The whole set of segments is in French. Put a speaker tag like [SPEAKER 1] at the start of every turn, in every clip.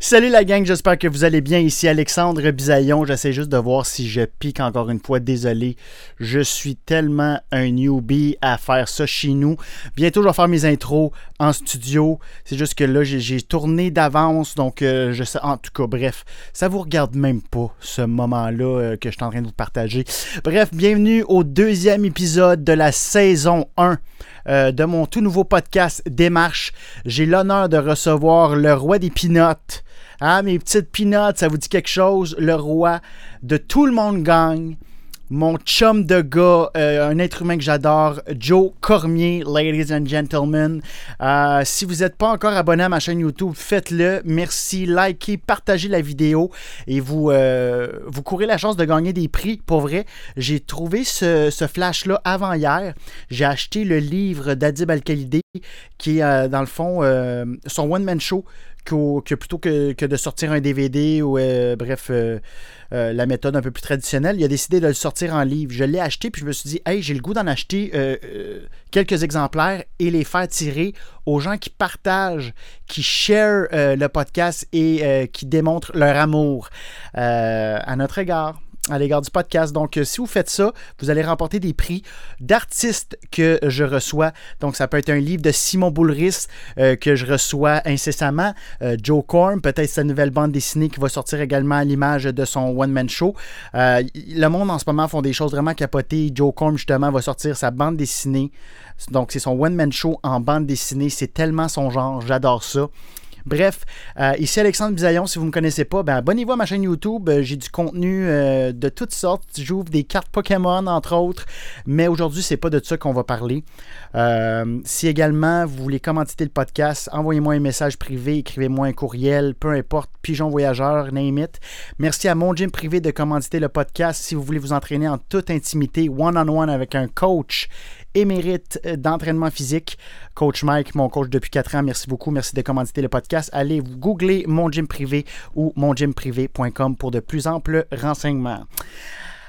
[SPEAKER 1] Salut la gang, j'espère que vous allez bien. Ici Alexandre Bisaillon. J'essaie juste de voir si je pique encore une fois. Désolé, je suis tellement un newbie à faire ça chez nous. Bientôt, je vais faire mes intros en studio. C'est juste que là, j'ai- j'ai tourné d'avance, donc euh, je sais. En tout cas, bref, ça vous regarde même pas ce moment-là euh, que je suis en train de vous partager. Bref, bienvenue au deuxième épisode de la saison 1 euh, de mon tout nouveau podcast Démarche. J'ai l'honneur de recevoir le roi des pinottes. Ah, mes petites pinottes, ça vous dit quelque chose? Le roi de tout le monde gagne. Mon chum de gars, euh, un être humain que j'adore, Joe Cormier, ladies and gentlemen. Euh, si vous n'êtes pas encore abonné à ma chaîne YouTube, faites-le. Merci, likez, partagez la vidéo et vous, euh, vous courez la chance de gagner des prix. Pour vrai, j'ai trouvé ce, ce flash-là avant hier. J'ai acheté le livre d'Adib Al-Khalidi qui est euh, dans le fond euh, son one-man show qu'au- que plutôt que, que de sortir un DVD ou euh, bref euh, euh, la méthode un peu plus traditionnelle, il a décidé de le sortir en livre. Je l'ai acheté puis je me suis dit hey j'ai le goût d'en acheter euh, euh, quelques exemplaires et les faire tirer aux gens qui partagent, qui share euh, le podcast et euh, qui démontrent leur amour euh, à notre égard à l'égard du podcast. Donc, euh, si vous faites ça, vous allez remporter des prix d'artistes que je reçois. Donc, ça peut être un livre de Simon Boulris euh, que je reçois incessamment, euh, Joe Korn, peut-être sa nouvelle bande dessinée qui va sortir également à l'image de son one-man show. Euh, y- le monde en ce moment font des choses vraiment capotées. Joe Korn, justement, va sortir sa bande dessinée. Donc, c'est son one-man show en bande dessinée. C'est tellement son genre. J'adore ça. Bref, euh, ici Alexandre Bisaillon, si vous ne me connaissez pas, ben abonnez-vous à ma chaîne YouTube. Euh, J'ai du contenu euh, de toutes sortes. J'ouvre des cartes Pokémon, entre autres. Mais aujourd'hui, c'est pas de ça qu'on va parler. Euh, si également vous voulez commanditer le podcast, envoyez-moi un message privé, écrivez-moi un courriel, peu importe, pigeon voyageur, name it. Merci à mon gym privé de commanditer le podcast. Si vous voulez vous entraîner en toute intimité, one-on-one avec un coach émérite d'entraînement physique, coach Mike, mon coach depuis 4 ans, merci beaucoup, merci de commanditer le podcast. Allez vous googler mon gym privé ou mongymprivé.com pour de plus amples renseignements.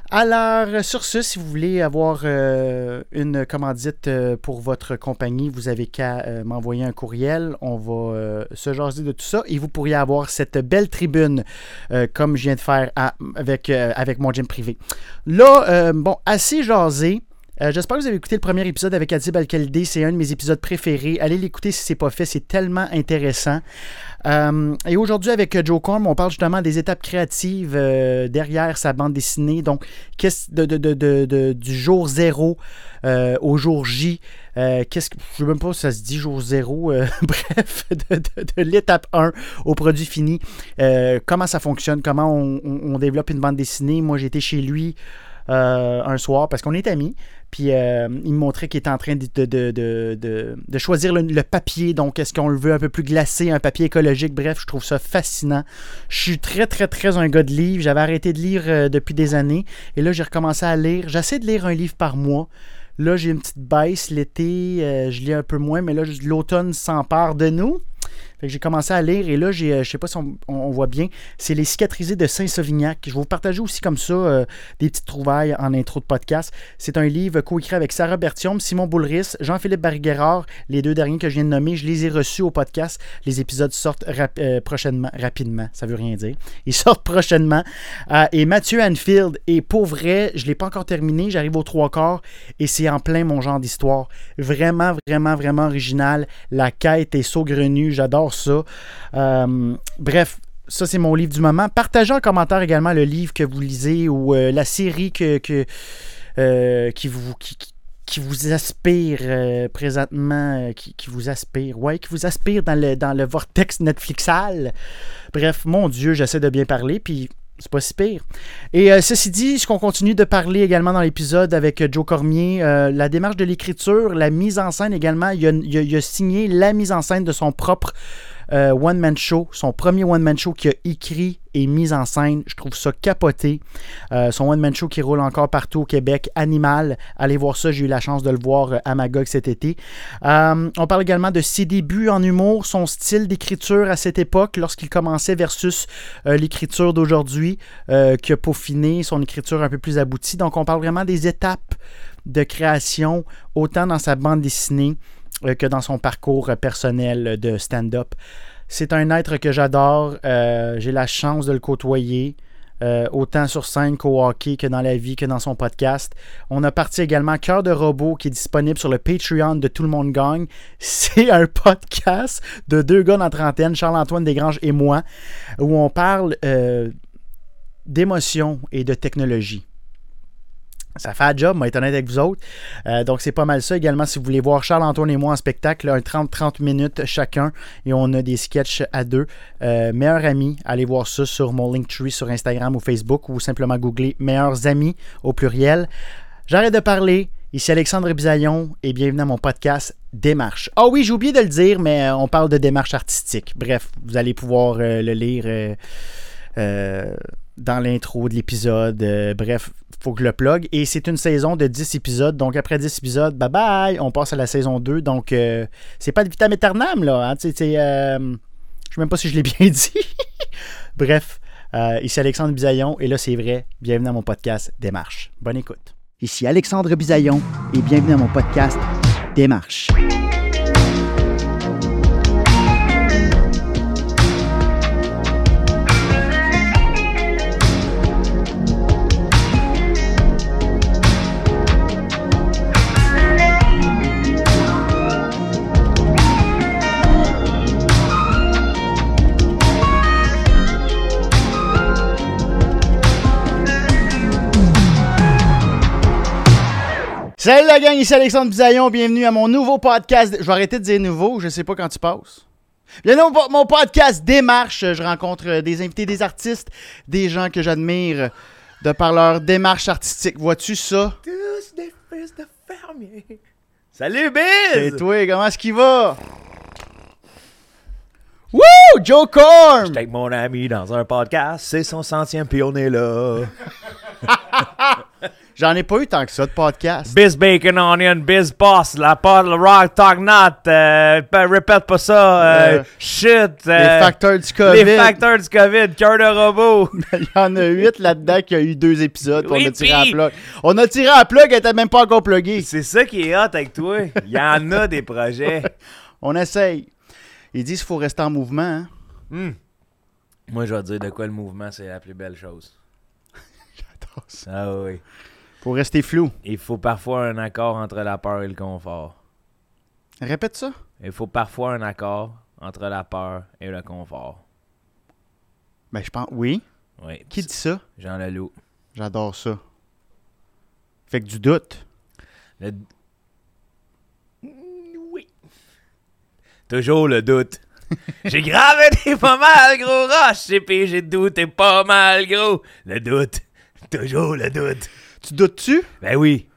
[SPEAKER 1] Alors, euh, sur ce, si vous voulez avoir euh, une commandite euh, pour votre compagnie, vous avez qu'à euh, m'envoyer un courriel. On va euh, se jaser de tout ça et vous pourriez avoir cette belle tribune euh, comme je viens de faire à- avec, euh, avec mon gym privé. Là, euh, bon, assez jasé. Euh, J'espère que vous avez écouté le premier épisode avec Adib Al-Khalidi. C'est un de mes épisodes préférés. Allez l'écouter si c'est pas fait. C'est tellement intéressant. Euh, et aujourd'hui, avec Joe Corm, on parle justement des étapes créatives euh, derrière sa bande dessinée. Donc, qu'est-ce de, de- de- de- de- du jour zéro euh, au jour J. Euh, qu'est-ce que, je ne sais même pas si ça se dit jour zéro. euh, bref, de, de- de l'étape 1 au produit fini. Euh, comment ça fonctionne, comment on, on- on développe une bande dessinée. Moi, j'étais chez lui euh, un soir parce qu'on est amis. Puis euh, il me montrait qu'il était en train de, de- de- de- de- de choisir le, le papier. Donc, est-ce qu'on le veut un peu plus glacé, un papier écologique? Bref, je trouve ça fascinant. Je suis très, très, très un gars de livre. J'avais arrêté de lire euh, depuis des années. Et là, j'ai recommencé à lire. J'essaie de lire un livre par mois. Là, j'ai une petite baisse. L'été, euh, je lis un peu moins. Mais là, je- l'automne s'empare de nous. Fait que j'ai commencé à lire et là, j'ai, euh, je sais pas si on, on- on voit bien, c'est Les cicatrisés de Saint-Sauvignac. Je vais vous partager aussi comme ça euh, des petites trouvailles en intro de podcast. C'est un livre coécrit avec Sarah Bertium, Simon Boulris, Jean-Philippe Bariguerard. Les deux derniers que je viens de nommer, je les ai reçus au podcast. Les épisodes sortent rap- euh, prochainement, rapidement, ça veut rien dire. Ils sortent prochainement. Euh, et Mathieu Anfield, et pour vrai, je ne l'ai pas encore terminé, j'arrive aux trois quarts et c'est en plein mon genre d'histoire. Vraiment, vraiment, vraiment original. La quête est saugrenue, j'adore ça. Euh, bref, ça, c'est mon livre du moment. Partagez en commentaire également le livre que vous lisez ou euh, la série que, que, euh, qui vous. qui- qui- qui vous aspire euh, présentement, euh, qui, qui vous aspire, ouais, qui vous aspire dans le, dans le vortex Netflixal. Bref, mon Dieu, j'essaie de bien parler, puis c'est pas si pire. Et euh, ceci dit, ce qu'on continue de parler également dans l'épisode avec euh, Joe Cormier, euh, la démarche de l'écriture, la mise en scène également, il a, il a- il a signé la mise en scène de son propre euh, one-man show, son premier one-man show qu'il a écrit et mis en scène. Je trouve ça capoté. Euh, son one-man show qui roule encore partout au Québec, Animal. Allez voir ça, j'ai eu la chance de le voir euh, à Magog cet été. Euh, on parle également de ses débuts en humour, son style d'écriture à cette époque, lorsqu'il commençait versus euh, l'écriture d'aujourd'hui, euh, qui a peaufiné son écriture un peu plus aboutie. Donc on parle vraiment des étapes de création, autant dans sa bande dessinée euh, que dans son parcours euh, personnel de stand-up. C'est un être que j'adore. Euh, J'ai la chance de le côtoyer. euh, autant sur scène qu'au hockey, que dans la vie, que dans son podcast. On a parti également Cœur de robot qui est disponible sur le Patreon de Tout le monde gagne. C'est un podcast de deux gars dans la trentaine, Charles-Antoine Desgranges et moi, où on parle euh, d'émotions et de technologie. Ça fait un job, moi, être honnête avec vous autres. Euh, donc, c'est pas mal ça. Également, si vous voulez voir Charles-Antoine et moi en spectacle, un 30-30 minutes chacun, et on a des sketchs à deux. Euh, meilleurs amis, allez voir ça sur mon Linktree sur Instagram ou Facebook, ou simplement googler Meilleurs amis au pluriel. J'arrête de parler. Ici Alexandre Bisaillon et bienvenue à mon podcast Démarche. Ah oui, j'ai oublié de le dire, mais euh, on parle de démarche artistique. Bref, vous allez pouvoir euh, le lire euh, euh, dans l'intro de l'épisode. Euh, bref, faut que je le plug. Et c'est une saison de 10 épisodes. Donc après 10 épisodes, bye bye, on passe à la saison 2. Donc euh, c'est pas de vitam aeternam, là. hein. Tu sais, c'est, euh, je sais même pas si je l'ai bien dit. bref, euh, ici Alexandre Bisaillon et là c'est vrai, bienvenue à mon podcast Démarche. Bonne écoute. Ici Alexandre Bisaillon et bienvenue à mon podcast Démarche. Salut la gang, ici Alexandre Bisaillon, bienvenue à mon nouveau podcast. Je vais arrêter de dire nouveau, je sais pas quand tu passes. Bienvenue à mon- mon podcast Démarche. Je rencontre euh, des invités, des artistes, des gens que j'admire de par leur démarche artistique. Vois-tu ça?
[SPEAKER 2] Tous des fils de fermier. Salut Biz!
[SPEAKER 1] Et toi, comment est-ce qu'il va? Wouh! Joe Corm!
[SPEAKER 2] J'étais avec mon ami dans un podcast, c'est son centième puis on est là.
[SPEAKER 1] J'en ai pas eu tant que ça de podcast.
[SPEAKER 2] Biz Bacon Onion, Biz Boss, la part le rock, talk not, euh, pa- répète pas ça, euh,
[SPEAKER 1] Euh,
[SPEAKER 2] shit.
[SPEAKER 1] Les
[SPEAKER 2] euh,
[SPEAKER 1] facteurs du COVID.
[SPEAKER 2] les facteurs du COVID, cœur de robot.
[SPEAKER 1] Il y en a huit là-dedans qui a eu deux épisodes. puis on
[SPEAKER 2] Oui,
[SPEAKER 1] a tiré à la
[SPEAKER 2] puis-
[SPEAKER 1] plug. On a tiré à la plug, elle était même pas encore pluguée.
[SPEAKER 2] c'est ça qui est hot avec toi. Il y en a des projets.
[SPEAKER 1] On essaye. Ils disent qu'il faut rester en mouvement. hein.
[SPEAKER 2] Moi, je vais te dire de quoi le mouvement, c'est la plus belle chose.
[SPEAKER 1] J'adore ça.
[SPEAKER 2] Ah oui.
[SPEAKER 1] Faut rester flou.
[SPEAKER 2] Il faut parfois un accord entre la peur et le confort.
[SPEAKER 1] Répète ça.
[SPEAKER 2] Il faut parfois un accord entre la peur et le confort.
[SPEAKER 1] Ben, je pense. Oui.
[SPEAKER 2] Oui.
[SPEAKER 1] Qui
[SPEAKER 2] c'est
[SPEAKER 1] dit ça?
[SPEAKER 2] Jean Leloup.
[SPEAKER 1] J'adore ça. Fait que du doute.
[SPEAKER 2] Le... Oui. Toujours le doute. J'ai gravé des pas mal gros roches, j'ai puis j'ai douté pas mal gros. Le doute. Toujours le doute.
[SPEAKER 1] Tu doutes-tu?
[SPEAKER 2] Ben oui.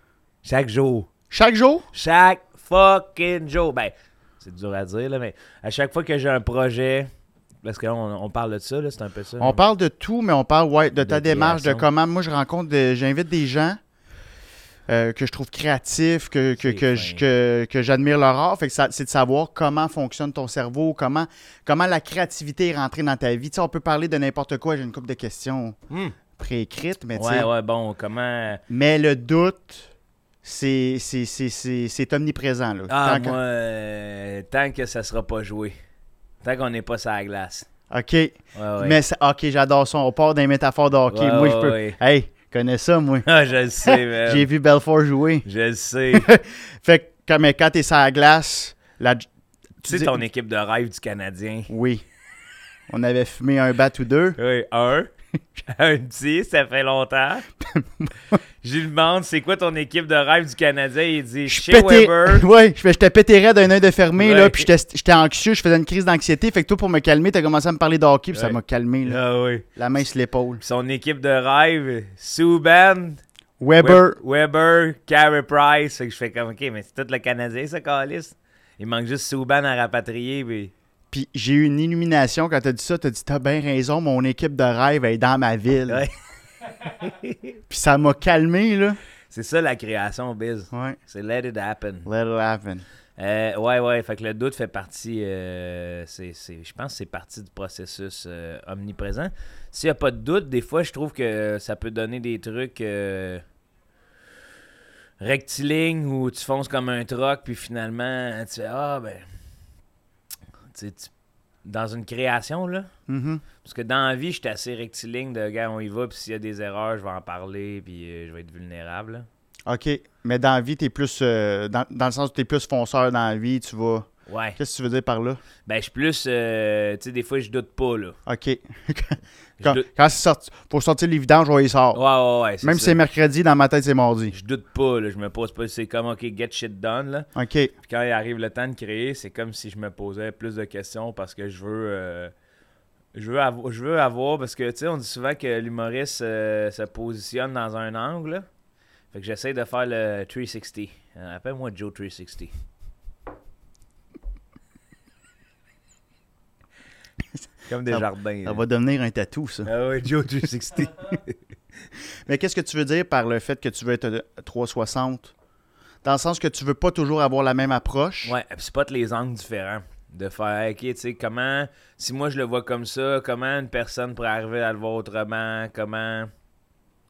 [SPEAKER 2] Chaque jour.
[SPEAKER 1] Chaque jour?
[SPEAKER 2] Chaque fucking jour. Ben, c'est dur à dire, là, mais à chaque fois que j'ai un projet. Parce que là, on, on parle de ça, là, c'est un peu ça.
[SPEAKER 1] On parle de tout, mais on parle ouais, de ta
[SPEAKER 2] De
[SPEAKER 1] démarche, de
[SPEAKER 2] création.
[SPEAKER 1] comment. Moi, je rencontre, des- j'invite des gens euh, que je trouve créatifs, que, que,
[SPEAKER 2] C'est
[SPEAKER 1] que, je-
[SPEAKER 2] fin.
[SPEAKER 1] que, que j'admire leur art. Fait que ça- c'est de savoir comment fonctionne ton cerveau, comment, comment la créativité est rentrée dans ta vie. Tu sais, on peut parler de n'importe quoi. J'ai une couple de questions
[SPEAKER 2] Hmm.
[SPEAKER 1] préécrites, mais tu sais,
[SPEAKER 2] Ouais, ouais, bon, comment.
[SPEAKER 1] Mais le doute, c'est c'est- c'est- c'est- c'est omniprésent. Là.
[SPEAKER 2] Ah,
[SPEAKER 1] Tant que-
[SPEAKER 2] moi, euh, tant que ça sera pas joué. Tant qu'on n'est pas sur la glace.
[SPEAKER 1] OK.
[SPEAKER 2] Ouais, ouais.
[SPEAKER 1] Mais ça- OK, j'adore ça. On part d'un métaphore de hockey.
[SPEAKER 2] Ouais,
[SPEAKER 1] moi, je
[SPEAKER 2] ouais,
[SPEAKER 1] peux.
[SPEAKER 2] ouais.
[SPEAKER 1] Hey, je connais ça, moi.
[SPEAKER 2] Ah, je le sais, man.
[SPEAKER 1] J'ai vu Belfort jouer.
[SPEAKER 2] Je le sais.
[SPEAKER 1] Fait que quand- mais quand t'es sur la glace, la... tu
[SPEAKER 2] tu
[SPEAKER 1] dis-
[SPEAKER 2] sais, ton équipe de rêve du Canadien.
[SPEAKER 1] Oui. On avait fumé un bat ou deux.
[SPEAKER 2] Oui, un. Un petit, ça fait longtemps. Je lui demande, c'est quoi ton équipe de rêve du Canadien? Il dit,
[SPEAKER 1] Je
[SPEAKER 2] Shea
[SPEAKER 1] pétais.
[SPEAKER 2] Weber.
[SPEAKER 1] Ouais, je fais- j'étais pété raide d'un œil de fermé, là,
[SPEAKER 2] Ouais.
[SPEAKER 1] puis j'étais j'étais anxieux, je faisais une crise d'anxiété. Fait que toi, pour me calmer, t'as commencé à me parler de hockey, puis ça
[SPEAKER 2] Ouais.
[SPEAKER 1] m'a calmé, là.
[SPEAKER 2] Ah oui.
[SPEAKER 1] La main sur l'épaule.
[SPEAKER 2] Puis Son équipe de rêve, Subban,
[SPEAKER 1] Weber.
[SPEAKER 2] We- Weber, Carey Price. Fait que je fais comme, OK, mais c'est tout le Canadien, ça, Calis. Il manque juste Subban à rapatrier. Puis...
[SPEAKER 1] Puis j'ai eu une illumination quand t'as dit ça. T'as dit, t'as bien raison, mon équipe de rêve est dans ma ville.
[SPEAKER 2] Ouais.
[SPEAKER 1] Puis ça m'a calmé, là.
[SPEAKER 2] C'est ça la création, Biz.
[SPEAKER 1] Ouais.
[SPEAKER 2] C'est let it happen.
[SPEAKER 1] Let it happen.
[SPEAKER 2] Euh, ouais, ouais, fait que le doute fait partie, euh, c'est, c'est- je pense que c'est partie du processus euh, omniprésent. S'il n'y a pas de doute, des fois, je trouve que euh, ça peut donner des trucs euh, rectilignes où tu fonces comme un troc, puis finalement, tu fais Ah, ben. Tu sais, tu- dans une création, là.
[SPEAKER 1] Mhm.
[SPEAKER 2] Parce que dans la vie, j'étais assez rectiligne de gars, on y va, puis s'il y a des erreurs, je vais en parler, puis euh, je vais être vulnérable. là.
[SPEAKER 1] OK. Mais dans la vie, t'es plus. euh, dans, dans le sens où t'es plus fonceur dans la vie, tu vas.
[SPEAKER 2] Ouais.
[SPEAKER 1] Qu'est-ce que tu veux dire par là?
[SPEAKER 2] Ben, je suis plus. euh, tu sais, des fois, je doute pas, là.
[SPEAKER 1] OK.
[SPEAKER 2] Je
[SPEAKER 1] quand
[SPEAKER 2] doute-
[SPEAKER 1] quand c'est sorti- pour sortir les vidanges, on y sort.
[SPEAKER 2] Ouais, ouais, ouais. c'est
[SPEAKER 1] Même si
[SPEAKER 2] ça.
[SPEAKER 1] c'est mercredi, dans ma tête, c'est mardi.
[SPEAKER 2] Je doute pas, là. Je me pose pas. C'est comme, OK, get shit done, là.
[SPEAKER 1] OK.
[SPEAKER 2] Puis quand il arrive le temps de créer, c'est comme si je me posais plus de questions parce que je veux. euh, je veux, avo- je veux avoir, parce que tu sais, on dit souvent que l'humoriste euh, se positionne dans un angle. là. Fait que j'essaie de faire le 360. Euh, Appelle-moi Joe 360. Comme des
[SPEAKER 1] Ça-
[SPEAKER 2] jardins.
[SPEAKER 1] Ça va devenir un tatou, ça.
[SPEAKER 2] Ah ouais, Joe 360.
[SPEAKER 1] Mais qu'est-ce que tu veux dire par le fait que tu veux être euh, 360? Dans le sens que tu veux pas toujours avoir la même approche.
[SPEAKER 2] Ouais, puis spot les angles différents. De faire, ok, tu sais, comment, si moi je le vois comme ça, comment une personne pourrait arriver à le voir autrement, comment.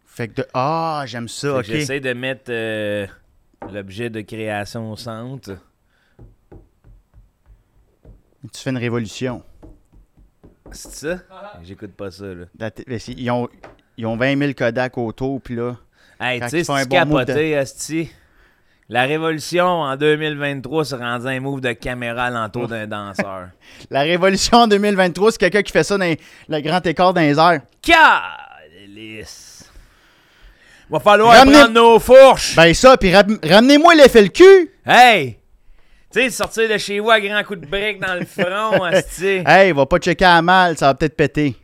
[SPEAKER 1] Fait que de Ah, j'aime
[SPEAKER 2] Fait
[SPEAKER 1] ça,
[SPEAKER 2] que
[SPEAKER 1] ok.
[SPEAKER 2] J'essaie de mettre euh, l'objet de création au centre.
[SPEAKER 1] Tu fais une révolution.
[SPEAKER 2] C'est ça? J'écoute pas ça, là.
[SPEAKER 1] La t- mais c'est- Ils ont, ils ont 20 000 Kodak autour, puis là.
[SPEAKER 2] Hey,
[SPEAKER 1] Quand
[SPEAKER 2] tu
[SPEAKER 1] ils
[SPEAKER 2] sais,
[SPEAKER 1] font un
[SPEAKER 2] c'est
[SPEAKER 1] bon move
[SPEAKER 2] capoté, Asti. La révolution en 2023 se rendit un move de caméra à l'entour d'un danseur.
[SPEAKER 1] La révolution en 2023, c'est quelqu'un qui fait ça dans les- le grand écart dans les airs.
[SPEAKER 2] Calice! Va falloir
[SPEAKER 1] Ramenez-
[SPEAKER 2] prendre nos fourches!
[SPEAKER 1] Ben ça, puis ram- ramenez-moi l'FLQ!
[SPEAKER 2] Hey! Tu sais, sortir de chez vous à grand coup de brique dans le front, asti.
[SPEAKER 1] Hey, va pas checker à mal, ça va peut-être péter.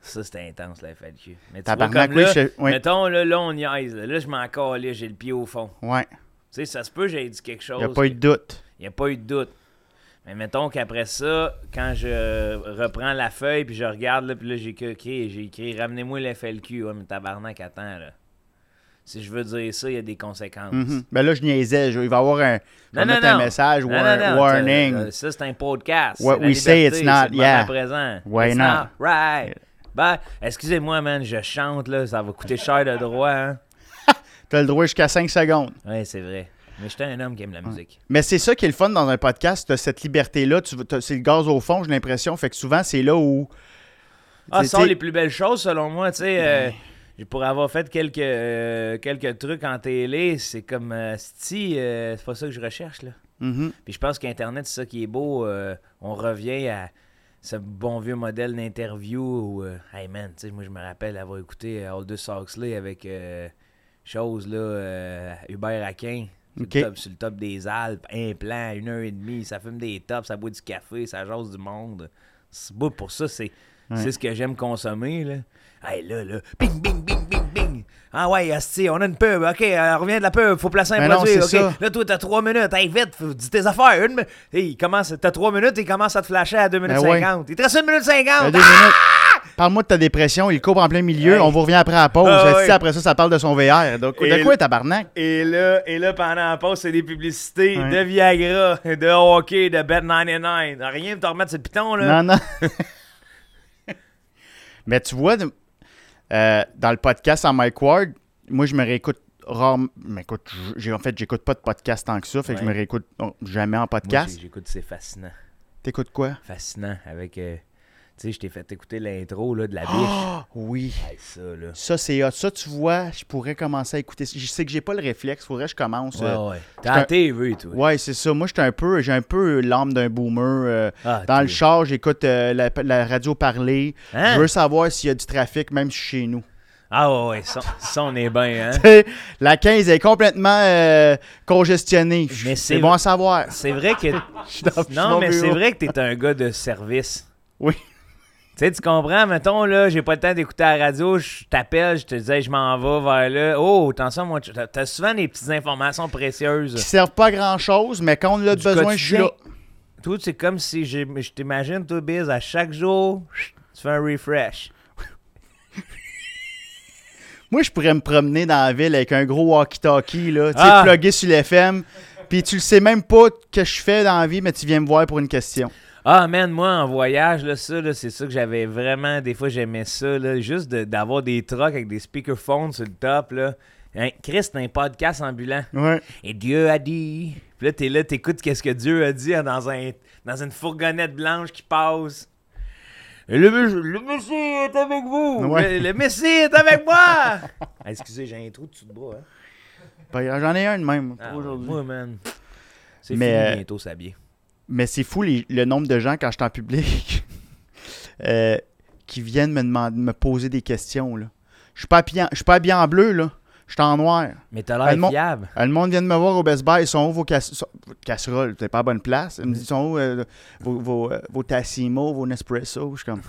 [SPEAKER 2] Ça, c'était intense, la FAQ. Mais tu vois,
[SPEAKER 1] Tabarnak,
[SPEAKER 2] comme
[SPEAKER 1] oui,
[SPEAKER 2] là,
[SPEAKER 1] je- oui.
[SPEAKER 2] mettons, là, là, on niaise. Là, Là, je m'en calais, j'ai le pied au fond.
[SPEAKER 1] Ouais,
[SPEAKER 2] Tu sais, ça se peut, j'ai dit quelque chose.
[SPEAKER 1] y a pas eu de doute.
[SPEAKER 2] Il a pas eu de doute. Mais mettons qu'après ça, quand je reprends la feuille, puis je regarde, là, puis là, j'ai écrit, ok, j'ai écrit « Ramenez-moi le FLQ ». Ouais, mais tabarnak, attends, là. Si je veux dire ça, il y a des conséquences.
[SPEAKER 1] Mhm. Ben là, je niaisais. je- Il va y avoir un, il va
[SPEAKER 2] Non, non,
[SPEAKER 1] mettre
[SPEAKER 2] non.
[SPEAKER 1] un message,
[SPEAKER 2] Non,
[SPEAKER 1] war-
[SPEAKER 2] non, euh, non,
[SPEAKER 1] warning.
[SPEAKER 2] ça, Ça, c'est un podcast.
[SPEAKER 1] What
[SPEAKER 2] C'est la
[SPEAKER 1] we say,
[SPEAKER 2] liberté,
[SPEAKER 1] it's not-
[SPEAKER 2] c'est le moment
[SPEAKER 1] yeah.
[SPEAKER 2] présent.
[SPEAKER 1] Why
[SPEAKER 2] It's
[SPEAKER 1] not?
[SPEAKER 2] Right. Ben, excusez-moi, man, je chante, là. Ça va coûter cher de droit, hein.
[SPEAKER 1] T'as le droit jusqu'à 5 secondes.
[SPEAKER 2] Ouais, c'est vrai. Mais j'étais un homme qui aime la musique.
[SPEAKER 1] Mais c'est ça qui est le fun dans un podcast, t'as cette liberté-là. tu veux- t'as- C'est le gaz au fond, j'ai l'impression. Fait que souvent, c'est là où.
[SPEAKER 2] Ah,
[SPEAKER 1] C'est-
[SPEAKER 2] ça
[SPEAKER 1] c'est-
[SPEAKER 2] les plus belles choses, selon moi, tu
[SPEAKER 1] Ben
[SPEAKER 2] sais. euh, j'ai- Pour avoir fait quelques, euh, quelques trucs en télé, c'est comme euh, si euh, c'est pas ça que je recherche là.
[SPEAKER 1] Mhm.
[SPEAKER 2] Puis je pense qu'Internet, c'est ça qui est beau. euh, on revient à ce bon vieux modèle d'interview où, euh, hey man, tu sais, moi je me rappelle avoir écouté euh, Aldous Huxley avec euh, chose là, euh, Hubert Aquin. Sur,
[SPEAKER 1] Ok.
[SPEAKER 2] le top, sur le top des Alpes, implant, une heure et demie, ça fume des tops, ça boit du café, ça jase du monde. C'est beau pour ça, c'est
[SPEAKER 1] Ouais.
[SPEAKER 2] c'est ce que j'aime consommer. Là. Hey, là, là, bing, bing, bing, bing, bing. Ah ouais, asti, on a une pub, ok, euh, on revient de la pub, faut placer un
[SPEAKER 1] Mais non,
[SPEAKER 2] produit,
[SPEAKER 1] c'est
[SPEAKER 2] ok.
[SPEAKER 1] ça.
[SPEAKER 2] Là, toi, t'as trois minutes. Hey, vite, faut- dis tes affaires. Une... mi- Hey, il commence... T'as trois minutes, il commence à te flasher à 2 minutes
[SPEAKER 1] Ben ouais. Ben,
[SPEAKER 2] 50. Il te reste 1 minute 50.
[SPEAKER 1] T'as deux minutes. Parle-moi de ta dépression, il coupe en plein milieu,
[SPEAKER 2] Ah! Hey.
[SPEAKER 1] on vous revient après la pause.
[SPEAKER 2] Ah,
[SPEAKER 1] Ça,
[SPEAKER 2] ouais.
[SPEAKER 1] si, Après ça, ça parle de son VR. Donc,
[SPEAKER 2] Et
[SPEAKER 1] de quoi,
[SPEAKER 2] le-
[SPEAKER 1] tabarnak?
[SPEAKER 2] Et là, et là, pendant la pause, c'est des publicités
[SPEAKER 1] Ouais.
[SPEAKER 2] de Viagra, de hockey, de Bet99. Rien pour te remettre sur le piton, là.
[SPEAKER 1] Non, non. Mais tu vois, de- euh, dans le podcast en Mike Ward, moi, je me réécoute rarement. Mais écoute, je- j'ai- en fait, j'écoute pas de podcast tant que ça, fait que je
[SPEAKER 2] Ouais.
[SPEAKER 1] me réécoute oh, jamais en
[SPEAKER 2] Moi,
[SPEAKER 1] podcast.
[SPEAKER 2] j'ai- j'écoute, c'est fascinant.
[SPEAKER 1] T'écoutes quoi?
[SPEAKER 2] Fascinant. Avec. euh, Tu sais, je t'ai fait écouter l'intro là, de la biche.
[SPEAKER 1] Ah oui.
[SPEAKER 2] Hey, ça, là.
[SPEAKER 1] Ça, c'est hot. Ça, tu vois, je pourrais commencer à écouter. ça. Je sais que j'ai pas le réflexe. Faudrait que je commence. euh.
[SPEAKER 2] Ouais, ouais. T'es à la TV, toi.
[SPEAKER 1] ouais, c'est ça. Moi, j'étais un peu, j'ai un peu l'âme d'un boomer. euh,
[SPEAKER 2] Ah,
[SPEAKER 1] dans le
[SPEAKER 2] toi.
[SPEAKER 1] char, j'écoute euh, la, la radio parler.
[SPEAKER 2] Hein?
[SPEAKER 1] Je veux savoir s'il y a du trafic, même chez nous.
[SPEAKER 2] Ah, ouais, ouais. Ça, ça, on est bien, hein.
[SPEAKER 1] la 15 est complètement euh, congestionnée.
[SPEAKER 2] Mais
[SPEAKER 1] c'est
[SPEAKER 2] c'est-
[SPEAKER 1] bon à savoir.
[SPEAKER 2] C'est vrai que.
[SPEAKER 1] mon
[SPEAKER 2] non, mais c'est
[SPEAKER 1] bureau.
[SPEAKER 2] vrai que t'es un gars de service.
[SPEAKER 1] Oui.
[SPEAKER 2] Tu sais, tu comprends, mettons, là, j'ai pas le temps d'écouter la radio, je t'appelle, je te disais, je m'en vais vers là. Oh, attention, moi, t'as t'as souvent des petites informations
[SPEAKER 1] Qui
[SPEAKER 2] précieuses.
[SPEAKER 1] servent pas à grand chose, mais quand on l'a
[SPEAKER 2] Du
[SPEAKER 1] besoin, je suis là.
[SPEAKER 2] quotidien. Toi, c'est comme si, j'ai- je t'imagine, toi, Biz, à chaque jour, chut, tu fais un refresh.
[SPEAKER 1] Moi, je pourrais me promener dans la ville avec un gros walkie-talkie, là, tu sais,
[SPEAKER 2] Ah!
[SPEAKER 1] plugué sur l'FM. Puis tu le sais même pas que je fais dans la vie, mais tu viens me voir pour une question.
[SPEAKER 2] Ah, man, moi, en voyage, là, ça, là, c'est ça que j'avais vraiment. Des fois, j'aimais ça, là, juste de- d'avoir des trucks avec des speakerphones sur le top, là. Hein, Chris, t'as un podcast ambulant.
[SPEAKER 1] Ouais.
[SPEAKER 2] Et Dieu a dit. Puis là, t'es là, t'écoutes qu'est-ce que Dieu a dit hein, dans un, dans une fourgonnette blanche qui passe. Et le, le Messie est avec vous!
[SPEAKER 1] Ouais.
[SPEAKER 2] Le, le Messie est avec moi! Ah, excusez, j'ai un trou dessus de bras. Hein.
[SPEAKER 1] Ben, J'en ai un de même pour
[SPEAKER 2] Ah,
[SPEAKER 1] aujourd'hui.
[SPEAKER 2] moi, man. C'est
[SPEAKER 1] Mais,
[SPEAKER 2] fini
[SPEAKER 1] euh,
[SPEAKER 2] bientôt, s'habiller.
[SPEAKER 1] Mais c'est fou les- le nombre de gens quand je suis en public euh, qui viennent me, demander, me poser des questions. Là. Je suis pas habillé en- je suis pas habillé en bleu, là. Je suis en noir.
[SPEAKER 2] Mais t'as
[SPEAKER 1] Ben, le
[SPEAKER 2] l'air
[SPEAKER 1] mon-
[SPEAKER 2] fiable.
[SPEAKER 1] Euh, Le monde vient de me voir au Best Buy. Ils sont où vos cas- so- casseroles? T'es pas à bonne place. Ils me disent, ils sont où euh, vos, vos, euh, vos Tassimo, vos Nespresso? Je suis comme,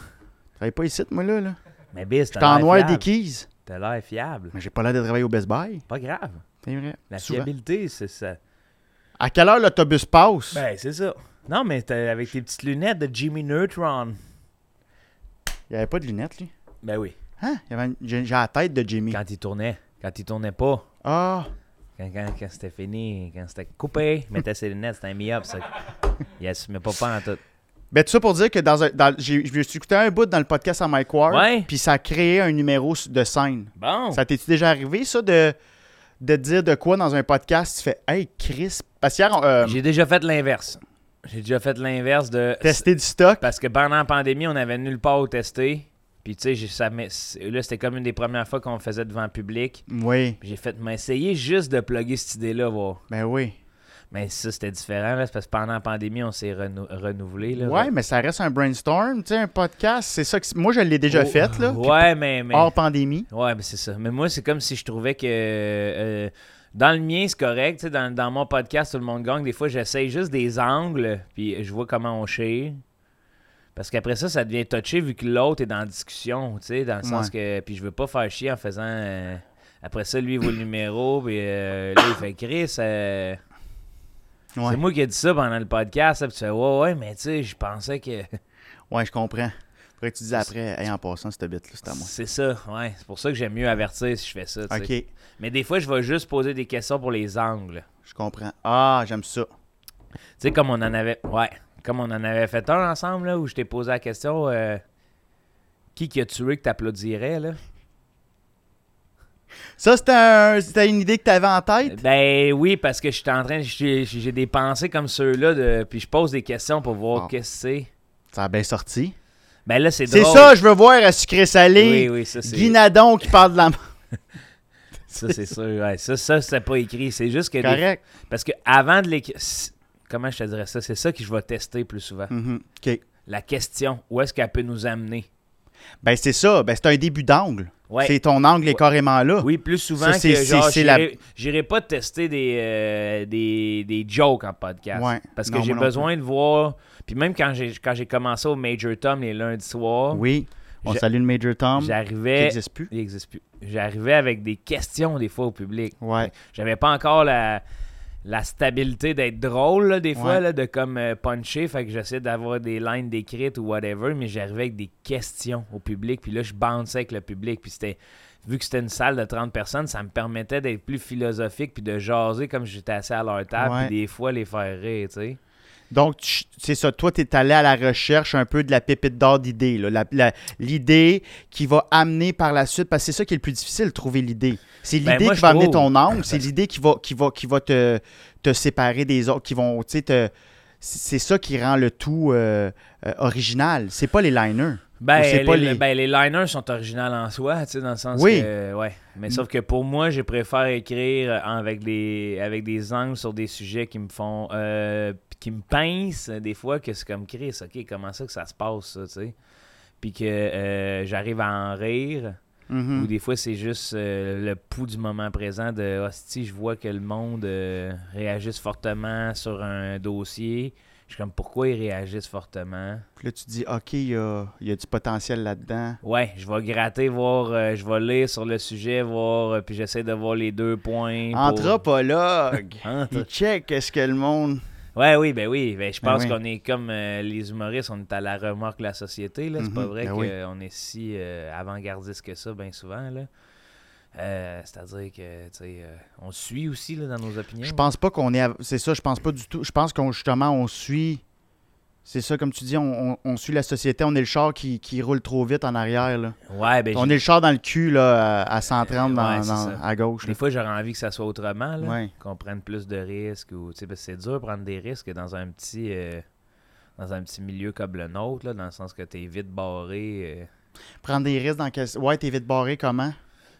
[SPEAKER 1] travaille pas ici, moi, là. là.
[SPEAKER 2] Mais bis,
[SPEAKER 1] J'étais en
[SPEAKER 2] t'as
[SPEAKER 1] noir
[SPEAKER 2] l'air
[SPEAKER 1] des
[SPEAKER 2] fiable.
[SPEAKER 1] keys.
[SPEAKER 2] T'as l'air fiable.
[SPEAKER 1] Mais j'ai pas l'air de travailler au Best Buy.
[SPEAKER 2] Pas grave.
[SPEAKER 1] C'est vrai.
[SPEAKER 2] La
[SPEAKER 1] Souvent.
[SPEAKER 2] fiabilité, c'est ça.
[SPEAKER 1] À quelle heure l'autobus passe?
[SPEAKER 2] Ben, c'est ça. Non, mais t'as- avec tes petites lunettes de Jimmy Neutron.
[SPEAKER 1] Il y avait pas de lunettes, lui.
[SPEAKER 2] Ben oui.
[SPEAKER 1] Hein? Il y avait une- J'ai j'ai la tête de Jimmy.
[SPEAKER 2] Quand il tournait. Quand il tournait pas.
[SPEAKER 1] Ah!
[SPEAKER 2] Quand, quand, quand c'était fini, quand c'était coupé, il mettait ses lunettes, c'était un me-up, ça. Il assumait pas pas en tout.
[SPEAKER 1] Ben, tout ça pour dire que dans un. Dans, j'ai, je me suis écouté un bout dans le podcast à Mike Ward.
[SPEAKER 2] Ouais.
[SPEAKER 1] Puis ça a créé un numéro de scène.
[SPEAKER 2] Bon!
[SPEAKER 1] Ça t'es-tu déjà arrivé, ça, de, de dire de quoi dans un podcast? Tu fais, hey, Chris. Parce qu'hier, on, euh,
[SPEAKER 2] J'ai déjà fait l'inverse. J'ai déjà fait l'inverse de.
[SPEAKER 1] testé du stock.
[SPEAKER 2] Parce que pendant la pandémie, on avait nulle part où tester. Puis, tu sais, j'ai- ça m'est- là, c'était comme une des premières fois qu'on faisait devant le public.
[SPEAKER 1] Oui,
[SPEAKER 2] Puis J'ai fait, mais essayez juste de plugger cette idée-là, voir.
[SPEAKER 1] ben oui.
[SPEAKER 2] Mais ça, c'était différent, là, c'est parce que pendant la pandémie, on s'est renou- renouvelé. Là,
[SPEAKER 1] Ouais, mais ça reste un brainstorm, tu sais, un podcast. C'est ça que. Moi, je l'ai déjà
[SPEAKER 2] Oh,
[SPEAKER 1] fait, là. puis
[SPEAKER 2] Ouais, mais. mais...
[SPEAKER 1] Hors pandémie.
[SPEAKER 2] Ouais, mais c'est ça. Mais moi, c'est comme si je trouvais que. euh, dans le mien, c'est correct. Tu sais, Dans, dans mon podcast, tout le monde gagne. Des fois, j'essaye juste des angles, puis je vois comment on chire. Parce qu'après ça, ça devient touché vu que l'autre est dans la discussion. Tu sais, dans le sens que. Puis je veux pas faire chier en faisant. euh, après ça, lui, il vaut le numéro, puis euh, là, il fait Chris. euh,
[SPEAKER 1] Ouais.
[SPEAKER 2] C'est moi qui ai dit ça pendant le podcast. là, Puis tu fais Ouais, ouais, mais tu sais, je pensais que.
[SPEAKER 1] ouais, je comprends. Faudrait que tu dises après, hey, en passant, cette bite-là, c'est à moi.
[SPEAKER 2] C'est ça, ouais. C'est pour ça que j'aime mieux avertir si je fais ça. tu sais.
[SPEAKER 1] Ok,
[SPEAKER 2] Mais des fois, je vais juste poser des questions pour les angles.
[SPEAKER 1] je comprends. Ah, j'aime ça.
[SPEAKER 2] Tu sais, comme on en avait. Ouais. Comme on en avait fait un ensemble, là, où je t'ai posé la question euh, qui qui a tué que t'applaudirais, là
[SPEAKER 1] Ça, c'était, un- c'était une idée que t'avais en tête?
[SPEAKER 2] Ben oui, parce que je suis en train. J'ai j'ai des pensées comme ceux-là, de, puis je pose des questions pour voir
[SPEAKER 1] Ah.
[SPEAKER 2] qu'est-ce que c'est.
[SPEAKER 1] Ça a bien sorti.
[SPEAKER 2] Ben là, c'est
[SPEAKER 1] C'est
[SPEAKER 2] drôle.
[SPEAKER 1] ça, je veux voir à sucré
[SPEAKER 2] Oui,
[SPEAKER 1] salé.
[SPEAKER 2] oui, ça, c'est.
[SPEAKER 1] Guinadon qui parle de la
[SPEAKER 2] Ça, c'est sûr. Ouais, ça, ça c'est pas écrit. C'est juste que. des-
[SPEAKER 1] Correct.
[SPEAKER 2] Parce que avant de l'écrire. Comment je te dirais ça? C'est ça que je vais tester plus souvent.
[SPEAKER 1] Mhm. OK.
[SPEAKER 2] La question, où est-ce qu'elle peut nous amener?
[SPEAKER 1] Ben, c'est ça. Ben, c'est un début d'angle.
[SPEAKER 2] Ouais.
[SPEAKER 1] C'est ton angle est
[SPEAKER 2] Ouais.
[SPEAKER 1] carrément là.
[SPEAKER 2] Oui, plus souvent
[SPEAKER 1] Ça, c'est-
[SPEAKER 2] que
[SPEAKER 1] c'est-
[SPEAKER 2] genre,
[SPEAKER 1] c'est la-
[SPEAKER 2] j'irai- j'irai pas tester des, euh, des, des jokes en podcast.
[SPEAKER 1] Ouais.
[SPEAKER 2] Parce que
[SPEAKER 1] Non,
[SPEAKER 2] j'ai
[SPEAKER 1] moi non
[SPEAKER 2] besoin de voir. Puis même quand j'ai quand j'ai commencé au Major Tom les lundis soirs,
[SPEAKER 1] Oui. On
[SPEAKER 2] J'ai-
[SPEAKER 1] salue le Major Tom qui
[SPEAKER 2] j'arrivais.
[SPEAKER 1] n'existe plus.
[SPEAKER 2] Il existe plus. J'arrivais avec des questions des fois au public.
[SPEAKER 1] Ouais.
[SPEAKER 2] J'avais pas encore la, la stabilité d'être drôle là, des fois,
[SPEAKER 1] Ouais.
[SPEAKER 2] là, de comme euh, puncher. Fait que j'essayais d'avoir des lines décrites ou whatever, mais j'arrivais avec des questions au public. Puis là, je bounçais avec le public. Puis c'était. Vu que c'était une salle de 30 personnes, ça me permettait d'être plus philosophique puis de jaser comme j'étais assis à leur table
[SPEAKER 1] Ouais.
[SPEAKER 2] puis des fois les faire rire, tu sais.
[SPEAKER 1] Donc, tu- c'est ça. Toi, tu es allé à la recherche un peu de la pépite d'or d'idée. là. La- la- L'idée qui va amener par la suite. Parce que c'est ça qui est le plus difficile, trouver l'idée. C'est
[SPEAKER 2] Ben,
[SPEAKER 1] l'idée
[SPEAKER 2] moi,
[SPEAKER 1] qui
[SPEAKER 2] je
[SPEAKER 1] va amener
[SPEAKER 2] trouve.
[SPEAKER 1] ton angle. C'est l'idée qui va, qui va, qui va te, te séparer des autres, qui vont, tu sais, te- C'est ça qui rend le tout euh, euh, original. C'est pas les liners.
[SPEAKER 2] Ben,
[SPEAKER 1] Ou c'est
[SPEAKER 2] les,
[SPEAKER 1] pas les-
[SPEAKER 2] ben, les liners sont originales en soi, tu sais, dans le sens
[SPEAKER 1] Oui.
[SPEAKER 2] que... Ouais. Mais
[SPEAKER 1] Mm.
[SPEAKER 2] sauf que pour moi, je préfère écrire en- avec des, avec des angles sur des sujets qui me font... euh, qui me pincent des fois, que c'est comme Chris, OK, comment ça que ça se passe, ça, tu sais? Puis que euh, j'arrive à en rire.
[SPEAKER 1] Mhm.
[SPEAKER 2] Ou des fois, c'est juste euh, le pouls du moment présent de ah, si je vois que le monde euh, réagisse fortement sur un dossier. Je suis comme, pourquoi ils réagissent fortement?
[SPEAKER 1] Puis là, tu dis, OK, il y a, il y a du potentiel là-dedans.
[SPEAKER 2] Ouais, je vais gratter, voir, euh, je vais lire sur le sujet, voir, euh, puis j'essaie de voir les deux points. pour-
[SPEAKER 1] Anthropologue,
[SPEAKER 2] Entre-
[SPEAKER 1] il check est-ce que le monde.
[SPEAKER 2] Ouais, oui, ben oui, ben, je
[SPEAKER 1] Ben
[SPEAKER 2] pense
[SPEAKER 1] oui.
[SPEAKER 2] qu'on est comme euh, les humoristes, on est à la remorque de la société, là. C'est pas
[SPEAKER 1] Mhm,
[SPEAKER 2] vrai
[SPEAKER 1] ben
[SPEAKER 2] qu'on
[SPEAKER 1] oui.
[SPEAKER 2] est si euh, avant-gardiste que ça, bien souvent, là. Euh, C'est-à-dire que, tu sais, euh, on se suit aussi, là, dans nos opinions.
[SPEAKER 1] Je pense pas qu'on est. à- C'est ça, je pense pas du tout. Je pense qu'on justement, on suit. C'est ça, comme tu dis, on, on- on suit la société. On est le char qui, qui roule trop vite en arrière. Là.
[SPEAKER 2] Ouais, ben,
[SPEAKER 1] On
[SPEAKER 2] j'ai-
[SPEAKER 1] est le char dans le cul là, à à 130 dans-
[SPEAKER 2] Ouais, c'est
[SPEAKER 1] dans-
[SPEAKER 2] ça.
[SPEAKER 1] à gauche. là.
[SPEAKER 2] des fois, j'aurais envie que ça soit autrement, là.
[SPEAKER 1] Ouais.
[SPEAKER 2] Qu'on prenne plus de risques, ou, tu sais, parce que c'est dur de prendre des risques dans un petit... euh, dans un petit milieu comme le nôtre, là, dans le sens que t'es vite barré. euh.
[SPEAKER 1] Prendre des risques dans quel. Ouais, t'es vite barré comment?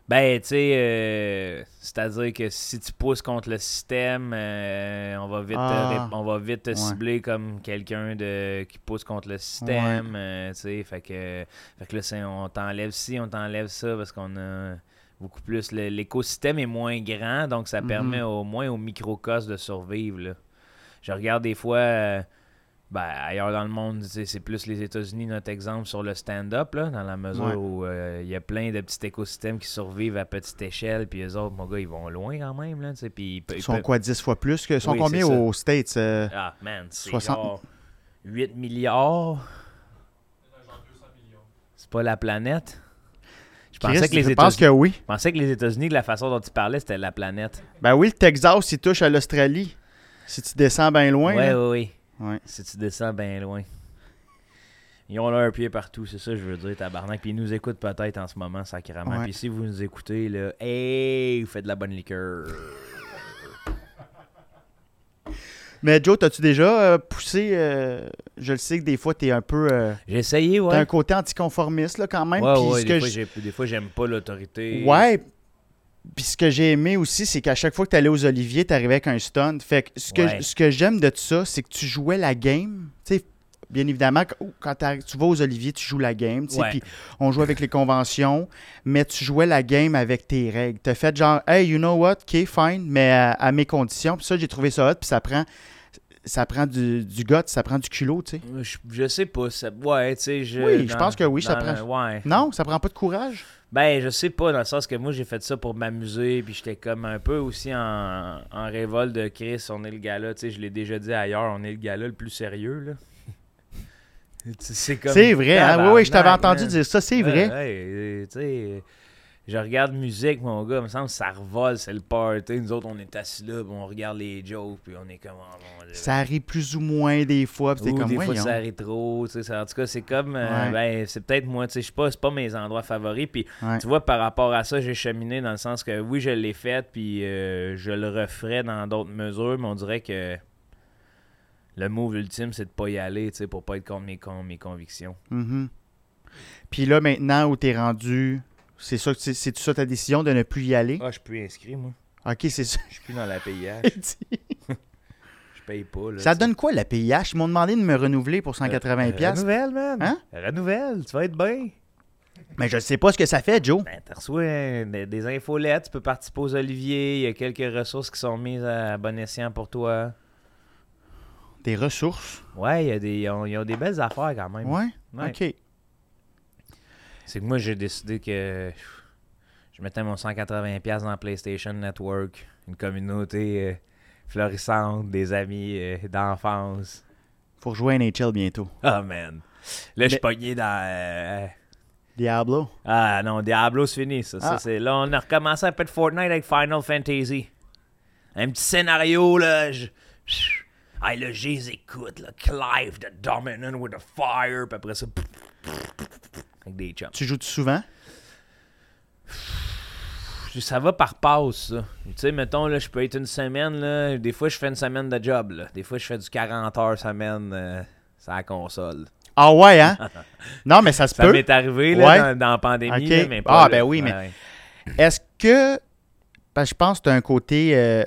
[SPEAKER 2] Ben, tu sais, euh, c'est-à-dire que si tu pousses contre le système, euh, on va vite, te
[SPEAKER 1] Ah.
[SPEAKER 2] ré- on va vite te cibler comme quelqu'un de qui pousse contre le système. euh, tu sais, fait que, fait que là, c'est- on t'enlève ci, on t'enlève ça, parce qu'on a beaucoup plus. le- L'écosystème est moins grand, donc ça
[SPEAKER 1] Mhm.
[SPEAKER 2] permet au moins au microcosme de survivre. là. Je regarde des fois. euh, ben, ailleurs dans le monde, tu sais, c'est plus les États-Unis notre exemple sur le stand-up, là, dans la mesure
[SPEAKER 1] Ouais.
[SPEAKER 2] où euh, il y a plein de petits écosystèmes qui survivent à petite échelle, puis les autres, mon gars, ils vont loin quand même, là, tu sais, puis... ils pe-
[SPEAKER 1] Ils
[SPEAKER 2] ils
[SPEAKER 1] sont
[SPEAKER 2] peuvent-
[SPEAKER 1] quoi, 10 fois plus que. Ils sont
[SPEAKER 2] Oui,
[SPEAKER 1] combien
[SPEAKER 2] c'est ça.
[SPEAKER 1] aux States? euh?
[SPEAKER 2] Ah, man, c'est
[SPEAKER 1] 60
[SPEAKER 2] genre 8 milliards... C'est pas la planète? Je pensais,
[SPEAKER 1] Chris,
[SPEAKER 2] que les
[SPEAKER 1] je pense que
[SPEAKER 2] États-Unis-
[SPEAKER 1] oui.
[SPEAKER 2] je pensais que les États-Unis, de la façon dont ils parlaient, c'était la planète.
[SPEAKER 1] Ben oui, le Texas, il touche à l'Australie. Si tu descends bien loin.
[SPEAKER 2] ouais,
[SPEAKER 1] là.
[SPEAKER 2] ouais, ouais.
[SPEAKER 1] Ouais.
[SPEAKER 2] Si tu descends bien loin. Ils ont leur pied partout, c'est ça que je veux dire, tabarnak. Puis ils nous écoutent peut-être en ce moment, sacrément.
[SPEAKER 1] Ouais.
[SPEAKER 2] Puis si vous nous écoutez, là, hey, vous faites de la bonne liqueur.
[SPEAKER 1] Mais Joe, t'as-tu déjà euh, poussé. euh, je le sais que des fois, t'es un peu. euh,
[SPEAKER 2] J'ai essayé,
[SPEAKER 1] T'as un
[SPEAKER 2] ouais.
[SPEAKER 1] côté anticonformiste, là, quand même.
[SPEAKER 2] ouais,
[SPEAKER 1] puis
[SPEAKER 2] ouais,
[SPEAKER 1] ce
[SPEAKER 2] des,
[SPEAKER 1] que
[SPEAKER 2] fois,
[SPEAKER 1] j-
[SPEAKER 2] j'ai- des fois, j'aime pas l'autorité.
[SPEAKER 1] Ouais. Puis ce que j'ai aimé aussi, c'est qu'à chaque fois que t'allais aux Oliviers, t'arrivais avec un stunt. Fait que ce que,
[SPEAKER 2] Ouais.
[SPEAKER 1] ce que j'aime de tout ça, c'est que tu jouais la game. Tu sais, bien évidemment, quand- quand t'arri- tu vas aux Oliviers, tu joues la game. tu sais,
[SPEAKER 2] Ouais.
[SPEAKER 1] Puis on jouait avec les conventions, mais tu jouais la game avec tes règles. T'as fait genre, hey, you know what, ok, fine, mais à, à mes conditions. Puis ça, j'ai trouvé ça hot. Puis ça prend, ça prend du, du guts, ça prend du culot, tu sais.
[SPEAKER 2] Je, je sais pas. ça- ouais, tu sais. Je,
[SPEAKER 1] Oui, je pense que oui, ça
[SPEAKER 2] dans- Ouais.
[SPEAKER 1] Non, ça prend pas de courage.
[SPEAKER 2] Ben, je sais pas, dans le sens que moi, j'ai fait ça pour m'amuser, puis j'étais comme un peu aussi en, en révolte de Chris, on est le gars-là, tu sais, je l'ai déjà dit ailleurs, on est le gars-là le plus sérieux, là. Tu sais, C'est comme...
[SPEAKER 1] C'est vrai, hein? Oui, oui, je t'avais
[SPEAKER 2] Tabarnak,
[SPEAKER 1] entendu
[SPEAKER 2] man.
[SPEAKER 1] dire ça, c'est vrai.
[SPEAKER 2] Ouais, ouais, euh, tu sais, je regarde musique, mon gars, il me semble que ça revole, c'est le party. Nous autres, on est assis là, puis on regarde les jokes, puis on est comme... Ah, bon, là.
[SPEAKER 1] Ça arrive plus ou moins des fois, puis t'es
[SPEAKER 2] Ou
[SPEAKER 1] comme
[SPEAKER 2] des fois
[SPEAKER 1] voyons.
[SPEAKER 2] ça arrive trop, tu sais, ça- en tout cas c'est comme euh,
[SPEAKER 1] Ouais.
[SPEAKER 2] ben c'est peut-être moi, tu sais, je sais pas, c'est pas mes endroits favoris puis
[SPEAKER 1] Ouais.
[SPEAKER 2] tu vois par rapport à ça, j'ai cheminé dans le sens que oui, je l'ai fait puis euh, je le referais dans d'autres mesures, mais on dirait que le move ultime c'est de pas y aller, tu sais, pour pas être contre mes con- mes convictions.
[SPEAKER 1] Mhm. Puis là, maintenant où t'es rendu, c'est ça, que c'est- c'est-tu ça ta décision de ne plus y aller?
[SPEAKER 2] Ah, je suis plus inscrit moi.
[SPEAKER 1] Ok, c'est ça.
[SPEAKER 2] Je suis plus dans la PIH,
[SPEAKER 1] qu'il dit.
[SPEAKER 2] je paye pas là.
[SPEAKER 1] ça
[SPEAKER 2] tu sais.
[SPEAKER 1] donne quoi la PIH? Ils m'ont demandé de me renouveler
[SPEAKER 2] Euh,
[SPEAKER 1] pour 180$. piastres.
[SPEAKER 2] Renouvelle, man.
[SPEAKER 1] Hein?
[SPEAKER 2] Renouvelle, tu vas être bien.
[SPEAKER 1] mais je sais pas ce que ça fait, Joe.
[SPEAKER 2] Ben, tu reçois hein, des, des infolettes, tu peux participer aux Oliviers, il y a quelques ressources qui sont mises à bon escient pour toi.
[SPEAKER 1] Des ressources.
[SPEAKER 2] Ouais, il y a des, ils ont, ils ont des belles affaires quand même.
[SPEAKER 1] Ouais?
[SPEAKER 2] Ouais.
[SPEAKER 1] Ok.
[SPEAKER 2] C'est que moi, j'ai décidé que je mettais mon 180$ dans PlayStation Network, une communauté euh, florissante, des amis euh, d'enfance.
[SPEAKER 1] Faut rejouer à NHL bientôt.
[SPEAKER 2] Oh man. Là, je suis
[SPEAKER 1] Mais-
[SPEAKER 2] pogné dans. euh,
[SPEAKER 1] Diablo.
[SPEAKER 2] Ah non, Diablo, c'est fini, ça. Ça,
[SPEAKER 1] Ah.
[SPEAKER 2] c'est... Là, on a recommencé un peu de Fortnite avec Final Fantasy. Un petit scénario, là. Je... Hey, là, je les écoute, là. Clive, the dominant with the fire. Puis après ça, avec des chums.
[SPEAKER 1] Tu joues souvent?
[SPEAKER 2] Ça va par pause, ça. Tu sais, mettons, là, je peux être une semaine, là. Des fois, je fais une semaine de job, là. Des fois, je fais du 40 heures semaine euh, sur la console.
[SPEAKER 1] Ah ouais, hein? non, mais ça se
[SPEAKER 2] Ça
[SPEAKER 1] peut.
[SPEAKER 2] m'est arrivé, là,
[SPEAKER 1] Ouais.
[SPEAKER 2] dans, dans la pandémie,
[SPEAKER 1] Ok.
[SPEAKER 2] là, mais
[SPEAKER 1] Ah,
[SPEAKER 2] pas là.
[SPEAKER 1] ben oui, mais-
[SPEAKER 2] Ouais.
[SPEAKER 1] Est-ce que. Parce que je pense que tu as un côté. Euh,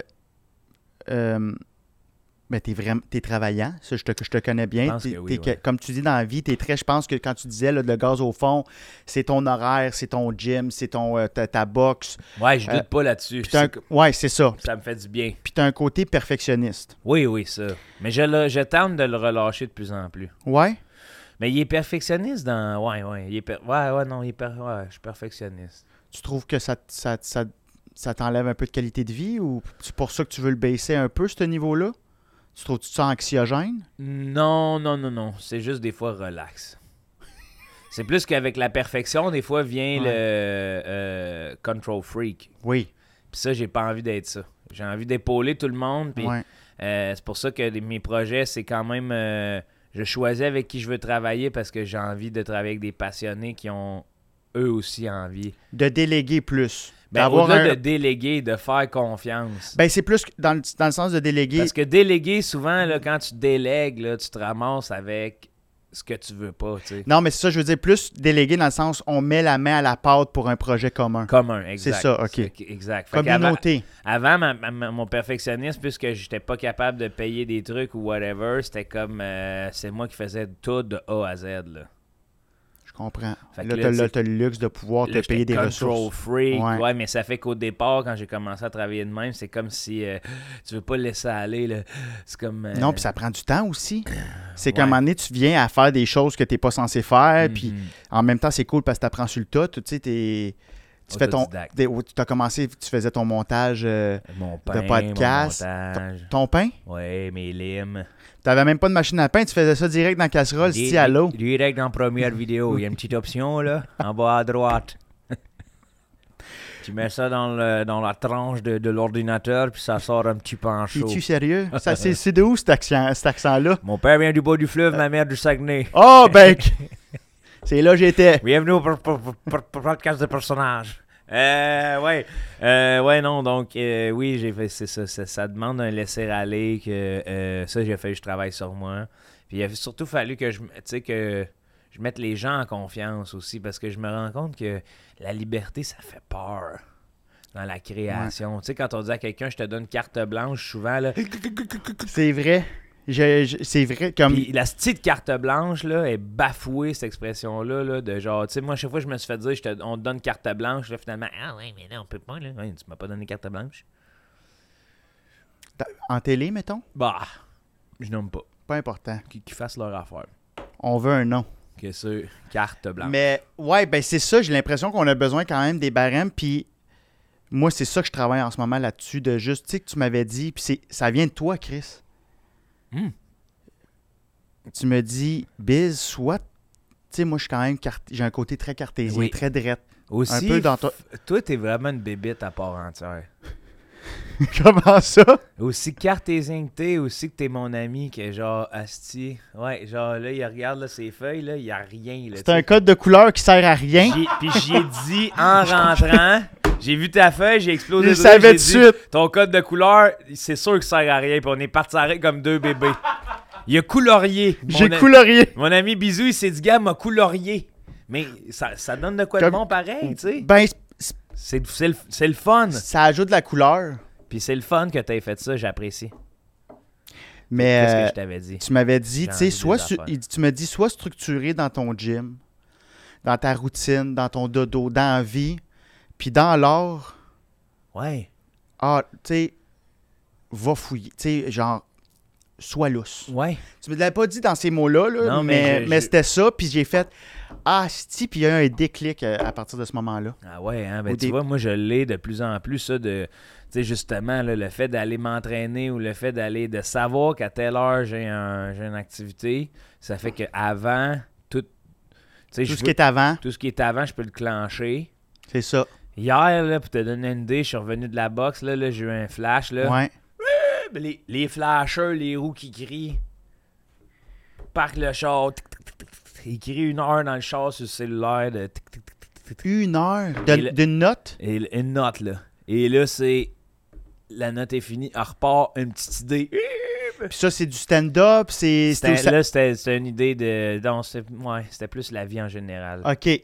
[SPEAKER 1] euh, ben, t'es vraiment. T'es travaillant. Ça, je te, je te connais
[SPEAKER 2] Je
[SPEAKER 1] bien.
[SPEAKER 2] pense
[SPEAKER 1] T'es-
[SPEAKER 2] que oui,
[SPEAKER 1] t'es que-
[SPEAKER 2] ouais.
[SPEAKER 1] Comme tu dis dans la vie, t'es très. Je pense que quand tu disais là, le gaz au fond, c'est ton horaire, c'est ton gym, c'est ton, euh, ta, ta boxe.
[SPEAKER 2] Ouais, je doute
[SPEAKER 1] Euh,
[SPEAKER 2] pas là-dessus.
[SPEAKER 1] Puis t'as un-
[SPEAKER 2] C'est-
[SPEAKER 1] ouais, c'est ça.
[SPEAKER 2] Ça me fait du bien.
[SPEAKER 1] Puis t'as un côté perfectionniste.
[SPEAKER 2] Oui, oui, ça. Mais je, le- je tente de le relâcher de plus en plus.
[SPEAKER 1] Ouais?
[SPEAKER 2] Mais il est perfectionniste dans. Ouais, ouais. Il est per- Ouais, ouais, non, il est per- ouais, je suis perfectionniste.
[SPEAKER 1] Tu trouves que ça, t- ça, ça, ça t'enlève un peu de qualité de vie ou c'est pour ça que tu veux le baisser un peu, ce niveau-là? Tu trouves-tu ça anxiogène?
[SPEAKER 2] Non, non, non, non. C'est juste des fois relax. C'est plus qu'avec la perfection, des fois vient
[SPEAKER 1] Ouais.
[SPEAKER 2] le euh, control freak.
[SPEAKER 1] Oui.
[SPEAKER 2] Puis ça, j'ai pas envie d'être ça. J'ai envie d'épauler tout le monde. Puis
[SPEAKER 1] Ouais.
[SPEAKER 2] Euh, c'est pour ça que les- mes projets, c'est quand même. euh, je choisis avec qui je veux travailler parce que j'ai envie de travailler avec des passionnés qui ont eux aussi envie.
[SPEAKER 1] de déléguer plus.
[SPEAKER 2] Ben,
[SPEAKER 1] D'avoir
[SPEAKER 2] au-delà
[SPEAKER 1] un-
[SPEAKER 2] de déléguer, de faire confiance.
[SPEAKER 1] Ben, c'est plus que dans le, dans le sens de déléguer.
[SPEAKER 2] Parce que déléguer, souvent, là, quand tu délègues, là, tu te ramasses avec ce que tu veux pas, tu sais.
[SPEAKER 1] Non, mais c'est ça, je veux dire, plus déléguer dans le sens on met la main à la pâte pour un projet commun.
[SPEAKER 2] Commun, exact.
[SPEAKER 1] C'est ça, ok.
[SPEAKER 2] Exact. Fait qu'avant-
[SPEAKER 1] Communauté.
[SPEAKER 2] Avant, ma- ma- ma- mon perfectionnisme, puisque j'étais pas capable de payer des trucs ou whatever, c'était comme euh, c'est moi qui faisais tout de A à Z. Là,
[SPEAKER 1] Je comprends.
[SPEAKER 2] Fait que
[SPEAKER 1] là,
[SPEAKER 2] là,
[SPEAKER 1] t'as-
[SPEAKER 2] tu sais-
[SPEAKER 1] là, t'as le luxe de pouvoir
[SPEAKER 2] Là,
[SPEAKER 1] te payer
[SPEAKER 2] j'étais
[SPEAKER 1] des
[SPEAKER 2] control
[SPEAKER 1] ressources.
[SPEAKER 2] freak,
[SPEAKER 1] Ouais.
[SPEAKER 2] ouais. mais ça fait qu'au départ, quand j'ai commencé à travailler de même, c'est comme si euh, tu veux pas le laisser aller. là. C'est comme. euh,
[SPEAKER 1] Non, puis ça prend du temps aussi. C'est qu'à un
[SPEAKER 2] Ouais.
[SPEAKER 1] moment donné, tu viens à faire des choses que t'es pas censé faire,
[SPEAKER 2] mhm.
[SPEAKER 1] puis en même temps, c'est cool parce que t'apprends sur le tas. Tu sais, t'es- Tu fais ton.
[SPEAKER 2] Autodidacte.
[SPEAKER 1] des- ou Tu as commencé, tu faisais ton montage, euh,
[SPEAKER 2] Mon pain,
[SPEAKER 1] podcast,
[SPEAKER 2] mon montage.
[SPEAKER 1] ton pain.
[SPEAKER 2] Ouais, mes limes.
[SPEAKER 1] T'avais même pas de machine à pain, tu faisais ça direct dans la casserole,
[SPEAKER 2] Di-
[SPEAKER 1] si à l'eau.
[SPEAKER 2] Direct dans première vidéo. Il y a une petite option là, en bas à droite. tu mets ça dans, le, dans la tranche de, de l'ordinateur, puis ça sort un petit pancho.
[SPEAKER 1] Es-tu sérieux? Ça, c'est c'est de où cet accent- cet accent-là?
[SPEAKER 2] Mon père vient du bas du fleuve, ma mère du Saguenay.
[SPEAKER 1] Oh, ben! C'est là que j'étais.
[SPEAKER 2] Bienvenue au pro- pro- pro- pro- podcast de personnages. Euh, ouais. Euh, ouais, non, donc, euh, oui, j'ai fait, c'est ça, ça, ça demande un laisser-aller que, euh, ça, j'ai fait, je travaille sur moi. Puis il a surtout fallu que je, me- tu sais, que je mette les gens en confiance aussi, parce que je me rends compte que la liberté, ça fait peur dans la création. Tu sais, quand on dit à quelqu'un, je te donne carte blanche, souvent, là,
[SPEAKER 1] C'est vrai. Je- je- c'est vrai. Comme,
[SPEAKER 2] Puis la petite carte blanche, là, est bafouée, cette expression-là, là, de genre, tu sais, moi, à chaque fois, je me suis fait dire, je te- on te donne carte blanche, là, finalement, ah ouais, mais là, on peut pas, là. Ouais, tu m'as pas donné carte blanche.
[SPEAKER 1] en télé, mettons,
[SPEAKER 2] Bah, je nomme pas.
[SPEAKER 1] pas important.
[SPEAKER 2] Qu'ils qu'ils fassent leur affaire.
[SPEAKER 1] On veut un nom.
[SPEAKER 2] Que c'est carte blanche.
[SPEAKER 1] Mais, ouais, ben c'est ça. J'ai l'impression qu'on a besoin quand même des barèmes. Puis, moi, c'est ça que je travaille en ce moment là-dessus. De juste, tu sais, que tu m'avais dit. Puis, c'est- ça vient de toi, Chris.
[SPEAKER 2] Hmm.
[SPEAKER 1] Tu me dis, Biz, soit. Tu sais, moi, je suis quand même. cart- J'ai un côté très cartésien,
[SPEAKER 2] Oui.
[SPEAKER 1] très drette.
[SPEAKER 2] Aussi,
[SPEAKER 1] un peu dans toi-
[SPEAKER 2] f- toi, t'es vraiment une bébite à part entière.
[SPEAKER 1] Comment ça?
[SPEAKER 2] Aussi cartésien que t'es, aussi que t'es mon ami, que genre, asti, ouais, genre, là, il regarde, là, ses feuilles, là, il y a rien, là.
[SPEAKER 1] C'est
[SPEAKER 2] tu
[SPEAKER 1] un code de couleur qui sert à rien.
[SPEAKER 2] J'ai- Puis j'y ai dit en rentrant, j'ai vu ta feuille, j'ai
[SPEAKER 1] Je
[SPEAKER 2] explosé. les doigts,
[SPEAKER 1] savais
[SPEAKER 2] j'ai
[SPEAKER 1] tout de
[SPEAKER 2] dit, Ton code de couleur, c'est sûr qu'il sert à rien. Puis on est partis arrêter comme deux bébés. Il a colorié. Mon,
[SPEAKER 1] J'ai
[SPEAKER 2] a-
[SPEAKER 1] colorié.
[SPEAKER 2] mon ami Bisou, il s'est dit, gars, m'a colorié. Mais ça, ça donne de quoi de
[SPEAKER 1] Comme-
[SPEAKER 2] bon pareil, tu sais.
[SPEAKER 1] Ben, c'est- c'est-
[SPEAKER 2] C'est c'est le c'est le fun.
[SPEAKER 1] ça ajoute de la couleur.
[SPEAKER 2] Puis c'est le fun que t'aies fait ça, j'apprécie. Qu'est-ce que
[SPEAKER 1] Mais
[SPEAKER 2] je t'avais dit?
[SPEAKER 1] euh, tu m'avais dit,
[SPEAKER 2] J'ai
[SPEAKER 1] tu
[SPEAKER 2] envie
[SPEAKER 1] sais,
[SPEAKER 2] des
[SPEAKER 1] soit su-
[SPEAKER 2] affaires.
[SPEAKER 1] il dit- tu me dis soit structuré dans ton gym, dans ta routine, dans ton dodo, dans la vie, puis dans l'art,
[SPEAKER 2] Ouais.
[SPEAKER 1] ah, tu sais, va fouiller, tu sais, genre sois lousse.
[SPEAKER 2] Ouais.
[SPEAKER 1] Tu me l'avais pas dit dans ces mots-là, là,
[SPEAKER 2] Non,
[SPEAKER 1] mais,
[SPEAKER 2] mais
[SPEAKER 1] mais,
[SPEAKER 2] je- je-
[SPEAKER 1] c'était ça, puis j'ai fait ah, sti, puis il y a eu un déclic euh, à partir de ce moment-là.
[SPEAKER 2] Ah ouais, hein, ben
[SPEAKER 1] Au
[SPEAKER 2] tu
[SPEAKER 1] dé-
[SPEAKER 2] vois, moi je l'ai de plus en plus, ça, de. Tu sais, justement, là, le fait d'aller m'entraîner ou le fait d'aller de savoir qu'à telle heure j'ai un, j'ai une activité, ça fait qu'avant, tout. Tu sais,
[SPEAKER 1] Tout
[SPEAKER 2] je
[SPEAKER 1] ce qui
[SPEAKER 2] veux-
[SPEAKER 1] est avant,
[SPEAKER 2] tout ce qui est avant, je peux le clencher.
[SPEAKER 1] c'est ça.
[SPEAKER 2] Hier, là, pour te donner une idée, je suis revenu de la boxe, là, là j'ai eu un flash, là.
[SPEAKER 1] Ouais.
[SPEAKER 2] Les, les flashers, les roues qui crient. Parc le char. tic, tic, tic, tic, tic. Ils crient une heure dans le char sur le cellulaire de tic, tic, tic, tic, tic, tic.
[SPEAKER 1] Une heure
[SPEAKER 2] Et
[SPEAKER 1] de-
[SPEAKER 2] le-
[SPEAKER 1] d'une note.
[SPEAKER 2] Et l- une note, là. Et là, c'est. La note est finie. Elle repart, une petite idée.
[SPEAKER 1] Puis ça, c'est du stand-up, c'est... c'est
[SPEAKER 2] C'était-
[SPEAKER 1] aussi-
[SPEAKER 2] Là, c'était c'était une idée de. Non, c'est- ouais, c'était plus la vie en général.
[SPEAKER 1] OK. Puis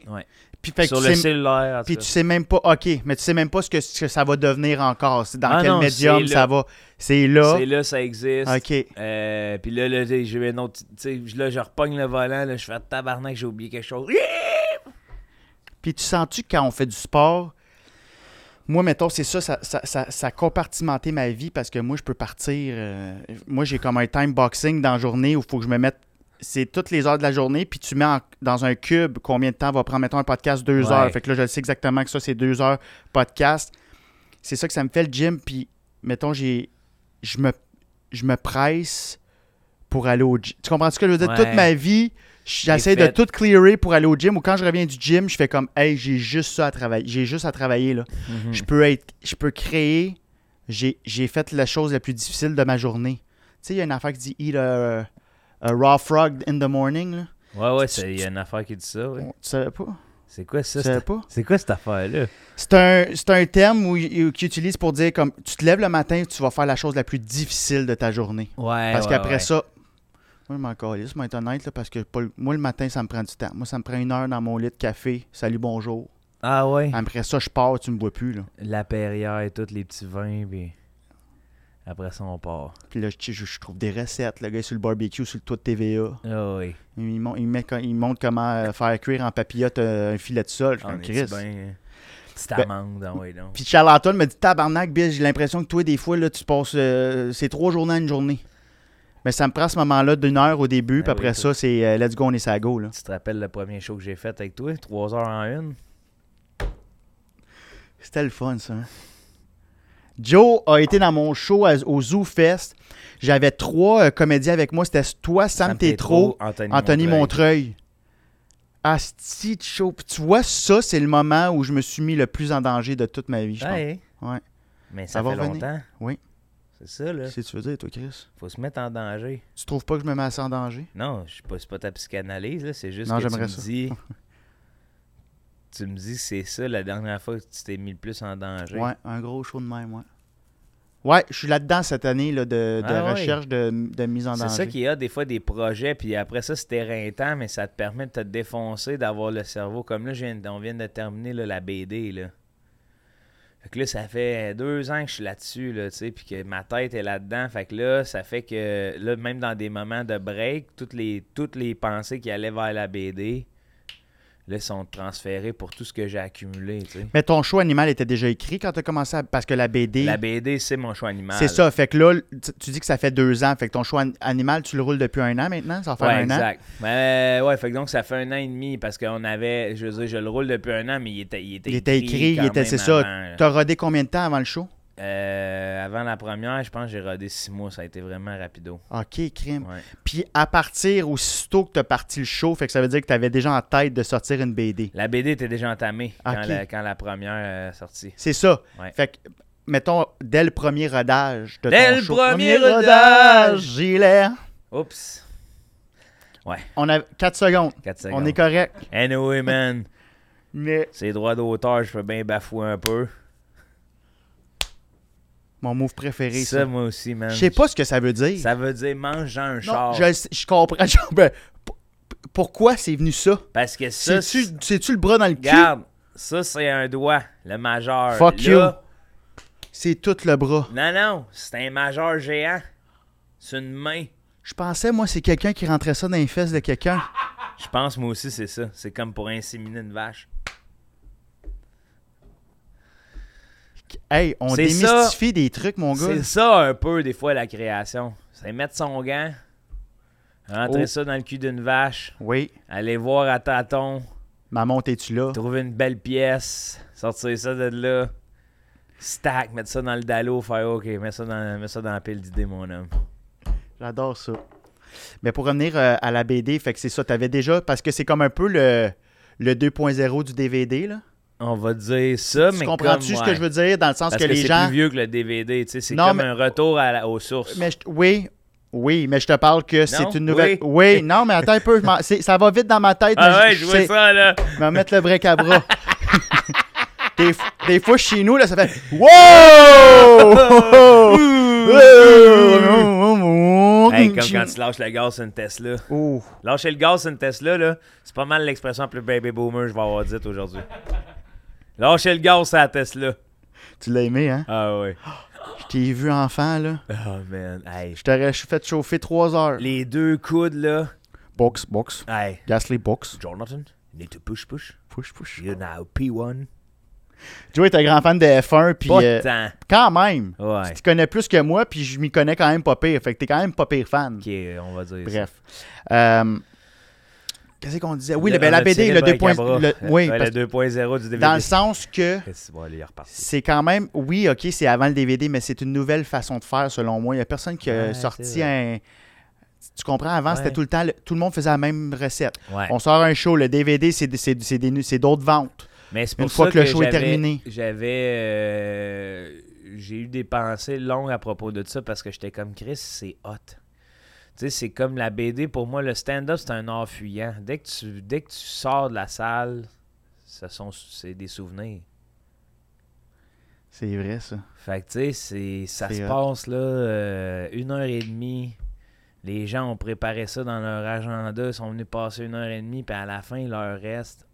[SPEAKER 1] Ah, fait que
[SPEAKER 2] Sur
[SPEAKER 1] tu
[SPEAKER 2] le
[SPEAKER 1] sais-
[SPEAKER 2] cellulaire, en tout
[SPEAKER 1] Puis
[SPEAKER 2] cas.
[SPEAKER 1] tu sais même pas, ok, mais tu sais même pas ce que, ce que ça va devenir encore. C'est dans
[SPEAKER 2] Ah
[SPEAKER 1] quel
[SPEAKER 2] non,
[SPEAKER 1] médium
[SPEAKER 2] c'est
[SPEAKER 1] ça
[SPEAKER 2] là.
[SPEAKER 1] va. C'est là.
[SPEAKER 2] C'est là, ça existe.
[SPEAKER 1] Ok.
[SPEAKER 2] Euh, puis là, là j'ai j'ai eu un autre. Tu sais, là, je repogne le volant, là, je fais tabarnak, j'ai oublié quelque chose.
[SPEAKER 1] Puis tu sens-tu que quand on fait du sport, moi, mettons, c'est ça, ça, ça, ça, ça a compartimenté ma vie parce que moi, je peux partir. euh, moi, j'ai comme un time boxing dans la journée où il faut que je me mette. C'est toutes les heures de la journée, puis tu mets en- dans un cube combien de temps va prendre, mettons, un podcast, deux
[SPEAKER 2] Ouais.
[SPEAKER 1] heures. Fait que là, je le sais exactement que ça, c'est deux heures podcast. C'est ça que ça me fait le gym, puis mettons, j'ai. Je me, je me presse pour aller au gym. Tu comprends ce que je veux dire?
[SPEAKER 2] Ouais.
[SPEAKER 1] Toute ma vie, J'essaie
[SPEAKER 2] J'ai
[SPEAKER 1] de
[SPEAKER 2] fait-
[SPEAKER 1] tout clearer pour aller au gym ou quand je reviens du gym, je fais comme hey, j'ai juste ça à travailler, j'ai juste à travailler là.
[SPEAKER 2] Hmm.
[SPEAKER 1] Je peux être je peux créer, j'ai j'ai fait la chose la plus difficile de ma journée. Tu sais, il y a une affaire qui dit eat a, a raw frog in the morning là.
[SPEAKER 2] Ouais, ouais,
[SPEAKER 1] Tu-
[SPEAKER 2] c'est- il y a une affaire qui dit ça. ouais.
[SPEAKER 1] Tu savais pas
[SPEAKER 2] C'est quoi ça?
[SPEAKER 1] Tu savais
[SPEAKER 2] cette-
[SPEAKER 1] pas?
[SPEAKER 2] C'est quoi cette affaire-là?
[SPEAKER 1] C'est un, c'est un terme où, où- qu'ils utilisent pour dire comme tu te lèves le matin, tu vas faire la chose la plus difficile de ta journée.
[SPEAKER 2] Ouais.
[SPEAKER 1] Parce
[SPEAKER 2] Eh ouais,
[SPEAKER 1] qu'après
[SPEAKER 2] ouais.
[SPEAKER 1] ça, moi, je m'en calisse, je vais être honnête, là, parce que pas le- moi, le matin, ça me prend du temps. Moi, ça me prend une heure dans mon lit de café. Salut, bonjour.
[SPEAKER 2] Ah ouais.
[SPEAKER 1] Après ça, je pars, tu me vois plus. Là.
[SPEAKER 2] La perrière et tous les petits vins, puis après ça, on part.
[SPEAKER 1] Puis là, je, je- je trouve des recettes. Le gars est sur le barbecue, sur le toit de TVA.
[SPEAKER 2] Ah oui.
[SPEAKER 1] Il, mon- il met- il montre comment euh, faire cuire en papillote euh, un filet de sol. Je suis
[SPEAKER 2] On
[SPEAKER 1] comme,
[SPEAKER 2] est-tu
[SPEAKER 1] Chris.
[SPEAKER 2] Ah, bien, hein? Petite
[SPEAKER 1] Ben-
[SPEAKER 2] amande, ah ouais, donc.
[SPEAKER 1] Puis Charles-Antoine me dit Tabarnak, Bill, j'ai l'impression que toi, des fois, là, tu passes. euh, c'est trois journées à une journée. Mais ça me prend ce moment-là d'une heure au début,
[SPEAKER 2] Ben
[SPEAKER 1] puis après
[SPEAKER 2] oui,
[SPEAKER 1] ça, c'est euh, let's go, on est sa go. Là.
[SPEAKER 2] Tu te rappelles le premier show que j'ai fait avec toi? Trois heures en une?
[SPEAKER 1] C'était le fun, ça. hein. Joe a été dans mon show à- au Zoo Fest. J'avais trois euh, comédiens avec moi. C'était toi, Sam, Tétrault,
[SPEAKER 2] Anthony,
[SPEAKER 1] Anthony
[SPEAKER 2] Montreuil.
[SPEAKER 1] Montreuil. Asti de show. Puis tu vois, ça, c'est le moment où je me suis mis le plus en danger de toute ma vie, je
[SPEAKER 2] Ouais.
[SPEAKER 1] Ouais.
[SPEAKER 2] Ben, hein. Mais
[SPEAKER 1] Ça
[SPEAKER 2] ça,
[SPEAKER 1] va
[SPEAKER 2] fait
[SPEAKER 1] revenir.
[SPEAKER 2] longtemps.
[SPEAKER 1] Oui.
[SPEAKER 2] C'est ça, là.
[SPEAKER 1] pense. Si tu veux dire, toi, Chris.
[SPEAKER 2] Faut se mettre en danger.
[SPEAKER 1] Tu trouves pas que je me mets assez en danger?
[SPEAKER 2] Non, je suis pas, c'est pas ta psychanalyse, là. C'est juste
[SPEAKER 1] Non,
[SPEAKER 2] que tu
[SPEAKER 1] j'aimerais
[SPEAKER 2] me
[SPEAKER 1] ça.
[SPEAKER 2] dis... tu me dis que c'est ça la dernière fois que tu t'es mis le plus en danger.
[SPEAKER 1] Ouais, un gros show de même, ouais. Ouais, je suis là-dedans cette année là, de, de
[SPEAKER 2] Ah ouais.
[SPEAKER 1] recherche de, de mise en danger.
[SPEAKER 2] C'est ça qui a des fois des projets, puis après ça, c'est éreintant, mais ça te permet de te défoncer, d'avoir le cerveau. Comme là, je viens- on vient de terminer là, la BD. Là. Fait que là, ça fait deux ans que je suis là-dessus, là, tu sais, puis que ma tête est là-dedans. Fait que là, ça fait que là, même dans des moments de break, toutes les, toutes les pensées qui allaient vers la BD, là, sont transférées pour tout ce que j'ai accumulé, tu sais.
[SPEAKER 1] Mais ton show animal était déjà écrit quand tu as commencé à... Parce que la BD,
[SPEAKER 2] La BD, c'est mon choix animal.
[SPEAKER 1] c'est ça. Fait que là, tu- tu dis que ça fait deux ans. Fait que ton show an- animal, tu le roules depuis un an maintenant. Ça va faire
[SPEAKER 2] ouais,
[SPEAKER 1] un an.
[SPEAKER 2] exact. Ben, ouais, fait que donc ça fait un an et demi parce qu'on avait, je veux dire, je le roule depuis un an, mais il était, il était
[SPEAKER 1] Il était écrit, il
[SPEAKER 2] quand
[SPEAKER 1] était-
[SPEAKER 2] même
[SPEAKER 1] c'est ça.
[SPEAKER 2] avant.
[SPEAKER 1] Tu as rodé combien de temps avant le show?
[SPEAKER 2] Euh, avant la première, je pense que j'ai rodé six mois, ça a été vraiment rapido.
[SPEAKER 1] OK, crime.
[SPEAKER 2] Ouais.
[SPEAKER 1] Puis à partir aussitôt que tu as parti le show, fait que ça veut dire que tu avais déjà en tête de sortir une BD.
[SPEAKER 2] La BD était déjà entamée quand,
[SPEAKER 1] Ah, Ok.
[SPEAKER 2] la, quand la première est sortie.
[SPEAKER 1] C'est ça.
[SPEAKER 2] Ouais.
[SPEAKER 1] Fait que, mettons, dès le premier rodage de
[SPEAKER 2] Dès
[SPEAKER 1] ton
[SPEAKER 2] le
[SPEAKER 1] show-
[SPEAKER 2] premier rodage!
[SPEAKER 1] gilet.
[SPEAKER 2] Oups,
[SPEAKER 1] On a 4 secondes.
[SPEAKER 2] 4 secondes.
[SPEAKER 1] On est correct.
[SPEAKER 2] Anyway, man,
[SPEAKER 1] Mais
[SPEAKER 2] c'est droits d'auteur, je peux bien bafouer un peu.
[SPEAKER 1] mon move préféré,
[SPEAKER 2] Ça,
[SPEAKER 1] ça.
[SPEAKER 2] moi aussi, man.
[SPEAKER 1] Je sais pas ce que ça veut dire.
[SPEAKER 2] Ça veut dire mange un
[SPEAKER 1] Non,
[SPEAKER 2] char.
[SPEAKER 1] je, sais- je comprends. Je- ben, p- pourquoi c'est venu ça?
[SPEAKER 2] Parce que ça,
[SPEAKER 1] C'est-tu c'est-tu le bras dans le cul?
[SPEAKER 2] Regarde, ça c'est un doigt, le majeur.
[SPEAKER 1] Fuck
[SPEAKER 2] Là,
[SPEAKER 1] C'est tout le bras.
[SPEAKER 2] Non, non, c'est un majeur géant. C'est une main.
[SPEAKER 1] Je pensais, moi, c'est quelqu'un qui rentrait ça dans les fesses de quelqu'un.
[SPEAKER 2] Je pense, moi aussi, c'est ça. C'est comme pour inséminer une vache.
[SPEAKER 1] Hey, on
[SPEAKER 2] C'est
[SPEAKER 1] démystifie des trucs, mon gars.
[SPEAKER 2] C'est ça un peu, des fois, la création. C'est mettre son gant, rentrer
[SPEAKER 1] Oh.
[SPEAKER 2] ça dans le cul d'une vache,
[SPEAKER 1] Oui.
[SPEAKER 2] aller voir à tâtons,
[SPEAKER 1] Maman, t'es-tu là?
[SPEAKER 2] trouver une belle pièce, sortir ça de là, stack, mettre ça dans le dallo, faire OK, mets ça dans, mets ça dans la pile d'idées, mon homme.
[SPEAKER 1] J'adore ça. Mais pour revenir euh, à la BD, fait que c'est ça, t'avais déjà... Parce que c'est comme un peu le, le 2.0 du DVD, là.
[SPEAKER 2] On va dire ça,
[SPEAKER 1] tu
[SPEAKER 2] Ah, mais
[SPEAKER 1] comprends-tu
[SPEAKER 2] comme,
[SPEAKER 1] ce
[SPEAKER 2] ouais.
[SPEAKER 1] que je veux dire? Dans le sens
[SPEAKER 2] Parce
[SPEAKER 1] que,
[SPEAKER 2] que,
[SPEAKER 1] les
[SPEAKER 2] c'est
[SPEAKER 1] gens...
[SPEAKER 2] plus vieux que le DVD, tu sais, c'est
[SPEAKER 1] Non,
[SPEAKER 2] comme
[SPEAKER 1] mais-
[SPEAKER 2] un retour à la- aux sources.
[SPEAKER 1] Mais je- oui, oui, mais je te parle que c'est une nouvelle. Oui,
[SPEAKER 2] oui.
[SPEAKER 1] non, mais attends un peu, je m'en- c'est- ça va vite dans ma tête.
[SPEAKER 2] ah
[SPEAKER 1] mais
[SPEAKER 2] ouais,
[SPEAKER 1] je-
[SPEAKER 2] je
[SPEAKER 1] je
[SPEAKER 2] vois
[SPEAKER 1] sais-
[SPEAKER 2] ça là.
[SPEAKER 1] Je vais mettre le break à bras. des, f- des fois, chez nous, là, ça fait Wow!
[SPEAKER 2] Hey, comme quand tu lâches le gaz sur une Tesla.
[SPEAKER 1] Oh.
[SPEAKER 2] Lâcher le gaz sur une Tesla, là, c'est pas mal l'expression la plus baby boomer que je vais avoir dite aujourd'hui. Lâcher le gaz sur la Tesla.
[SPEAKER 1] Tu l'as aimé, hein?
[SPEAKER 2] Ah ouais.
[SPEAKER 1] Je t'ai vu enfant, là.
[SPEAKER 2] Oh man, hey.
[SPEAKER 1] Je t'aurais fait chauffer trois heures.
[SPEAKER 2] Les deux coudes là.
[SPEAKER 1] Box, box.
[SPEAKER 2] Hey.
[SPEAKER 1] Gasly, box.
[SPEAKER 2] Jonathan, you need to push push.
[SPEAKER 1] Push, push.
[SPEAKER 2] You now P1.
[SPEAKER 1] Joe est un grand fan de F1, puis
[SPEAKER 2] Pas
[SPEAKER 1] euh,
[SPEAKER 2] de temps.
[SPEAKER 1] quand même.
[SPEAKER 2] Ouais.
[SPEAKER 1] Tu connais plus que moi, puis je m'y connais quand même pas pire. Fait que t'es quand même pas pire fan.
[SPEAKER 2] Ok, on va dire ça.
[SPEAKER 1] Bref. Euh, Qu'est-ce qu'on disait? Oui,
[SPEAKER 2] Là,
[SPEAKER 1] le, ben,
[SPEAKER 2] on
[SPEAKER 1] la
[SPEAKER 2] a tiré
[SPEAKER 1] BD, le
[SPEAKER 2] le
[SPEAKER 1] 2.
[SPEAKER 2] Bracabra.
[SPEAKER 1] le- oui,
[SPEAKER 2] Ouais,
[SPEAKER 1] parce-
[SPEAKER 2] le 2.0 du DVD.
[SPEAKER 1] dans le sens que
[SPEAKER 2] Qu'est-ce que tu vas aller, il est reparti.
[SPEAKER 1] c'est quand même. Oui, OK, c'est avant le DVD, mais c'est une nouvelle façon de faire, selon moi. Il n'y a personne qui a
[SPEAKER 2] Ouais, c'est
[SPEAKER 1] sorti un. Tu comprends? Avant, c'était
[SPEAKER 2] Ouais.
[SPEAKER 1] tout le temps. le- Tout le monde faisait la même recette.
[SPEAKER 2] Ouais.
[SPEAKER 1] On sort un show, le DVD, c'est des- c'est- c'est des- c'est d'autres ventes.
[SPEAKER 2] Mais c'est pour
[SPEAKER 1] Une
[SPEAKER 2] ça
[SPEAKER 1] fois que le show est
[SPEAKER 2] j'avais-
[SPEAKER 1] terminé.
[SPEAKER 2] J'avais. euh, j'ai eu des pensées longues à propos de ça parce que j'étais comme Chris, c'est hot. Tu sais, c'est comme la BD. Pour moi, le stand-up, c'est un art fuyant. Dès que tu, dès que tu sors de la salle, ça sont, c'est des souvenirs.
[SPEAKER 1] C'est vrai, ça.
[SPEAKER 2] Fait que, tu sais, c'est- ça
[SPEAKER 1] C'est
[SPEAKER 2] se
[SPEAKER 1] hot.
[SPEAKER 2] passe, là, euh, une heure et demie. Les gens ont préparé ça dans leur agenda, ils sont venus passer une heure et demie, puis à la fin, il leur reste,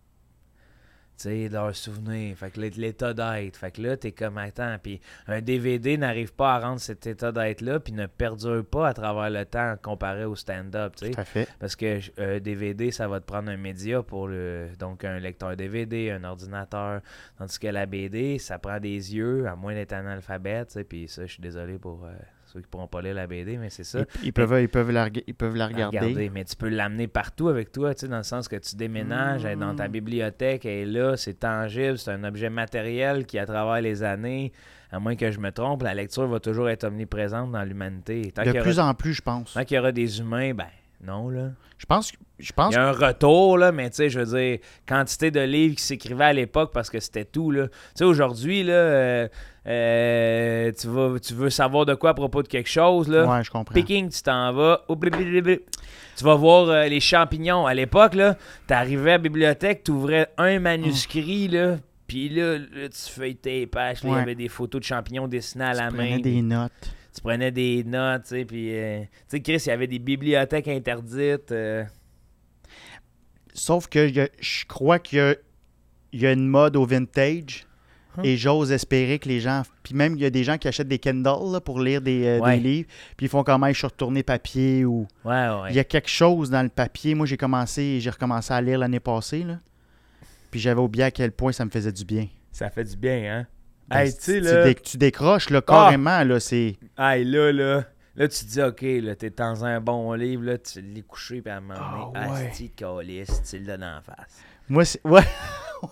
[SPEAKER 2] tu sais, leurs souvenirs. Fait que l'é- l'état d'être. Fait que là, t'es comme, attends, puis un DVD n'arrive pas à rendre cet état d'être-là, puis ne perdure pas à travers le temps comparé au stand-up, tu sais.
[SPEAKER 1] Tout à fait.
[SPEAKER 2] Parce que euh, DVD, ça va te prendre un média pour le. Donc, un lecteur DVD, un ordinateur. Tandis que la BD, ça prend des yeux, à moins d'être analphabète. tu sais, Puis ça, je suis désolé pour euh, ceux qui pourront pas lire la BD, mais c'est ça.
[SPEAKER 1] Ils, ils peuvent, ils, peuvent la, rega- ils peuvent la
[SPEAKER 2] À
[SPEAKER 1] regarder.
[SPEAKER 2] regarder, Mais tu peux l'amener partout avec toi, tu sais, dans le sens que tu déménages, elle est dans ta
[SPEAKER 1] Mm.
[SPEAKER 2] bibliothèque, elle est là, c'est tangible, c'est un objet matériel qui, à travers les années, à moins que je me trompe, la lecture va toujours être omniprésente dans l'humanité. Tant qu'il y,
[SPEAKER 1] De
[SPEAKER 2] aura-
[SPEAKER 1] plus en plus, je pense.
[SPEAKER 2] tant qu'il y aura des humains, ben non, là.
[SPEAKER 1] Je pense, je pense
[SPEAKER 2] Il y a un retour, là, mais tu sais, je veux dire, quantité de livres qui s'écrivaient à l'époque parce que c'était tout, là. Tu sais, aujourd'hui, là, euh, euh, tu, vas- tu veux savoir de quoi à propos de quelque chose, là.
[SPEAKER 1] Ouais, je comprends.
[SPEAKER 2] Peking, tu t'en vas. Oup, blip, blip, blip. Tu vas voir euh, les champignons. À l'époque, là, t'arrivais à la bibliothèque, t'ouvrais un manuscrit, là. Puis là, là, tu feuilletais les pages. là, Il
[SPEAKER 1] Mm. Ouais.
[SPEAKER 2] y avait des photos de champignons dessinées à
[SPEAKER 1] Tu
[SPEAKER 2] la
[SPEAKER 1] prenais
[SPEAKER 2] main.
[SPEAKER 1] des notes.
[SPEAKER 2] Tu prenais des notes, tu sais. Puis, euh, tu sais, Chris, il y avait des bibliothèques interdites. euh,
[SPEAKER 1] Sauf que il y a- je crois qu'il y a, il y a une mode au vintage.
[SPEAKER 2] Hum.
[SPEAKER 1] Et j'ose espérer que les gens. Puis même, il y a des gens qui achètent des Kindle là, pour lire des, euh, des
[SPEAKER 2] Ouais.
[SPEAKER 1] livres. Puis ils font quand même, je suis retourné papier ou.
[SPEAKER 2] Ouais, ouais.
[SPEAKER 1] Il y a quelque chose dans le papier. Moi, j'ai commencé, j'ai recommencé à lire l'année passée. Là. Puis j'avais oublié à quel point ça me faisait du bien.
[SPEAKER 2] Ça fait du bien, hein?
[SPEAKER 1] Ben,
[SPEAKER 2] Hey, tu sais,
[SPEAKER 1] tu
[SPEAKER 2] là,
[SPEAKER 1] dé- tu décroches là, carrément. Là, c'est...
[SPEAKER 2] hey, là, là, là, tu te dis, OK, là, t'es dans un bon livre, là, tu lis couché, puis à un moment donné,
[SPEAKER 1] Ah, ouais.
[SPEAKER 2] asti de calice, tu le donnes en face.
[SPEAKER 1] Moi, c'est... Ouais.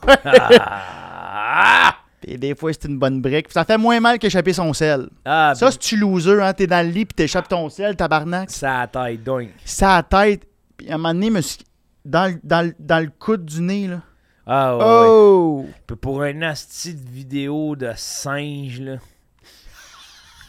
[SPEAKER 2] Ah!
[SPEAKER 1] Et des fois, c'est une bonne brique. Puis Ça fait moins mal qu'échapper son sel.
[SPEAKER 2] Ah,
[SPEAKER 1] Ça, c'est-tu loser, hein? T'es dans le lit, puis t'échappes ton sel, tabarnak.
[SPEAKER 2] ça taille donc.
[SPEAKER 1] Ça à tête. Puis à un moment donné, me suis- dans, le- dans, le- dans le coude du nez, là.
[SPEAKER 2] Ah, ouais, ouais.
[SPEAKER 1] Oh!
[SPEAKER 2] Puis pour un asti de vidéo de singe, là.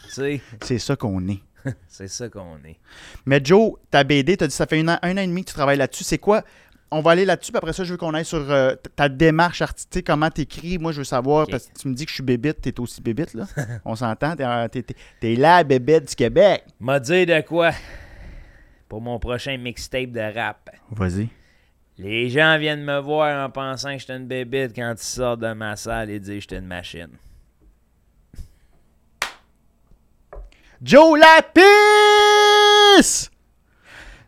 [SPEAKER 2] tu sais,
[SPEAKER 1] C'est ça qu'on est.
[SPEAKER 2] c'est ça qu'on est.
[SPEAKER 1] Mais Joe, ta BD, t'as dit ça fait un an, un an et demi que tu travailles là-dessus. C'est quoi? On va aller là-dessus, puis après ça, je veux qu'on aille sur euh, t- ta démarche artistique, comment t'écris. Moi, je veux savoir,
[SPEAKER 2] Ok.
[SPEAKER 1] parce que tu me dis que je suis bébite, t'es aussi bébite, là. On s'entend, t'es, euh, t'es- t'es- t'es la bébête du Québec.
[SPEAKER 2] M'a dit de quoi? Pour mon prochain mixtape de rap.
[SPEAKER 1] Vas-y.
[SPEAKER 2] Les gens viennent me voir en pensant que j'étais une bébite quand ils sortent de ma salle et disent que j'étais une machine.
[SPEAKER 1] Joe Lapis!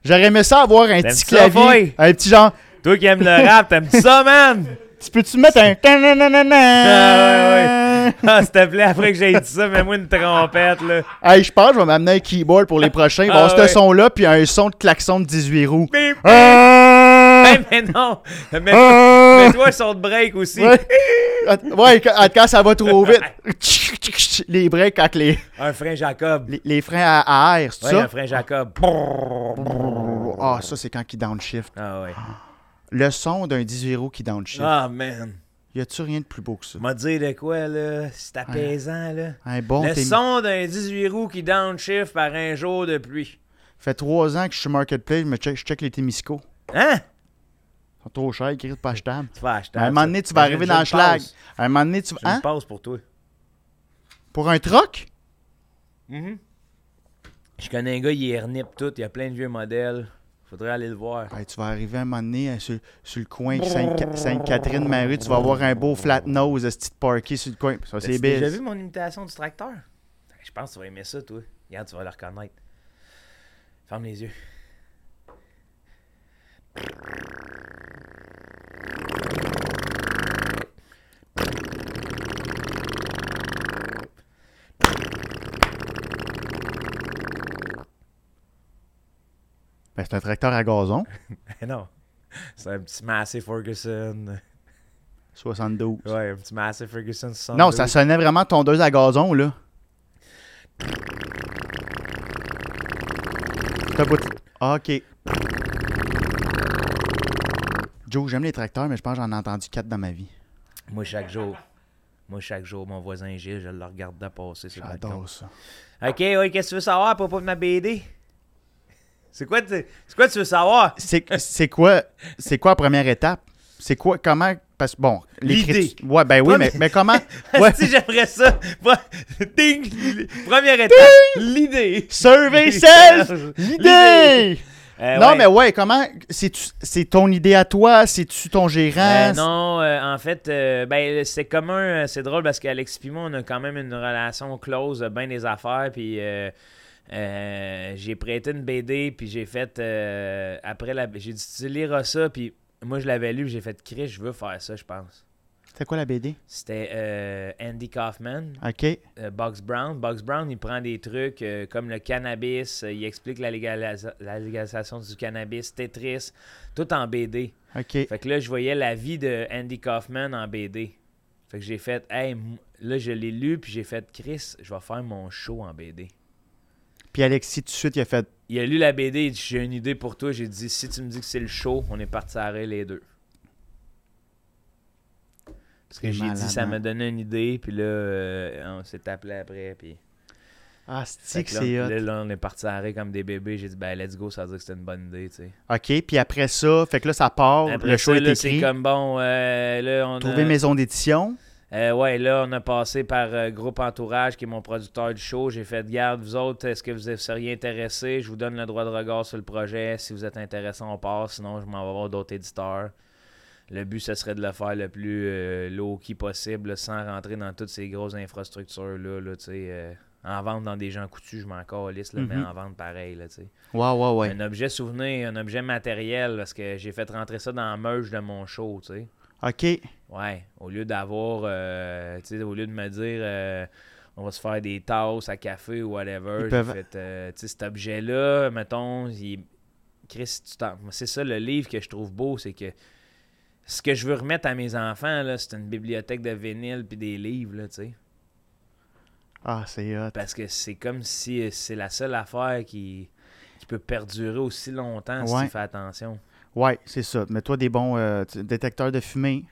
[SPEAKER 1] J'aurais aimé ça avoir un
[SPEAKER 2] T'aimes
[SPEAKER 1] petit
[SPEAKER 2] ça,
[SPEAKER 1] clavier.
[SPEAKER 2] boy?
[SPEAKER 1] Un petit genre.
[SPEAKER 2] Toi qui aimes le rap, t'aimes ça, man?
[SPEAKER 1] Tu peux-tu mettre un.
[SPEAKER 2] Ah, Ah, s'il te plaît, après que j'ai dit ça, mets-moi une trompette, là.
[SPEAKER 1] Hey, je pense que je vais m'amener un keyboard pour les prochains. Il va y avoir
[SPEAKER 2] Ah, ouais.
[SPEAKER 1] ce son-là, puis un son de klaxon de 18 roues.
[SPEAKER 2] Bip!
[SPEAKER 1] Ah!
[SPEAKER 2] Hey, mais non! Mets-
[SPEAKER 1] Ah!
[SPEAKER 2] Mets-toi un son de break aussi.
[SPEAKER 1] Ouais, Att- ouais, quand, quand ça va trop vite. les breaks, quand les,
[SPEAKER 2] Un frein Jacob.
[SPEAKER 1] les, les freins à, à air, c'est
[SPEAKER 2] Ouais, un
[SPEAKER 1] ça?
[SPEAKER 2] frein Jacob.
[SPEAKER 1] Ah, ça, c'est quand qui downshift.
[SPEAKER 2] Ah ouais.
[SPEAKER 1] Le son d'un 18 roues qui downshift.
[SPEAKER 2] Ah, man.
[SPEAKER 1] Y a-tu rien de plus beau que ça?
[SPEAKER 2] M'a dit de quoi, là? C'est apaisant, là.
[SPEAKER 1] Un bon
[SPEAKER 2] Le
[SPEAKER 1] t'es-
[SPEAKER 2] son d'un 18 roues qui downshift par un jour de pluie.
[SPEAKER 1] fait trois ans que je suis marketplace, je, me check, je check les Témisco.
[SPEAKER 2] Hein?
[SPEAKER 1] Ils sont trop chers, ils crient pas achetable.
[SPEAKER 2] Tu vas acheter.
[SPEAKER 1] À un moment donné, tu vas arriver dans le schlag. À un moment donné, tu vas.
[SPEAKER 2] Je
[SPEAKER 1] Hein?
[SPEAKER 2] me passe pour toi.
[SPEAKER 1] Pour un troc?
[SPEAKER 2] Je connais un gars, il est RNIP tout, il y a plein de vieux modèles. Faudrait aller le voir.
[SPEAKER 1] Hey, Ben, tu vas arriver à un moment donné hein, sur, sur le coin de Sainte- Sainte-Catherine-Marie, tu vas avoir un beau flat nose, ce petit parquet sur le coin. Ça, c'est
[SPEAKER 2] T'as-tu déjà vu
[SPEAKER 1] bise.
[SPEAKER 2] mon imitation du tracteur? Je pense que tu vas aimer ça, toi. Regarde, tu vas le reconnaître. Ferme les yeux.
[SPEAKER 1] Ben, c'est un tracteur à gazon.
[SPEAKER 2] non. C'est un petit Massey Ferguson.
[SPEAKER 1] 72.
[SPEAKER 2] Ouais, un petit Massey Ferguson 62.
[SPEAKER 1] Non, ça sonnait vraiment tondeuse à gazon, là. T'as pas- Ah, OK. Joe, j'aime les tracteurs, mais je pense que j'en ai entendu quatre dans ma vie.
[SPEAKER 2] Moi, chaque jour. Moi, chaque jour, mon voisin Gilles, je le regarde de passer sur le balcon.
[SPEAKER 1] J'adore ça.
[SPEAKER 2] Ok, ouais, qu'est-ce que tu veux savoir à propos de ma BD? C'est quoi, tu- c'est quoi tu veux savoir?
[SPEAKER 1] C'est c'est quoi, c'est quoi la première étape? C'est quoi, comment. Parce, bon,
[SPEAKER 2] L'idée.
[SPEAKER 1] l'écriture- Ouais, ben oui,
[SPEAKER 2] Pas
[SPEAKER 1] mais,
[SPEAKER 2] des-
[SPEAKER 1] mais comment. Ouais.
[SPEAKER 2] Asti, j'aimerais ça. Ding! Première étape, l'idée.
[SPEAKER 1] Survey
[SPEAKER 2] L'idée.
[SPEAKER 1] self! L'idée!
[SPEAKER 2] Euh,
[SPEAKER 1] non,
[SPEAKER 2] ouais.
[SPEAKER 1] mais ouais, comment. c'est-tu- C'est ton idée à toi? C'est-tu ton gérant?
[SPEAKER 2] Euh, non, euh, en fait, euh, ben, c'est commun, euh, c'est drôle parce qu'Alex Pimon, on a quand même une relation close, euh, ben des affaires, puis euh, euh, j'ai prêté une BD, puis j'ai fait, euh, après, la, j'ai dit, tu liras ça, puis moi, je l'avais lu, puis j'ai fait, Chris, je veux faire ça, je pense.
[SPEAKER 1] C'était quoi la BD?
[SPEAKER 2] C'était euh, Andy Kaufman,
[SPEAKER 1] OK.
[SPEAKER 2] euh, Box Brown. Box Brown, il prend des trucs euh, comme le cannabis, euh, il explique la, légalisa- la légalisation du cannabis, Tetris, tout en BD.
[SPEAKER 1] OK.
[SPEAKER 2] Fait que là, je voyais la vie de Andy Kaufman en BD. Fait que j'ai fait, hey, m- là, je l'ai lu, puis j'ai fait, Chris, je vais faire mon show en BD.
[SPEAKER 1] Puis Alexis, tout de suite, il a fait.
[SPEAKER 2] Il a lu la BD, il dit, j'ai une idée pour toi. J'ai dit, si tu me dis que c'est le show, on est parti arrêt les deux. Parce que
[SPEAKER 1] C'est
[SPEAKER 2] j'ai dit,
[SPEAKER 1] malade,
[SPEAKER 2] ça
[SPEAKER 1] hein?
[SPEAKER 2] m'a donné une idée, puis là, euh, on s'est appelé après, puis.
[SPEAKER 1] Ah,
[SPEAKER 2] Fait
[SPEAKER 1] c'est que
[SPEAKER 2] que là,
[SPEAKER 1] c'est hot.
[SPEAKER 2] là, là, on est parti arrêt comme des bébés. J'ai dit, ben, let's go, ça veut dire que c'était une bonne idée, tu sais.
[SPEAKER 1] OK, puis après ça, fait que là, ça part.
[SPEAKER 2] Après
[SPEAKER 1] le show
[SPEAKER 2] ça,
[SPEAKER 1] est
[SPEAKER 2] là,
[SPEAKER 1] écrit.
[SPEAKER 2] C'est comme bon, euh, là, on
[SPEAKER 1] Trouver
[SPEAKER 2] a-
[SPEAKER 1] maison d'édition.
[SPEAKER 2] Euh, ouais, là, on a passé par euh, Groupe Entourage, qui est mon producteur du show. J'ai fait garde, vous autres, est-ce que vous seriez intéressés? Je vous donne le droit de regard sur le projet. Si vous êtes intéressés, on part. Sinon, je m'en vais voir d'autres éditeurs. Le but, ce serait de le faire le plus euh, low-key possible, là, sans rentrer dans toutes ces grosses infrastructures-là. Là, tu sais, euh, en vente dans des gens coutus, je m'en calisse, là, mais
[SPEAKER 1] Mhm.
[SPEAKER 2] en vente pareil. Là, tu sais
[SPEAKER 1] Ouais, ouais, ouais.
[SPEAKER 2] un objet souvenir, un objet matériel, parce que j'ai fait rentrer ça dans la meuge de mon show, tu sais.
[SPEAKER 1] OK.
[SPEAKER 2] Ouais, au lieu d'avoir, euh, tu sais, au lieu de me dire, euh, on va se faire des tasses à café ou whatever,
[SPEAKER 1] Ils
[SPEAKER 2] j'ai
[SPEAKER 1] peuvent-
[SPEAKER 2] fait, euh, tu sais, cet objet-là, mettons, il... Chris, tu t'en- Moi, c'est ça le livre que je trouve beau, c'est que ce que je veux remettre à mes enfants, là, c'est une bibliothèque de vinyle puis des livres, là, tu sais.
[SPEAKER 1] Ah, c'est hot.
[SPEAKER 2] Parce que c'est comme si euh, c'est la seule affaire qui, qui peut perdurer aussi longtemps si
[SPEAKER 1] Ouais.
[SPEAKER 2] tu fais attention.
[SPEAKER 1] Ouais, c'est ça. Mets-toi des bons euh, tu- détecteurs de fumée.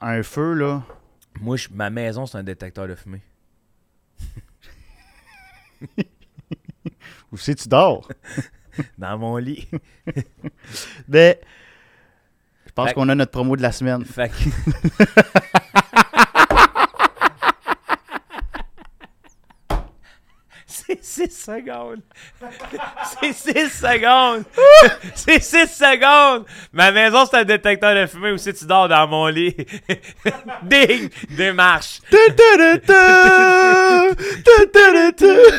[SPEAKER 1] Un feu, là.
[SPEAKER 2] Moi, je- ma maison, c'est un détecteur de fumée.
[SPEAKER 1] Ou si tu dors.
[SPEAKER 2] Dans mon lit.
[SPEAKER 1] Mais je pense
[SPEAKER 2] Fait-
[SPEAKER 1] qu'on a notre promo de la semaine.
[SPEAKER 2] Fait que- C'est 6 secondes. C'est 6 secondes. C'est 6 secondes. Ma maison, c'est un détecteur de fumée aussi. Tu dors dans mon lit. Ding! Démarche.
[SPEAKER 1] Je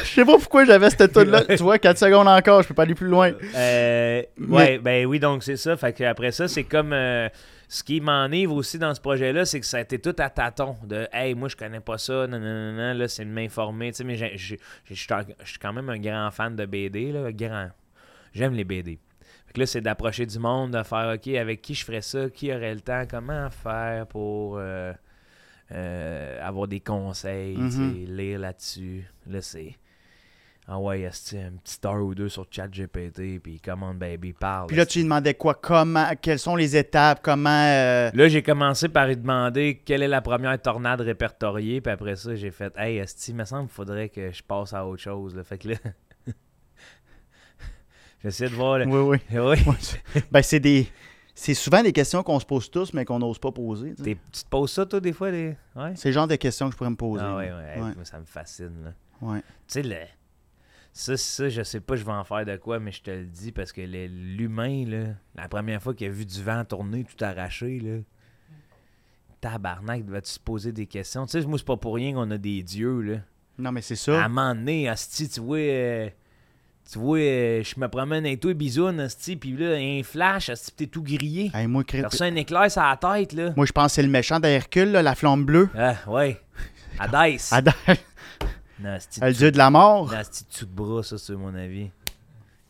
[SPEAKER 1] sais pas pourquoi j'avais cette tune là Tu vois, 4 secondes encore, je peux pas aller plus loin.
[SPEAKER 2] Euh, ouais,
[SPEAKER 1] Mais-
[SPEAKER 2] ben oui, donc c'est ça. Fait que après ça, c'est comme euh, ce qui m'enivre aussi dans ce projet-là, c'est que ça a été tout à tâtons. De hey, moi je connais pas ça, non, non, non, non, là c'est de m'informer. Tu sais, mais j'ai- j'ai- j'ai- je suis en- je suis quand même un grand fan de BD, là, grand. J'aime les BD. Fait que là, c'est d'approcher du monde, de faire OK, avec qui je ferais ça, qui aurait le temps, comment faire pour euh, euh, avoir des conseils, tu sais,
[SPEAKER 1] Mhm.
[SPEAKER 2] lire là-dessus. Là, c'est. Ah ouais, esti, un petit heure ou deux sur ChatGPT, puis commande baby, parle.
[SPEAKER 1] Puis là, tu lui demandais quoi, comment, quelles sont les étapes, comment. euh,
[SPEAKER 2] Là, j'ai commencé par lui demander quelle est la première tornade répertoriée, puis après ça, j'ai fait Hey, Esti, il me semble qu'il faudrait que je passe à autre chose. là. Fait que là. J'essaie de voir. le-
[SPEAKER 1] Oui,
[SPEAKER 2] Oui.
[SPEAKER 1] oui. ben, c'est des. C'est souvent des questions qu'on se pose tous, mais qu'on n'ose pas poser. tu sais.
[SPEAKER 2] T'es- Tu te poses ça, toi, des fois des... Ouais.
[SPEAKER 1] C'est le genre de questions que je pourrais me poser.
[SPEAKER 2] Ah
[SPEAKER 1] moi.
[SPEAKER 2] ouais, ouais, hey,
[SPEAKER 1] Ouais.
[SPEAKER 2] moi, ça me fascine. là.
[SPEAKER 1] Ouais.
[SPEAKER 2] Tu sais, le... ça, ça, je sais pas, je vais en faire de quoi, mais je te le dis parce que le- l'humain, là, la première fois qu'il a vu du vent tourner, tout arraché, là, tabarnak, devais-tu se poser des questions? Tu sais, moi, c'est pas pour rien qu'on a des dieux, là.
[SPEAKER 1] Non, mais c'est
[SPEAKER 2] À
[SPEAKER 1] ça.
[SPEAKER 2] un moment donné, asti, tu vois... euh, Tu vois, euh, je me promène avec toi, bisoune, asti, puis là, un flash, asti, puis t'es tout grillé.
[SPEAKER 1] Hey, moi,
[SPEAKER 2] T'as
[SPEAKER 1] cré-
[SPEAKER 2] reçu un éclair sur la tête, là.
[SPEAKER 1] moi, je pense que c'est le méchant d'Hercule, là, la flamme bleue.
[SPEAKER 2] Ah, ouais. Adès.
[SPEAKER 1] Adam,
[SPEAKER 2] Non, asti,
[SPEAKER 1] le dieu de la mort.
[SPEAKER 2] Dans ce petit dessous de bras, ça, c'est mon avis.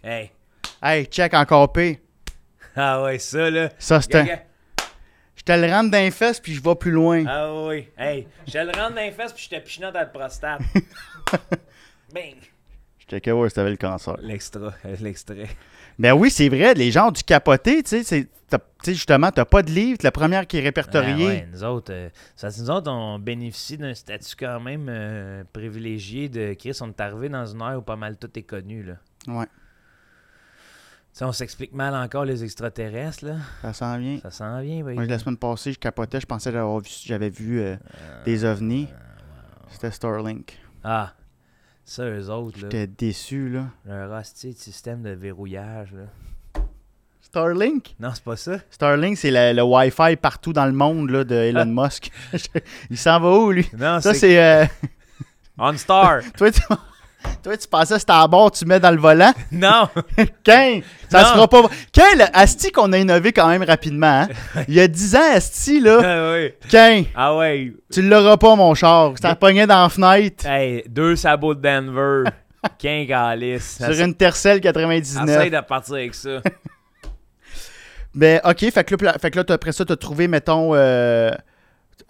[SPEAKER 2] Hey!
[SPEAKER 1] Hey, check encore P.
[SPEAKER 2] Ah ouais, ça, là.
[SPEAKER 1] Ça, c'est un-
[SPEAKER 2] Gaga.
[SPEAKER 1] Je te le rentre dans les fesses, puis je vais plus loin.
[SPEAKER 2] Ah oui. Hey, je le rentre dans les fesses puis je te pichonne dans le prostate. Bing!
[SPEAKER 1] Je checkais voir si t'avais le cancer.
[SPEAKER 2] L'extra, euh, l'extrait.
[SPEAKER 1] Ben oui, c'est vrai, les gens ont dû capoter, tu sais, c'est- t'as- tu sais. Justement, t'as pas de livre, t'es la première qui est répertoriée.
[SPEAKER 2] Ah ouais, nous autres, euh, ça, nous autres, on bénéficie d'un statut quand même euh, Ah, privilégié de Chris. On est arrivé dans une heure où pas mal tout est connu, là.
[SPEAKER 1] Ouais.
[SPEAKER 2] sais, on s'explique mal encore les extraterrestres, là.
[SPEAKER 1] Ça s'en vient.
[SPEAKER 2] Ça s'en vient, oui.
[SPEAKER 1] Moi, la semaine passée, je capotais. Je pensais que j'avais vu, j'avais vu, euh, des ovnis. C'était Starlink.
[SPEAKER 2] Ah, ça, eux autres, là.
[SPEAKER 1] J'étais déçu, là.
[SPEAKER 2] Leur hostie de système de verrouillage, là.
[SPEAKER 1] Starlink?
[SPEAKER 2] Non, c'est pas ça.
[SPEAKER 1] Starlink, c'est le, le Wi-Fi partout dans le monde là, de Elon Musk. Il s'en va où, lui?
[SPEAKER 2] Non,
[SPEAKER 1] Ça,
[SPEAKER 2] Ah. c'est
[SPEAKER 1] c'est... euh,
[SPEAKER 2] OnStar.
[SPEAKER 1] toi, tu... toi, tu pensais que c'était à bord, tu mets dans le volant.
[SPEAKER 2] non.
[SPEAKER 1] Quin, ça
[SPEAKER 2] Non.
[SPEAKER 1] sera pas... Quin, le Asti qu'on a innové quand même rapidement. hein. Il y a 10 ans, Asti, là.
[SPEAKER 2] ah oui.
[SPEAKER 1] Quin,
[SPEAKER 2] Ah ouais.
[SPEAKER 1] tu l'auras pas, mon char. Ça pognait dans la fenêtre
[SPEAKER 2] Hey, deux sabots de Denver. Quinze galices.
[SPEAKER 1] sur une Tercel 99.
[SPEAKER 2] Essaye de partir avec ça.
[SPEAKER 1] Ben, OK, fait que là, fait que là, t'as- après ça, t'as trouvé, mettons, euh,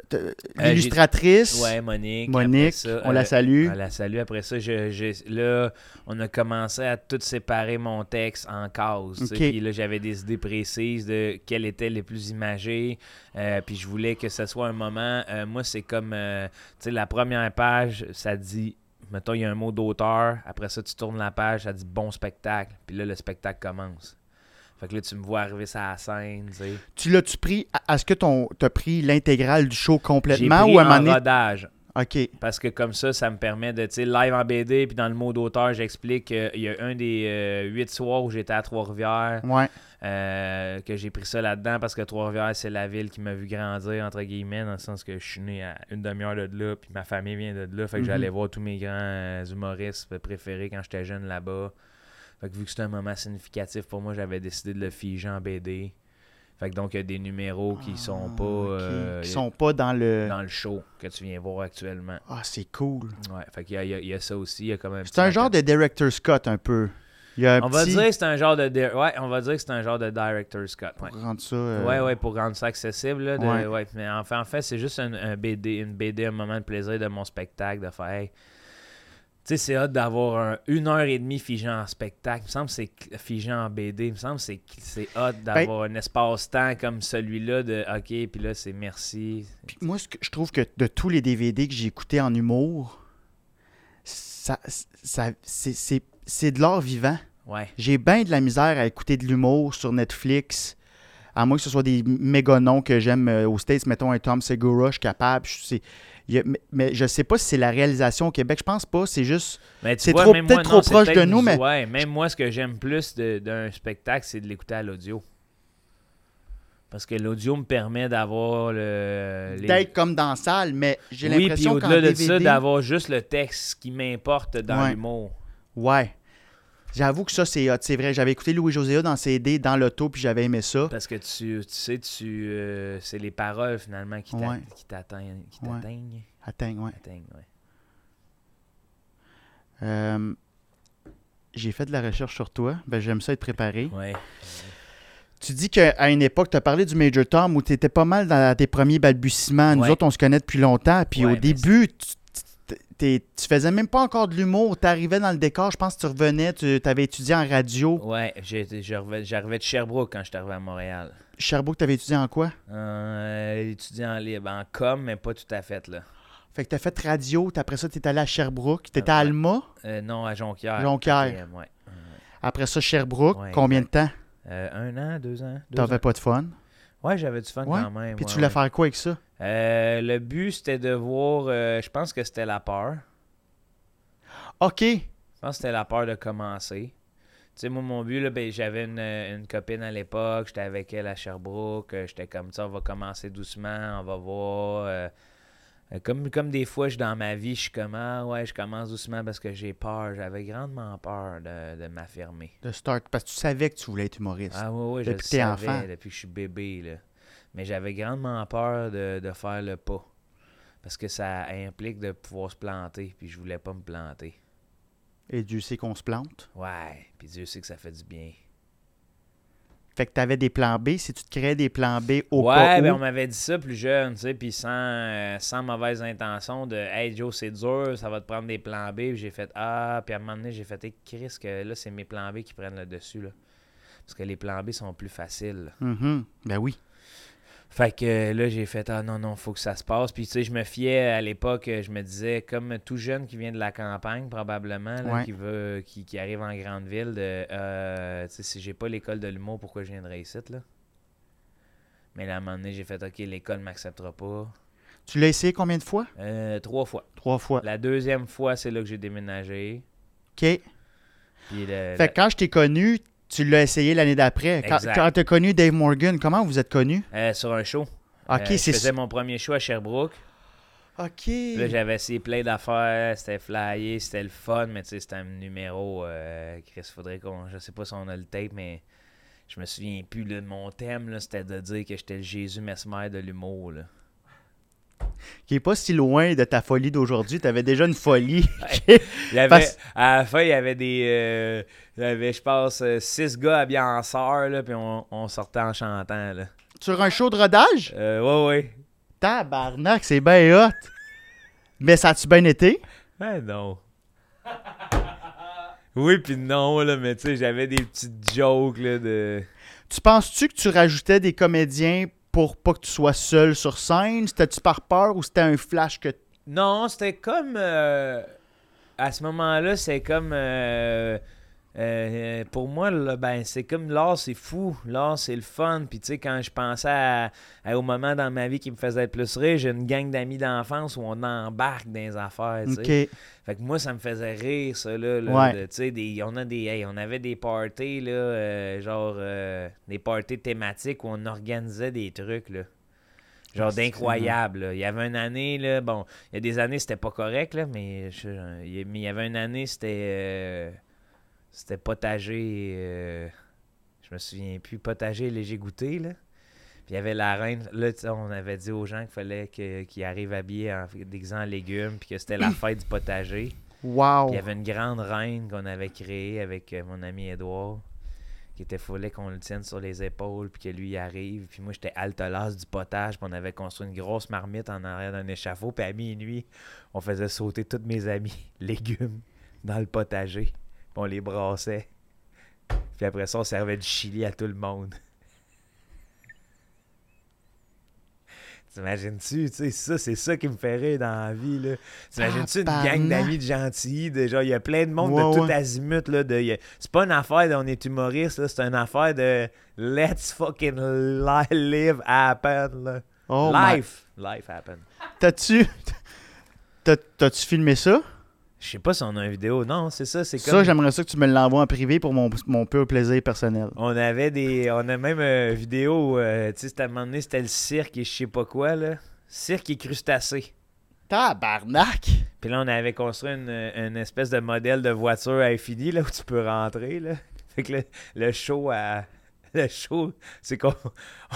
[SPEAKER 1] t-
[SPEAKER 2] Euh, j'ai-
[SPEAKER 1] l'illustratrice,
[SPEAKER 2] Ouais, Monique. après
[SPEAKER 1] Monique,
[SPEAKER 2] ça,
[SPEAKER 1] on
[SPEAKER 2] euh,
[SPEAKER 1] la salue.
[SPEAKER 2] On la salue. Après ça, je- j'ai- là, on a commencé à tout séparer mon texte en cases. tu sais.
[SPEAKER 1] Ok.
[SPEAKER 2] Puis là, j'avais des idées précises de quelles étaient les plus imagées. Euh, puis je voulais que ce soit un moment. euh, moi, c'est comme, euh, tu sais, la première page, ça dit. Mettons, il y a un mot d'auteur. Après ça, tu tournes la page, ça dit bon spectacle. Puis là, le spectacle commence. Fait que là, tu me vois arriver sur la scène, tu sais.
[SPEAKER 1] Tu l'as-tu pris, à- est-ce que ton, t'as pris l'intégrale du show
[SPEAKER 2] J'ai
[SPEAKER 1] complètement
[SPEAKER 2] pris
[SPEAKER 1] ou à un
[SPEAKER 2] en
[SPEAKER 1] moment donné-
[SPEAKER 2] rodage.
[SPEAKER 1] OK,
[SPEAKER 2] Parce que comme ça, ça me permet de, tu sais, live en BD, puis dans le mot d'auteur, j'explique qu'il y a un des euh, huit soirs où j'étais à Trois-Rivières,
[SPEAKER 1] ouais,
[SPEAKER 2] euh, que j'ai pris ça là-dedans, parce que Trois-Rivières, c'est la ville qui m'a vu grandir, entre guillemets, dans le sens que je suis né à une demi-heure de là, puis ma famille vient de là, fait que
[SPEAKER 1] Mhm.
[SPEAKER 2] j'allais voir tous mes grands euh, humoristes préférés quand j'étais jeune là-bas. Fait que vu que c'était un moment significatif pour moi, j'avais décidé de le figer en BD. Fait que donc, il y a des numéros qui sont
[SPEAKER 1] Ah,
[SPEAKER 2] pas
[SPEAKER 1] OK.
[SPEAKER 2] euh,
[SPEAKER 1] qui sont pas dans le...
[SPEAKER 2] dans le show que tu viens voir actuellement.
[SPEAKER 1] Ah, c'est cool.
[SPEAKER 2] Ouais, fait qu'il y a, il y a- il y a ça aussi. Il y a comme un
[SPEAKER 1] C'est
[SPEAKER 2] petit
[SPEAKER 1] un genre
[SPEAKER 2] maquette.
[SPEAKER 1] de director Scott, un peu. Il y a un
[SPEAKER 2] On va
[SPEAKER 1] petit...
[SPEAKER 2] dire que c'est un genre de. di- Ouais, on va dire que c'est un genre de director Scott. Ouais.
[SPEAKER 1] Pour rendre ça... euh,
[SPEAKER 2] Ouais, ouais, pour rendre ça accessible. là, de-
[SPEAKER 1] Ouais.
[SPEAKER 2] ouais, mais en fait, en fait c'est juste un, un BD, une BD, un moment de plaisir de mon spectacle, de faire. hey, tu sais, c'est hot d'avoir un- une heure et demie figé en spectacle. Il me semble que c'est cl- figé en BD. Il me semble que c'est c'est hot
[SPEAKER 1] Ben
[SPEAKER 2] d'avoir un espace-temps comme celui-là de OK, puis là, c'est merci.
[SPEAKER 1] Puis moi, ce que je trouve que de tous les DVD que j'ai écoutés en humour, ça, ça, c'est- c'est c'est de l'art vivant.
[SPEAKER 2] Ouais.
[SPEAKER 1] J'ai bien de la misère à écouter de l'humour sur Netflix. À moins que ce soit des méga noms que j'aime euh, aux States, mettons un Tom Segura, je suis capable. je sais- il y a- mais, mais je sais pas si c'est la réalisation au Québec. Je pense pas. C'est juste.
[SPEAKER 2] Mais tu
[SPEAKER 1] C'est
[SPEAKER 2] vois,
[SPEAKER 1] trop-
[SPEAKER 2] même
[SPEAKER 1] peut-être
[SPEAKER 2] moi,
[SPEAKER 1] trop
[SPEAKER 2] non, c'est
[SPEAKER 1] proche de
[SPEAKER 2] peut-être
[SPEAKER 1] nous,
[SPEAKER 2] du-
[SPEAKER 1] mais-
[SPEAKER 2] Ouais, même moi, ce que j'aime plus de- d'un spectacle, c'est de l'écouter à l'audio. Parce que l'audio me permet d'avoir le. les-
[SPEAKER 1] D'être comme dans la salle, mais j'ai
[SPEAKER 2] Oui, puis
[SPEAKER 1] l'impression qu'en
[SPEAKER 2] au-delà de
[SPEAKER 1] DVD.
[SPEAKER 2] ça, d'avoir juste le texte ce qui m'importe dans
[SPEAKER 1] Ouais.
[SPEAKER 2] l'humour.
[SPEAKER 1] ouais. J'avoue que ça, c'est hot, c'est vrai. J'avais écouté Louis José dans CD dans l'auto, puis j'avais aimé ça.
[SPEAKER 2] Parce que tu, tu sais, tu, euh, c'est les paroles finalement qui t'a-
[SPEAKER 1] Ouais.
[SPEAKER 2] qui t'atteignent. Qui
[SPEAKER 1] Ouais.
[SPEAKER 2] t'atteignent.
[SPEAKER 1] Attends, ouais.
[SPEAKER 2] Atteignent, ouais.
[SPEAKER 1] Euh, j'ai fait de la recherche sur toi. Ben, j'aime ça être préparé.
[SPEAKER 2] Ouais.
[SPEAKER 1] Tu dis qu'à une époque, tu as parlé du Major Tom où tu étais pas mal dans tes premiers balbutiements. Nous
[SPEAKER 2] Ouais.
[SPEAKER 1] autres, on se connaît depuis longtemps. Puis
[SPEAKER 2] Ouais, ben,
[SPEAKER 1] au
[SPEAKER 2] mais
[SPEAKER 1] début, tu, tu- t'es- tu faisais même pas encore de l'humour. Tu arrivais dans le décor, je pense que tu revenais, tu avais étudié en radio.
[SPEAKER 2] Ouais, j'ai- j'arrivais j'arrivais de Sherbrooke quand je suis arrivé à Montréal.
[SPEAKER 1] Sherbrooke, tu avais étudié en quoi?
[SPEAKER 2] Euh, étudiant libre, en com, mais pas tout à fait, là.
[SPEAKER 1] Fait que tu as fait radio, puis après ça, tu es allé à Sherbrooke, tu étais à
[SPEAKER 2] Ouais.
[SPEAKER 1] Alma,
[SPEAKER 2] Euh, non, à Jonquière.
[SPEAKER 1] Jonquière.
[SPEAKER 2] Quatrième, ouais.
[SPEAKER 1] Après ça, Sherbrooke,
[SPEAKER 2] Ouais,
[SPEAKER 1] combien de temps?
[SPEAKER 2] Euh, un an, deux ans. deux
[SPEAKER 1] T'avais
[SPEAKER 2] ans.
[SPEAKER 1] pas de fun.
[SPEAKER 2] Ouais, j'avais du fun
[SPEAKER 1] Ouais,
[SPEAKER 2] quand même.
[SPEAKER 1] Puis
[SPEAKER 2] ouais,
[SPEAKER 1] tu voulais
[SPEAKER 2] ouais.
[SPEAKER 1] faire quoi avec ça?
[SPEAKER 2] Euh, le but, c'était de voir. euh, je pense que c'était la peur.
[SPEAKER 1] OK.
[SPEAKER 2] Je pense que c'était la peur de commencer. Tu sais, moi, mon but, là, ben, j'avais une, euh, une copine à l'époque, j'étais avec elle à Sherbrooke, euh, j'étais comme ça, on va commencer doucement, on va voir. euh, euh, comme, comme des fois, je dans ma vie, je suis comme, ah ouais, je commence doucement parce que j'ai peur, j'avais grandement peur de, de m'affirmer.
[SPEAKER 1] De start, parce que tu savais que tu voulais être humoriste.
[SPEAKER 2] Ah oui, oui, je
[SPEAKER 1] Depuis que t'es
[SPEAKER 2] le
[SPEAKER 1] enfant.
[SPEAKER 2] savais depuis que je suis bébé. Là. Mais j'avais grandement peur de, de faire le pas. Parce que ça implique de pouvoir se planter, puis je voulais pas me planter.
[SPEAKER 1] Et Dieu sait qu'on se plante.
[SPEAKER 2] Ouais, puis Dieu sait que ça fait du bien.
[SPEAKER 1] Fait que t'avais des plans B. Si tu te créais des plans B au
[SPEAKER 2] ouais,
[SPEAKER 1] cas
[SPEAKER 2] ben,
[SPEAKER 1] où,
[SPEAKER 2] on m'avait dit ça plus jeune, tu sais, puis sans, euh, sans mauvaise intention de Hey Joe, c'est dur, ça va te prendre des plans B. Puis j'ai fait Ah, puis à un moment donné, j'ai fait Hey, Chris, que là, c'est mes plans B qui
[SPEAKER 1] Mm-hmm.
[SPEAKER 2] prennent le dessus. Là. Parce que les plans B sont plus faciles.
[SPEAKER 1] Mhm. Ben oui.
[SPEAKER 2] Fait que euh, là, j'ai fait Ah non, non, faut que ça se passe. Puis tu sais, je me fiais à l'époque, euh, je me disais, comme tout jeune qui vient de la campagne, probablement, là,
[SPEAKER 1] Ouais.
[SPEAKER 2] qui, veut, qui, qui arrive en grande ville, de euh, Tu sais, si j'ai pas l'école de l'humour, pourquoi je viendrais ici, là? Mais là, à un moment donné, j'ai fait Ok, l'école m'acceptera pas.
[SPEAKER 1] Tu l'as essayé combien de fois?
[SPEAKER 2] Euh, trois fois.
[SPEAKER 1] Trois fois.
[SPEAKER 2] La deuxième fois, c'est là que j'ai déménagé.
[SPEAKER 1] OK.
[SPEAKER 2] Puis le-
[SPEAKER 1] Fait que quand je t'ai connu, tu l'as essayé l'année d'après. Quand,
[SPEAKER 2] Exact.
[SPEAKER 1] quand t'as connu Dave Morgan, comment vous êtes connus?
[SPEAKER 2] euh, sur un show.
[SPEAKER 1] OK,
[SPEAKER 2] Euh, je
[SPEAKER 1] c'est
[SPEAKER 2] faisais mon premier show à Sherbrooke. Là,
[SPEAKER 1] OK.
[SPEAKER 2] j'avais essayé plein d'affaires, c'était flyé, c'était le fun, mais tu sais, c'était un numéro. Euh, Chris, faudrait qu'on. Je sais pas si on a le tape, mais je me souviens plus là, de mon thème, là, c'était de dire que j'étais le Jésus Mesmer de l'humour. là.
[SPEAKER 1] Qui est pas si loin de ta folie d'aujourd'hui. T'avais déjà une folie.
[SPEAKER 2] Il y avait-
[SPEAKER 1] Parce-
[SPEAKER 2] À la fin, il y avait des. euh, il y avait, je pense, euh, six gars habillés en sœur, là, puis on, on sortait en chantant. Là.
[SPEAKER 1] Sur un show de rodage?
[SPEAKER 2] Euh, ouais, ouais.
[SPEAKER 1] Tabarnak, c'est bien hot. Mais ça a-tu bien été?
[SPEAKER 2] Ben non. Oui, puis non, là, mais tu sais, j'avais des petites jokes, là, de.
[SPEAKER 1] Tu penses-tu que tu rajoutais des comédiens pour pas que tu sois seul sur scène? C'était-tu par peur ou c'était un flash que...
[SPEAKER 2] Non, c'était comme. euh, à ce moment-là, c'est comme. euh, euh, pour moi, là, ben, c'est comme l'art, c'est fou. L'art, c'est le fun. Puis, tu sais, quand je pensais à- à- au moment dans ma vie qui me faisait être plus rire, j'ai une gang d'amis d'enfance où on embarque dans les affaires. tu sais.
[SPEAKER 1] OK.
[SPEAKER 2] Fait que moi, ça me faisait rire, ça, là. là,
[SPEAKER 1] Ouais.
[SPEAKER 2] de- tu sais, des- on, a des, hey, on avait des parties, là, euh, genre, euh, des parties thématiques où on organisait des trucs, là. Genre
[SPEAKER 1] Absolument.
[SPEAKER 2] d'incroyable. là. Il y avait une année, là, bon, il y a des années, c'était pas correct, là, mais, je- il y a- mais il y avait une année, c'était. euh, c'était potager. euh, je me souviens plus, potager léger goûter, là. Puis il y avait la reine. Là, tu sais, on avait dit aux gens qu'il fallait que- qu'ils arrivent habillés en déguisés en légumes, puis que c'était la fête du potager.
[SPEAKER 1] Wow.
[SPEAKER 2] Puis il y avait une grande reine qu'on avait créée avec euh, mon ami Edouard, qui était foulé qu'on le tienne sur les épaules, puis que lui il arrive. Puis moi, j'étais altolas du potage, puis on avait construit une grosse marmite en arrière d'un échafaud. Puis à minuit, on faisait sauter tous mes amis légumes dans le potager, puis on les brassait. Puis après ça, on servait du chili à tout le monde. T'imagines-tu, tu sais, ça, c'est ça qui me fait rire dans la vie, là. T'imagines-tu une gang
[SPEAKER 1] Tabarnak.
[SPEAKER 2] d'amis de gentils, de genre, il y a plein de monde
[SPEAKER 1] Ouais,
[SPEAKER 2] de tout
[SPEAKER 1] ouais.
[SPEAKER 2] azimut, là, de... y a- C'est pas une affaire d'on est humoriste, là, c'est une affaire de let's fucking li- live happen, là.
[SPEAKER 1] Oh my-
[SPEAKER 2] Life! Life happen.
[SPEAKER 1] T'as-tu... t'as- T'as-tu filmé ça?
[SPEAKER 2] Je sais pas si on a une vidéo, non, c'est ça, c'est
[SPEAKER 1] Ça,
[SPEAKER 2] comme...
[SPEAKER 1] j'aimerais ça que tu me l'envoies en privé pour mon, mon pur plaisir personnel.
[SPEAKER 2] On avait des. On a même euh, vidéo, euh, tu sais, c'était à un moment donné, c'était le cirque et je sais pas quoi, là. Cirque et crustacé.
[SPEAKER 1] Tabarnak!
[SPEAKER 2] Puis là, on avait construit une, une espèce de modèle de voiture à infini, là, où tu peux rentrer, là. Fait que le, le show à. Le show, c'est qu'on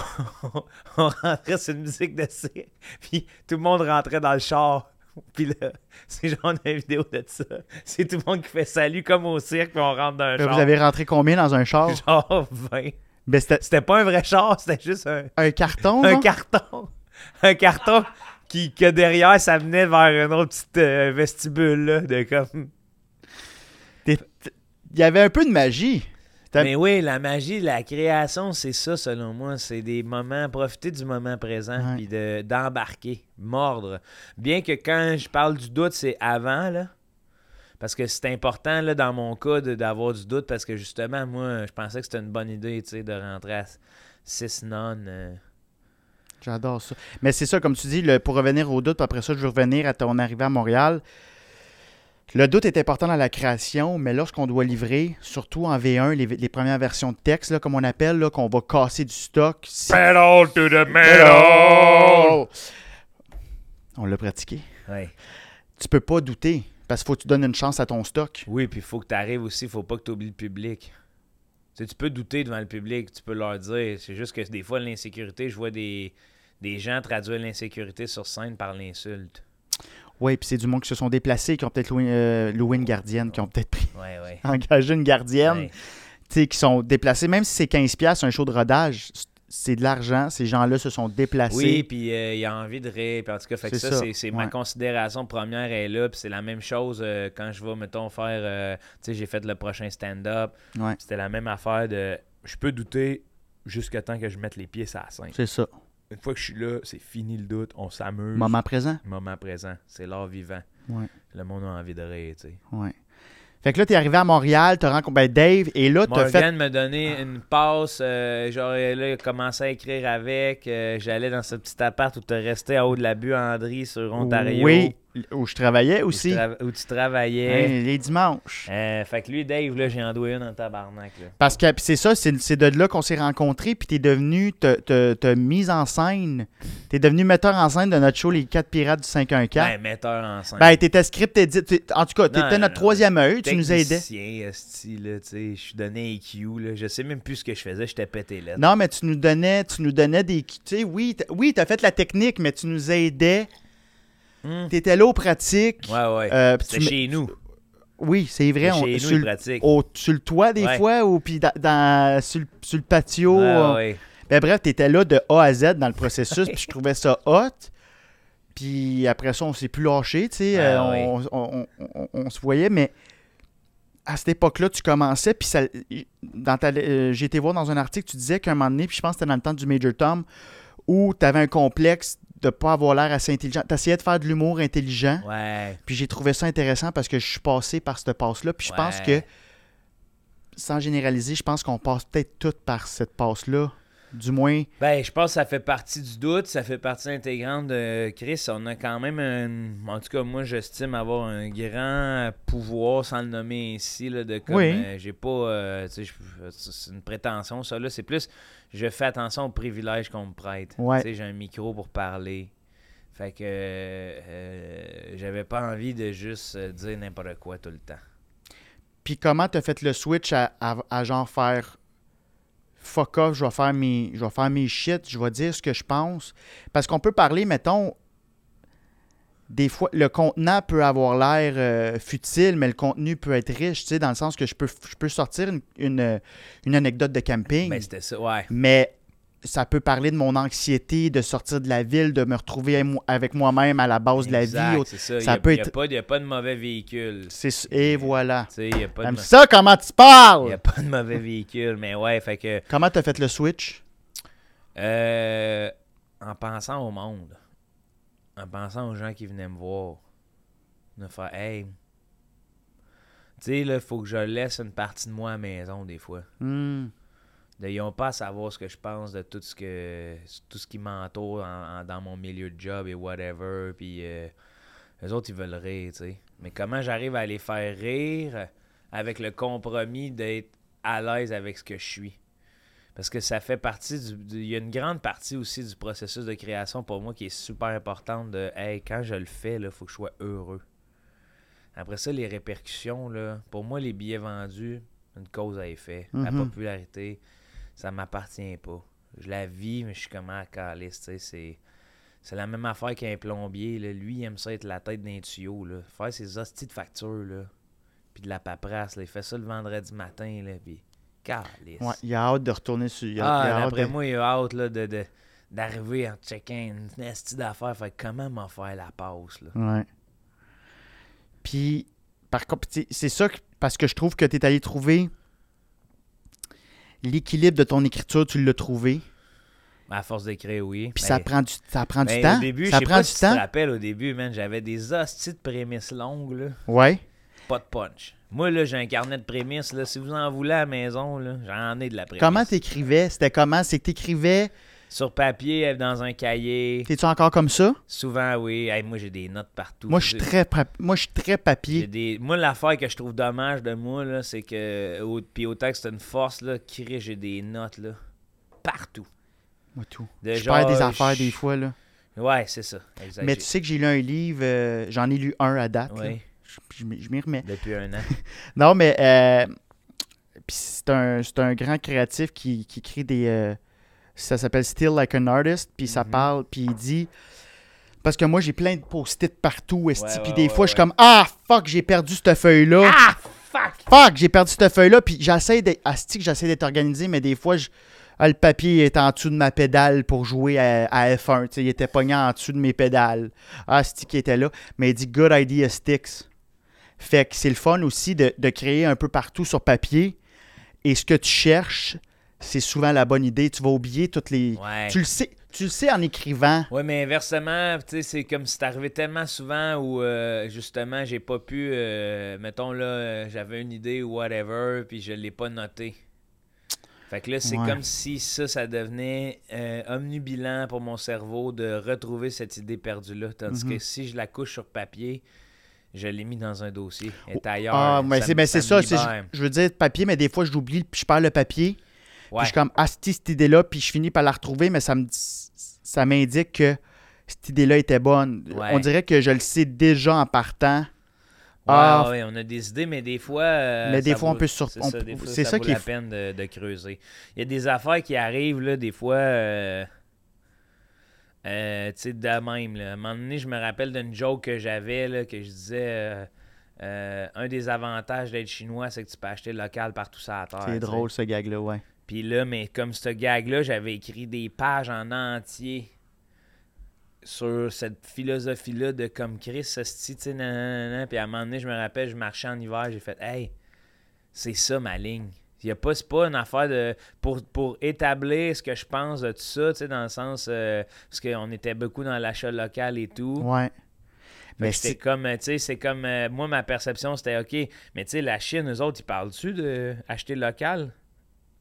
[SPEAKER 2] on, rentrait sur une musique de cirque, puis tout le monde rentrait dans le char. Puis là, c'est genre on a une vidéo de ça. C'est tout le monde qui fait salut comme au cirque, puis on rentre dans un
[SPEAKER 1] Là,
[SPEAKER 2] char.
[SPEAKER 1] Euh, vous avez rentré combien dans un char?
[SPEAKER 2] Genre 20.
[SPEAKER 1] Ben, c'était
[SPEAKER 2] C'était pas un vrai char, c'était juste un,
[SPEAKER 1] un carton,
[SPEAKER 2] un
[SPEAKER 1] genre?
[SPEAKER 2] carton. Un carton qui, que derrière, ça menait vers un autre petit euh, vestibule, là, de comme...
[SPEAKER 1] T'es- t- Il y avait un peu de magie. T'as-
[SPEAKER 2] Mais oui, la magie, la création, c'est ça, selon moi. C'est des moments, profiter du moment présent,
[SPEAKER 1] Ouais.
[SPEAKER 2] puis de- d'embarquer, mordre. Bien que quand je parle du doute, c'est avant, là. Parce que c'est important, là, dans mon cas, de- d'avoir du doute, parce que justement, moi, je pensais que c'était une bonne idée, tu sais, de rentrer à 6 nonnes. euh,
[SPEAKER 1] J'adore ça. Mais c'est ça, comme tu dis, le- pour revenir au doute, puis après ça, je veux revenir à ton arrivée à Montréal. Le doute est important dans la création, mais lorsqu'on doit livrer, surtout en V1, les, les premières versions de texte, là, comme on appelle, là, qu'on va casser du stock. si-
[SPEAKER 2] Pedal to the
[SPEAKER 1] On l'a pratiqué.
[SPEAKER 2] Ouais.
[SPEAKER 1] Tu peux pas douter, parce qu'il faut que tu donnes une chance à ton stock.
[SPEAKER 2] Oui, puis il faut que tu arrives aussi, faut pas que tu oublies le public. Tu sais, tu peux douter devant le public, tu peux leur dire. C'est juste que des fois, l'insécurité, je vois des, des gens traduire l'insécurité sur scène par l'insulte.
[SPEAKER 1] Oui, puis c'est du monde qui se sont déplacés, qui ont peut-être loué, euh, loué une gardienne, qui ont peut-être pris-
[SPEAKER 2] Ouais, ouais.
[SPEAKER 1] engagé une gardienne.
[SPEAKER 2] ouais.
[SPEAKER 1] tu sais, qui sont déplacés, même si c'est 15 pièces un show de rodage, c- c'est de l'argent, ces gens-là se sont déplacés.
[SPEAKER 2] Oui, puis euh, il a envie de rire. Puis en tout cas, fait que
[SPEAKER 1] C'est
[SPEAKER 2] ça,
[SPEAKER 1] ça,
[SPEAKER 2] c'est, c'est ma
[SPEAKER 1] ouais.
[SPEAKER 2] considération première est là. Puis c'est la même chose euh, quand je vais, mettons, faire. euh, tu sais, j'ai fait le prochain stand-up.
[SPEAKER 1] Ouais.
[SPEAKER 2] C'était la même affaire de. Je peux douter jusqu'à temps que je mette les pieds sur la scène.
[SPEAKER 1] C'est ça.
[SPEAKER 2] une fois que je suis là, c'est fini le doute, on s'amuse.
[SPEAKER 1] Moment présent.
[SPEAKER 2] Moment présent, c'est l'art vivant.
[SPEAKER 1] Ouais.
[SPEAKER 2] Le monde a envie de rire, tu sais.
[SPEAKER 1] Ouais. Fait que là, t'es arrivé à Montréal, t'as rencontré ben, Dave, et là, t'as
[SPEAKER 2] Morgan
[SPEAKER 1] fait. Ah.
[SPEAKER 2] m'a donné une passe, euh, genre là, il a commencé à écrire avec. euh, J'allais dans ce petit appart où tu restais à haut de la bue Andry sur Ontario.
[SPEAKER 1] Oui, où je travaillais
[SPEAKER 2] où tu
[SPEAKER 1] aussi.
[SPEAKER 2] trava- Où tu travaillais.
[SPEAKER 1] Hein, les dimanches.
[SPEAKER 2] Euh, fait que lui, Dave, là, j'ai endoué une en tabarnak. Là.
[SPEAKER 1] Parce que puis c'est ça, c'est c'est de là qu'on s'est rencontrés, puis t'es devenu, t'as- t'as t'as mis en scène, t'es devenu metteur en scène de notre show Les 4 Pirates du 514.
[SPEAKER 2] Ben, metteur en scène.
[SPEAKER 1] Ben, t'étais script, t'es dit- t'es- en tout cas,
[SPEAKER 2] Non,
[SPEAKER 1] t'étais
[SPEAKER 2] non,
[SPEAKER 1] notre
[SPEAKER 2] non.
[SPEAKER 1] troisième œil, tu nous aidais.
[SPEAKER 2] Technicien, esti, là, tu sais, je suis donné IQ, là. Je sais même plus ce que je faisais, j'étais pété là.
[SPEAKER 1] Non, mais tu nous donnais, tu nous donnais des, tu sais, oui, t'as- oui, t'as fait la technique, mais tu nous aidais,
[SPEAKER 2] Hmm.
[SPEAKER 1] t'étais là aux pratiques.
[SPEAKER 2] Ouais, ouais.
[SPEAKER 1] Euh, puis tu
[SPEAKER 2] C'était
[SPEAKER 1] me-
[SPEAKER 2] chez nous.
[SPEAKER 1] Oui, c'est vrai,
[SPEAKER 2] C'était
[SPEAKER 1] on,
[SPEAKER 2] chez nous,
[SPEAKER 1] sur,
[SPEAKER 2] il
[SPEAKER 1] le-
[SPEAKER 2] pratique.
[SPEAKER 1] au, sur le toit des
[SPEAKER 2] Ouais.
[SPEAKER 1] fois, ou puis dans, dans- sur, le- sur le patio.
[SPEAKER 2] Ouais,
[SPEAKER 1] euh,
[SPEAKER 2] ouais.
[SPEAKER 1] Ben bref, t'étais là de A à Z dans le processus, puis je trouvais ça hot. Puis après ça, on s'est plus lâché, tu sais, euh,
[SPEAKER 2] Ah oui.
[SPEAKER 1] on, on- on- on- on se voyait, mais à cette époque-là, tu commençais, puis ça, dans ta, euh, j'ai été voir dans un article, tu disais qu'à un moment donné, puis je pense que c'était dans le temps du Major Tom, où t'avais un complexe de pas avoir l'air assez intelligent. T'essayais de faire de l'humour intelligent,
[SPEAKER 2] Ouais.
[SPEAKER 1] puis j'ai trouvé ça intéressant parce que je suis passé par cette passe-là, puis je pense que,
[SPEAKER 2] Ouais.
[SPEAKER 1] sans généraliser, je pense qu'on passe peut-être toutes par cette passe-là, du moins...
[SPEAKER 2] Ben, je pense que ça fait partie du doute, ça fait partie intégrante de Chris. On a quand même, un- en tout cas, moi, j'estime avoir un grand pouvoir, sans le nommer ici, là, de comme,
[SPEAKER 1] Oui.
[SPEAKER 2] euh, j'ai pas, euh, tu sais, je- c'est une prétention, ça, là. C'est plus, je fais attention aux privilèges qu'on me prête.
[SPEAKER 1] Ouais.
[SPEAKER 2] Tu sais, j'ai un micro pour parler. Fait que euh, j'avais pas envie de juste euh, dire n'importe quoi tout le temps.
[SPEAKER 1] Puis comment t'as fait le switch à, à- à genre faire fuck off, je vais faire mes, je vais faire mes shit, je vais dire ce que je pense. Parce qu'on peut parler, mettons, des fois, le contenant peut avoir l'air euh, futile, mais le contenu peut être riche, tu sais, dans le sens que je peux, je peux sortir une, une- une anecdote de camping,
[SPEAKER 2] Ben, c'était ça, ouais.
[SPEAKER 1] mais ça peut parler de mon anxiété de sortir de la ville, de me retrouver mo- avec moi-même à la base de la
[SPEAKER 2] Exact,
[SPEAKER 1] vie.
[SPEAKER 2] c'est ça.
[SPEAKER 1] ça
[SPEAKER 2] y a,
[SPEAKER 1] peut
[SPEAKER 2] y a
[SPEAKER 1] être-
[SPEAKER 2] pas, y a pas de mauvais véhicule. Tu
[SPEAKER 1] C'est s- et voilà.
[SPEAKER 2] sais, y a pas de
[SPEAKER 1] J'aime
[SPEAKER 2] ma-
[SPEAKER 1] ça, comment tu
[SPEAKER 2] Il n'y
[SPEAKER 1] parles?
[SPEAKER 2] a pas de mauvais véhicule, mais ouais, fait que.
[SPEAKER 1] Comment t'as fait le switch?
[SPEAKER 2] euh, en pensant au monde, en pensant aux gens qui venaient me voir, de faire Hey, tu sais, là, faut que je laisse une partie de moi à la maison des fois.
[SPEAKER 1] Hmm.
[SPEAKER 2] De, ils n'ont pas à savoir ce que je pense de tout ce que tout ce qui m'entoure en- en- dans mon milieu de job et whatever. Puis euh, eux autres, ils veulent rire, tu sais. Mais comment j'arrive à les faire rire avec le compromis d'être à l'aise avec ce que je suis? Parce que ça fait partie du. du- Il y a une grande partie aussi du processus de création pour moi qui est super importante de Hey, quand je le fais, il faut que je sois heureux. Après ça, les répercussions, là, pour moi, les billets vendus, une cause à effet. La
[SPEAKER 1] Mhm.
[SPEAKER 2] popularité, ça m'appartient pas. Je la vis, mais je suis comme à calice, tu sais, c'est. C'est la même affaire qu'un plombier. là. Lui, il aime ça être la tête d'un tuyau. Là. Faire ses hosties de factures. Là. Puis de la paperasse. Là. Il fait ça le vendredi matin. Là. Puis, calice.
[SPEAKER 1] Ouais, il a hâte de retourner sur. Il a, il a
[SPEAKER 2] Ah,
[SPEAKER 1] hâte
[SPEAKER 2] d'après
[SPEAKER 1] de-
[SPEAKER 2] moi, il a hâte là, de, de- d'arriver en checkant une nasty d'affaires. Fait que comment m'en faire la passe, là?
[SPEAKER 1] Ouais. Puis, par contre, tu sais, c'est ça que- parce que je trouve que tu es allé trouver l'équilibre de ton écriture, tu l'as trouvé.
[SPEAKER 2] À force d'écrire, oui.
[SPEAKER 1] Puis
[SPEAKER 2] Ben,
[SPEAKER 1] ça prend du, ça prend du
[SPEAKER 2] ben,
[SPEAKER 1] temps.
[SPEAKER 2] Au début,
[SPEAKER 1] ça
[SPEAKER 2] je sais
[SPEAKER 1] prend
[SPEAKER 2] pas
[SPEAKER 1] du
[SPEAKER 2] si tu te
[SPEAKER 1] temps.
[SPEAKER 2] rappelles, au début, man, j'avais des hosties de prémices longues, là.
[SPEAKER 1] Ouais.
[SPEAKER 2] Pas de punch. Moi, là, j'ai un carnet de prémices, là. Si vous en voulez à la maison, là, j'en ai de la prémisse.
[SPEAKER 1] Comment t'écrivais C'était comment C'est que t'écrivais
[SPEAKER 2] Sur papier, euh, dans un cahier.
[SPEAKER 1] T'es-tu encore comme ça
[SPEAKER 2] Souvent, oui. Hey, moi, j'ai des notes partout.
[SPEAKER 1] Moi, je suis
[SPEAKER 2] J'ai-
[SPEAKER 1] très, pa- moi, je suis très
[SPEAKER 2] J'ai
[SPEAKER 1] papier.
[SPEAKER 2] des- Moi, l'affaire que je trouve dommage de moi, là, c'est que. Au... Puis autant que c'est une force, là, Chris, j'ai des notes, là. Partout.
[SPEAKER 1] Moi, tout.
[SPEAKER 2] De
[SPEAKER 1] je
[SPEAKER 2] genre,
[SPEAKER 1] perds des affaires
[SPEAKER 2] je-
[SPEAKER 1] des fois là.
[SPEAKER 2] Ouais, c'est ça. Exact.
[SPEAKER 1] Mais tu sais que j'ai lu un livre, euh, j'en ai lu un à date. là.
[SPEAKER 2] Oui,
[SPEAKER 1] Je- je m'y je m'y remets.
[SPEAKER 2] depuis un an.
[SPEAKER 1] Non, mais euh, puis c'est un, c'est un grand créatif qui, qui crée des. euh, ça s'appelle Still Like an Artist, puis ça
[SPEAKER 2] Mhm.
[SPEAKER 1] parle, puis il dit. Parce que moi, j'ai plein de post-it partout, esti,
[SPEAKER 2] Ouais,
[SPEAKER 1] puis
[SPEAKER 2] ouais,
[SPEAKER 1] des
[SPEAKER 2] ouais,
[SPEAKER 1] fois, je suis
[SPEAKER 2] ouais.
[SPEAKER 1] comme Ah, fuck, j'ai perdu cette feuille-là.
[SPEAKER 2] ah, fuck!
[SPEAKER 1] Fuck, j'ai perdu cette feuille-là, puis j'essaie d'être. Asti, que j'essaie d'être organisé, mais des fois, je. ah, le papier est en dessous de ma pédale pour jouer à, à F1. tu sais, il était pogné en dessous de mes pédales. Ah, Asti qui était là. Mais il dit Good idea sticks. Fait que c'est le fun aussi de, de créer un peu partout sur papier. Et ce que tu cherches, c'est souvent la bonne idée. Tu vas oublier toutes les.
[SPEAKER 2] Ouais.
[SPEAKER 1] Tu le sais. tu le sais en écrivant.
[SPEAKER 2] Oui, mais inversement, tu sais, c'est comme si c'est arrivé tellement souvent où euh, justement j'ai pas pu, euh, mettons là, euh, j'avais une idée ou whatever, puis je l'ai pas noté. Fait que là, c'est
[SPEAKER 1] Ouais.
[SPEAKER 2] comme si ça, ça devenait euh, omnibilant pour mon cerveau de retrouver cette idée perdue-là. Tandis
[SPEAKER 1] Mhm.
[SPEAKER 2] que si je la couche sur papier, je l'ai mis dans un dossier. Elle est ailleurs.
[SPEAKER 1] Ah, mais
[SPEAKER 2] Ça
[SPEAKER 1] c'est
[SPEAKER 2] me-
[SPEAKER 1] ben, c'est ça.
[SPEAKER 2] ça. me
[SPEAKER 1] c'est-
[SPEAKER 2] libère.
[SPEAKER 1] Je veux dire papier, mais des fois, je l'oublie, puis je perds le papier. Puis
[SPEAKER 2] Ouais.
[SPEAKER 1] je suis comme, ah, c'ti, cette idée-là, puis je finis par la retrouver, mais ça me ça m'indique que cette idée-là était bonne.
[SPEAKER 2] Ouais.
[SPEAKER 1] On dirait que je le sais déjà en partant.
[SPEAKER 2] Ouais,
[SPEAKER 1] Ah.
[SPEAKER 2] ouais, on a des idées, mais des fois. euh,
[SPEAKER 1] Mais des
[SPEAKER 2] ça
[SPEAKER 1] fois, on
[SPEAKER 2] vaut-
[SPEAKER 1] peut se surp-
[SPEAKER 2] C'est
[SPEAKER 1] on
[SPEAKER 2] ça,
[SPEAKER 1] peut-
[SPEAKER 2] des fois,
[SPEAKER 1] c'est
[SPEAKER 2] ça
[SPEAKER 1] ça
[SPEAKER 2] vaut
[SPEAKER 1] qui est
[SPEAKER 2] la
[SPEAKER 1] fou.
[SPEAKER 2] peine de, de creuser. Il y a des affaires qui arrivent, là, des fois. euh, euh, tu sais, de la même. Là. À un moment donné, je me rappelle d'une joke que j'avais, là, que je disais. euh, euh, un des avantages d'être chinois, c'est que tu peux acheter local partout sur la terre.
[SPEAKER 1] C'est
[SPEAKER 2] tu sais.
[SPEAKER 1] drôle, ce gag-là, ouais.
[SPEAKER 2] Puis là, mais comme ce gag-là, j'avais écrit des pages en entier sur cette philosophie-là de comme Chris, ce style, tu sais, nan, nan, nan, nan. Puis à un moment donné, je me rappelle, je marchais en hiver, j'ai fait Hey, c'est ça ma ligne. Il y a pas, c'est pas une affaire de. Pour, pour établir ce que je pense de tout ça, tu sais, dans le sens. euh, parce qu'on était beaucoup dans l'achat local et tout.
[SPEAKER 1] Ouais.
[SPEAKER 2] Fait
[SPEAKER 1] Mais
[SPEAKER 2] que c'était
[SPEAKER 1] c'est
[SPEAKER 2] comme, euh, tu sais, c'est comme, euh, moi, ma perception, c'était OK, mais tu sais, la Chine, eux autres, ils parlent-tu d'acheter local?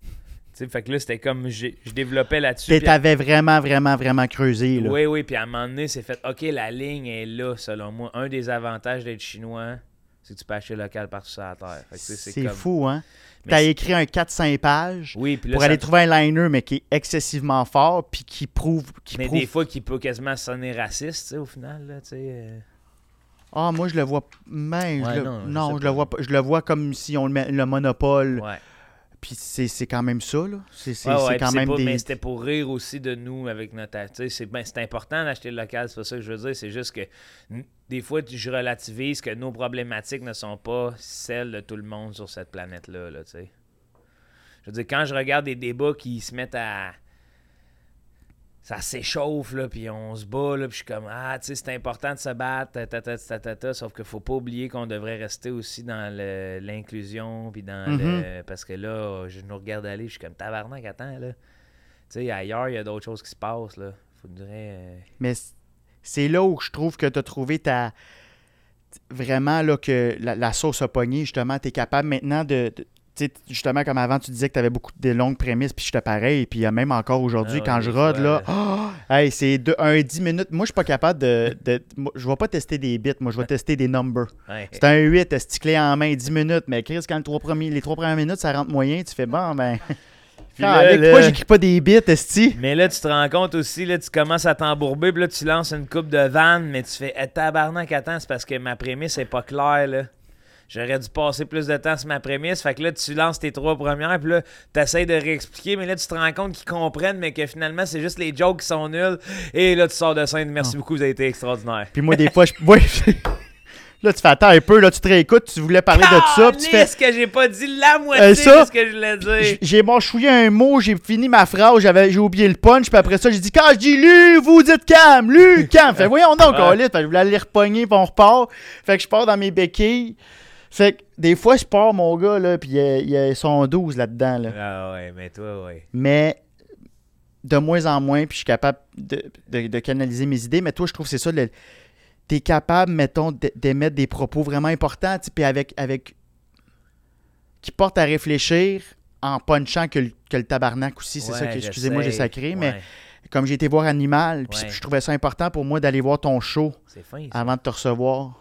[SPEAKER 2] Tu sais, fait que là, c'était comme, j'ai- je développais là-dessus.
[SPEAKER 1] t'es-
[SPEAKER 2] puis à-
[SPEAKER 1] t'avais vraiment, vraiment, vraiment creusé, là.
[SPEAKER 2] Oui, oui, puis à un moment donné, c'est fait, OK, la ligne est là, selon moi. Un des avantages d'être chinois, c'est que tu peux acheter local partout sur la terre. Fait que, tu sais,
[SPEAKER 1] C'est
[SPEAKER 2] comme-
[SPEAKER 1] fou, hein?
[SPEAKER 2] Mais
[SPEAKER 1] T'as
[SPEAKER 2] c'est-
[SPEAKER 1] écrit un 4-5 pages
[SPEAKER 2] Oui, puis là,
[SPEAKER 1] pour
[SPEAKER 2] ça-
[SPEAKER 1] aller trouver un liner, mais qui est excessivement fort, puis qui prouve... Qui
[SPEAKER 2] mais
[SPEAKER 1] prouve...
[SPEAKER 2] des fois, qui peut quasiment sonner raciste, tu sais, au final, là, tu sais. euh.
[SPEAKER 1] Ah, moi, je le vois. Mais
[SPEAKER 2] Ouais,
[SPEAKER 1] je le-
[SPEAKER 2] non,
[SPEAKER 1] non,
[SPEAKER 2] je
[SPEAKER 1] je,
[SPEAKER 2] sais pas.
[SPEAKER 1] le vois pas. Je le vois comme si on le, met- le monopole.
[SPEAKER 2] Ouais.
[SPEAKER 1] Puis c'est c'est quand même ça, là. C'est c'est-
[SPEAKER 2] Ouais,
[SPEAKER 1] c'est
[SPEAKER 2] ouais, puis
[SPEAKER 1] quand
[SPEAKER 2] c'est
[SPEAKER 1] même
[SPEAKER 2] pas-
[SPEAKER 1] des.
[SPEAKER 2] Mais c'était pour rire aussi de nous avec notre. tu sais, C'est ben, c'est important d'acheter le local, c'est pas ça que je veux dire. C'est juste que n- des fois, tu- je relativise que nos problématiques ne sont pas celles de tout le monde sur cette planète-là. là, tu sais. je veux dire, quand je regarde des débats qui se mettent à. Ça s'échauffe, là, puis on se bat, là, puis je suis comme, ah, tu sais, c'est important de se battre, ta, ta, ta, ta, ta, ta, sauf qu'il faut pas oublier qu'on devrait rester aussi dans le- l'inclusion, puis dans le... Parce que là, je nous regarde aller, je suis comme, tabarnak, attends, là. Tu sais, ailleurs, il y a d'autres choses qui se passent, là. Faudrait... euh,
[SPEAKER 1] Mais c- c'est là où je trouve que tu as trouvé ta. Vraiment, là, que la, la sauce a pogné, justement. Tu es capable maintenant de. de- tu sais, t- justement, comme avant, tu disais que tu avais beaucoup de longues prémices, puis j'étais pareil. Puis euh, même encore aujourd'hui,
[SPEAKER 2] Ah ouais,
[SPEAKER 1] quand je
[SPEAKER 2] des
[SPEAKER 1] rode,
[SPEAKER 2] fois,
[SPEAKER 1] là.
[SPEAKER 2] euh,
[SPEAKER 1] ah, hey, c'est deux- un 10 minutes. Moi, je suis pas capable de. de- moi, je vais pas tester des bits, moi, je vais tester des numbers.
[SPEAKER 2] ouais.
[SPEAKER 1] C'est un 8, est clé en main, 10 minutes. Mais Chris, quand le trois premiers- les trois premières minutes, ça rentre moyen, tu fais bon, ben.
[SPEAKER 2] Puis là,
[SPEAKER 1] Calique,
[SPEAKER 2] là-
[SPEAKER 1] Pourquoi j'écris pas des bits, Esti?
[SPEAKER 2] Mais là, tu te rends compte aussi, là, tu commences à t'embourber, puis là, tu lances une coupe de vanne, mais tu fais Eh, tabarnak, attends, c'est parce que ma prémisse est pas claire, là. J'aurais dû passer plus de temps sur ma prémisse. Fait que là, tu lances tes trois premières, puis là, t'essayes de réexpliquer, mais là, tu te rends compte qu'ils comprennent, mais que finalement, c'est juste les jokes qui sont nuls. Et là, tu sors de scène.
[SPEAKER 1] Ah.
[SPEAKER 2] Merci beaucoup, vous avez été extraordinaire.
[SPEAKER 1] Puis moi, des fois, je. Ouais, là, tu fais attends un peu, là, tu te réécoutes, tu voulais parler de tout ça, puis tu fais.
[SPEAKER 2] ce que j'ai pas dit la moitié
[SPEAKER 1] Euh, ça-
[SPEAKER 2] de ce que je voulais dire.
[SPEAKER 1] J- J'ai mâchouillé un mot, j'ai fini ma phrase, j'avais, j'ai oublié le punch, puis après ça, j'ai dit quand je dis lu, vous dites cam, lu, cam. Fait voyons donc,
[SPEAKER 2] Ouais.
[SPEAKER 1] on Fait que je voulais aller repogner, puis on repart. Fait que je pars dans mes béquilles. Fait que des fois, je pars, mon gars, là, puis il y a- il y a son 12 là-dedans, là.
[SPEAKER 2] Ah ouais, mais toi, ouais.
[SPEAKER 1] mais de moins en moins, puis je suis capable de, de- de canaliser mes idées. Mais toi, je trouve que c'est ça. le- T'es capable, mettons, d'é- d'émettre des propos vraiment importants, tu sais, puis avec, avec. qui portent à réfléchir en punchant que le, que le tabarnak aussi. C'est ça
[SPEAKER 2] Ouais,
[SPEAKER 1] que,
[SPEAKER 2] je
[SPEAKER 1] excusez-moi, j'ai
[SPEAKER 2] sais.
[SPEAKER 1] sacré, mais
[SPEAKER 2] Ouais,
[SPEAKER 1] comme j'ai été voir Animal, puis
[SPEAKER 2] Ouais.
[SPEAKER 1] je trouvais ça important pour moi d'aller voir ton show
[SPEAKER 2] C'est fin, ça.
[SPEAKER 1] avant de te recevoir.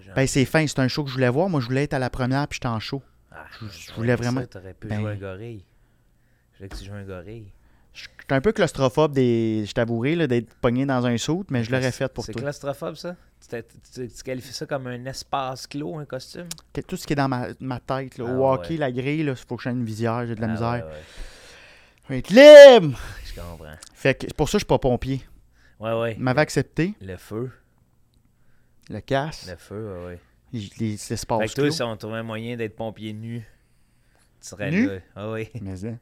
[SPEAKER 2] Genre-
[SPEAKER 1] Ah, Ben, c'est fin, c'est un show que je voulais voir. Moi, je voulais être à la première, puis j'étais en show.
[SPEAKER 2] Ah,
[SPEAKER 1] Je- je
[SPEAKER 2] j'aurais
[SPEAKER 1] voulais
[SPEAKER 2] aimé ça,
[SPEAKER 1] vraiment-
[SPEAKER 2] T'aurais pu
[SPEAKER 1] Ben-
[SPEAKER 2] jouer un gorille. Je voulais que tu joues un gorille.
[SPEAKER 1] J'étais un peu claustrophobe, des, je t'avouerai, là, d'être pogné dans un saut, mais je l'aurais fait pour
[SPEAKER 2] C'est
[SPEAKER 1] toi.
[SPEAKER 2] claustrophobe, ça? Tu, t'es- tu- tu qualifies ça comme un espace clos, un costume?
[SPEAKER 1] Que- tout ce qui est dans ma, ma tête, là, au
[SPEAKER 2] Ah
[SPEAKER 1] hockey,
[SPEAKER 2] ouais.
[SPEAKER 1] la grille, il faut que je une visière, j'ai de la
[SPEAKER 2] Ah,
[SPEAKER 1] misère.
[SPEAKER 2] ouais, ouais,
[SPEAKER 1] Je vais être libre!
[SPEAKER 2] je comprends.
[SPEAKER 1] Fait que c'est pour ça que je suis pas pompier.
[SPEAKER 2] Ouais, ouais.
[SPEAKER 1] Il m'avait accepté,
[SPEAKER 2] Le feu.
[SPEAKER 1] le casse,
[SPEAKER 2] Le feu, ouais, ouais.
[SPEAKER 1] j- les les
[SPEAKER 2] Fait
[SPEAKER 1] espaces
[SPEAKER 2] que toi,
[SPEAKER 1] clos.
[SPEAKER 2] si on trouvait un moyen d'être pompier nu, tu serais
[SPEAKER 1] Nu?
[SPEAKER 2] là. Ah oui.
[SPEAKER 1] Mais, hein.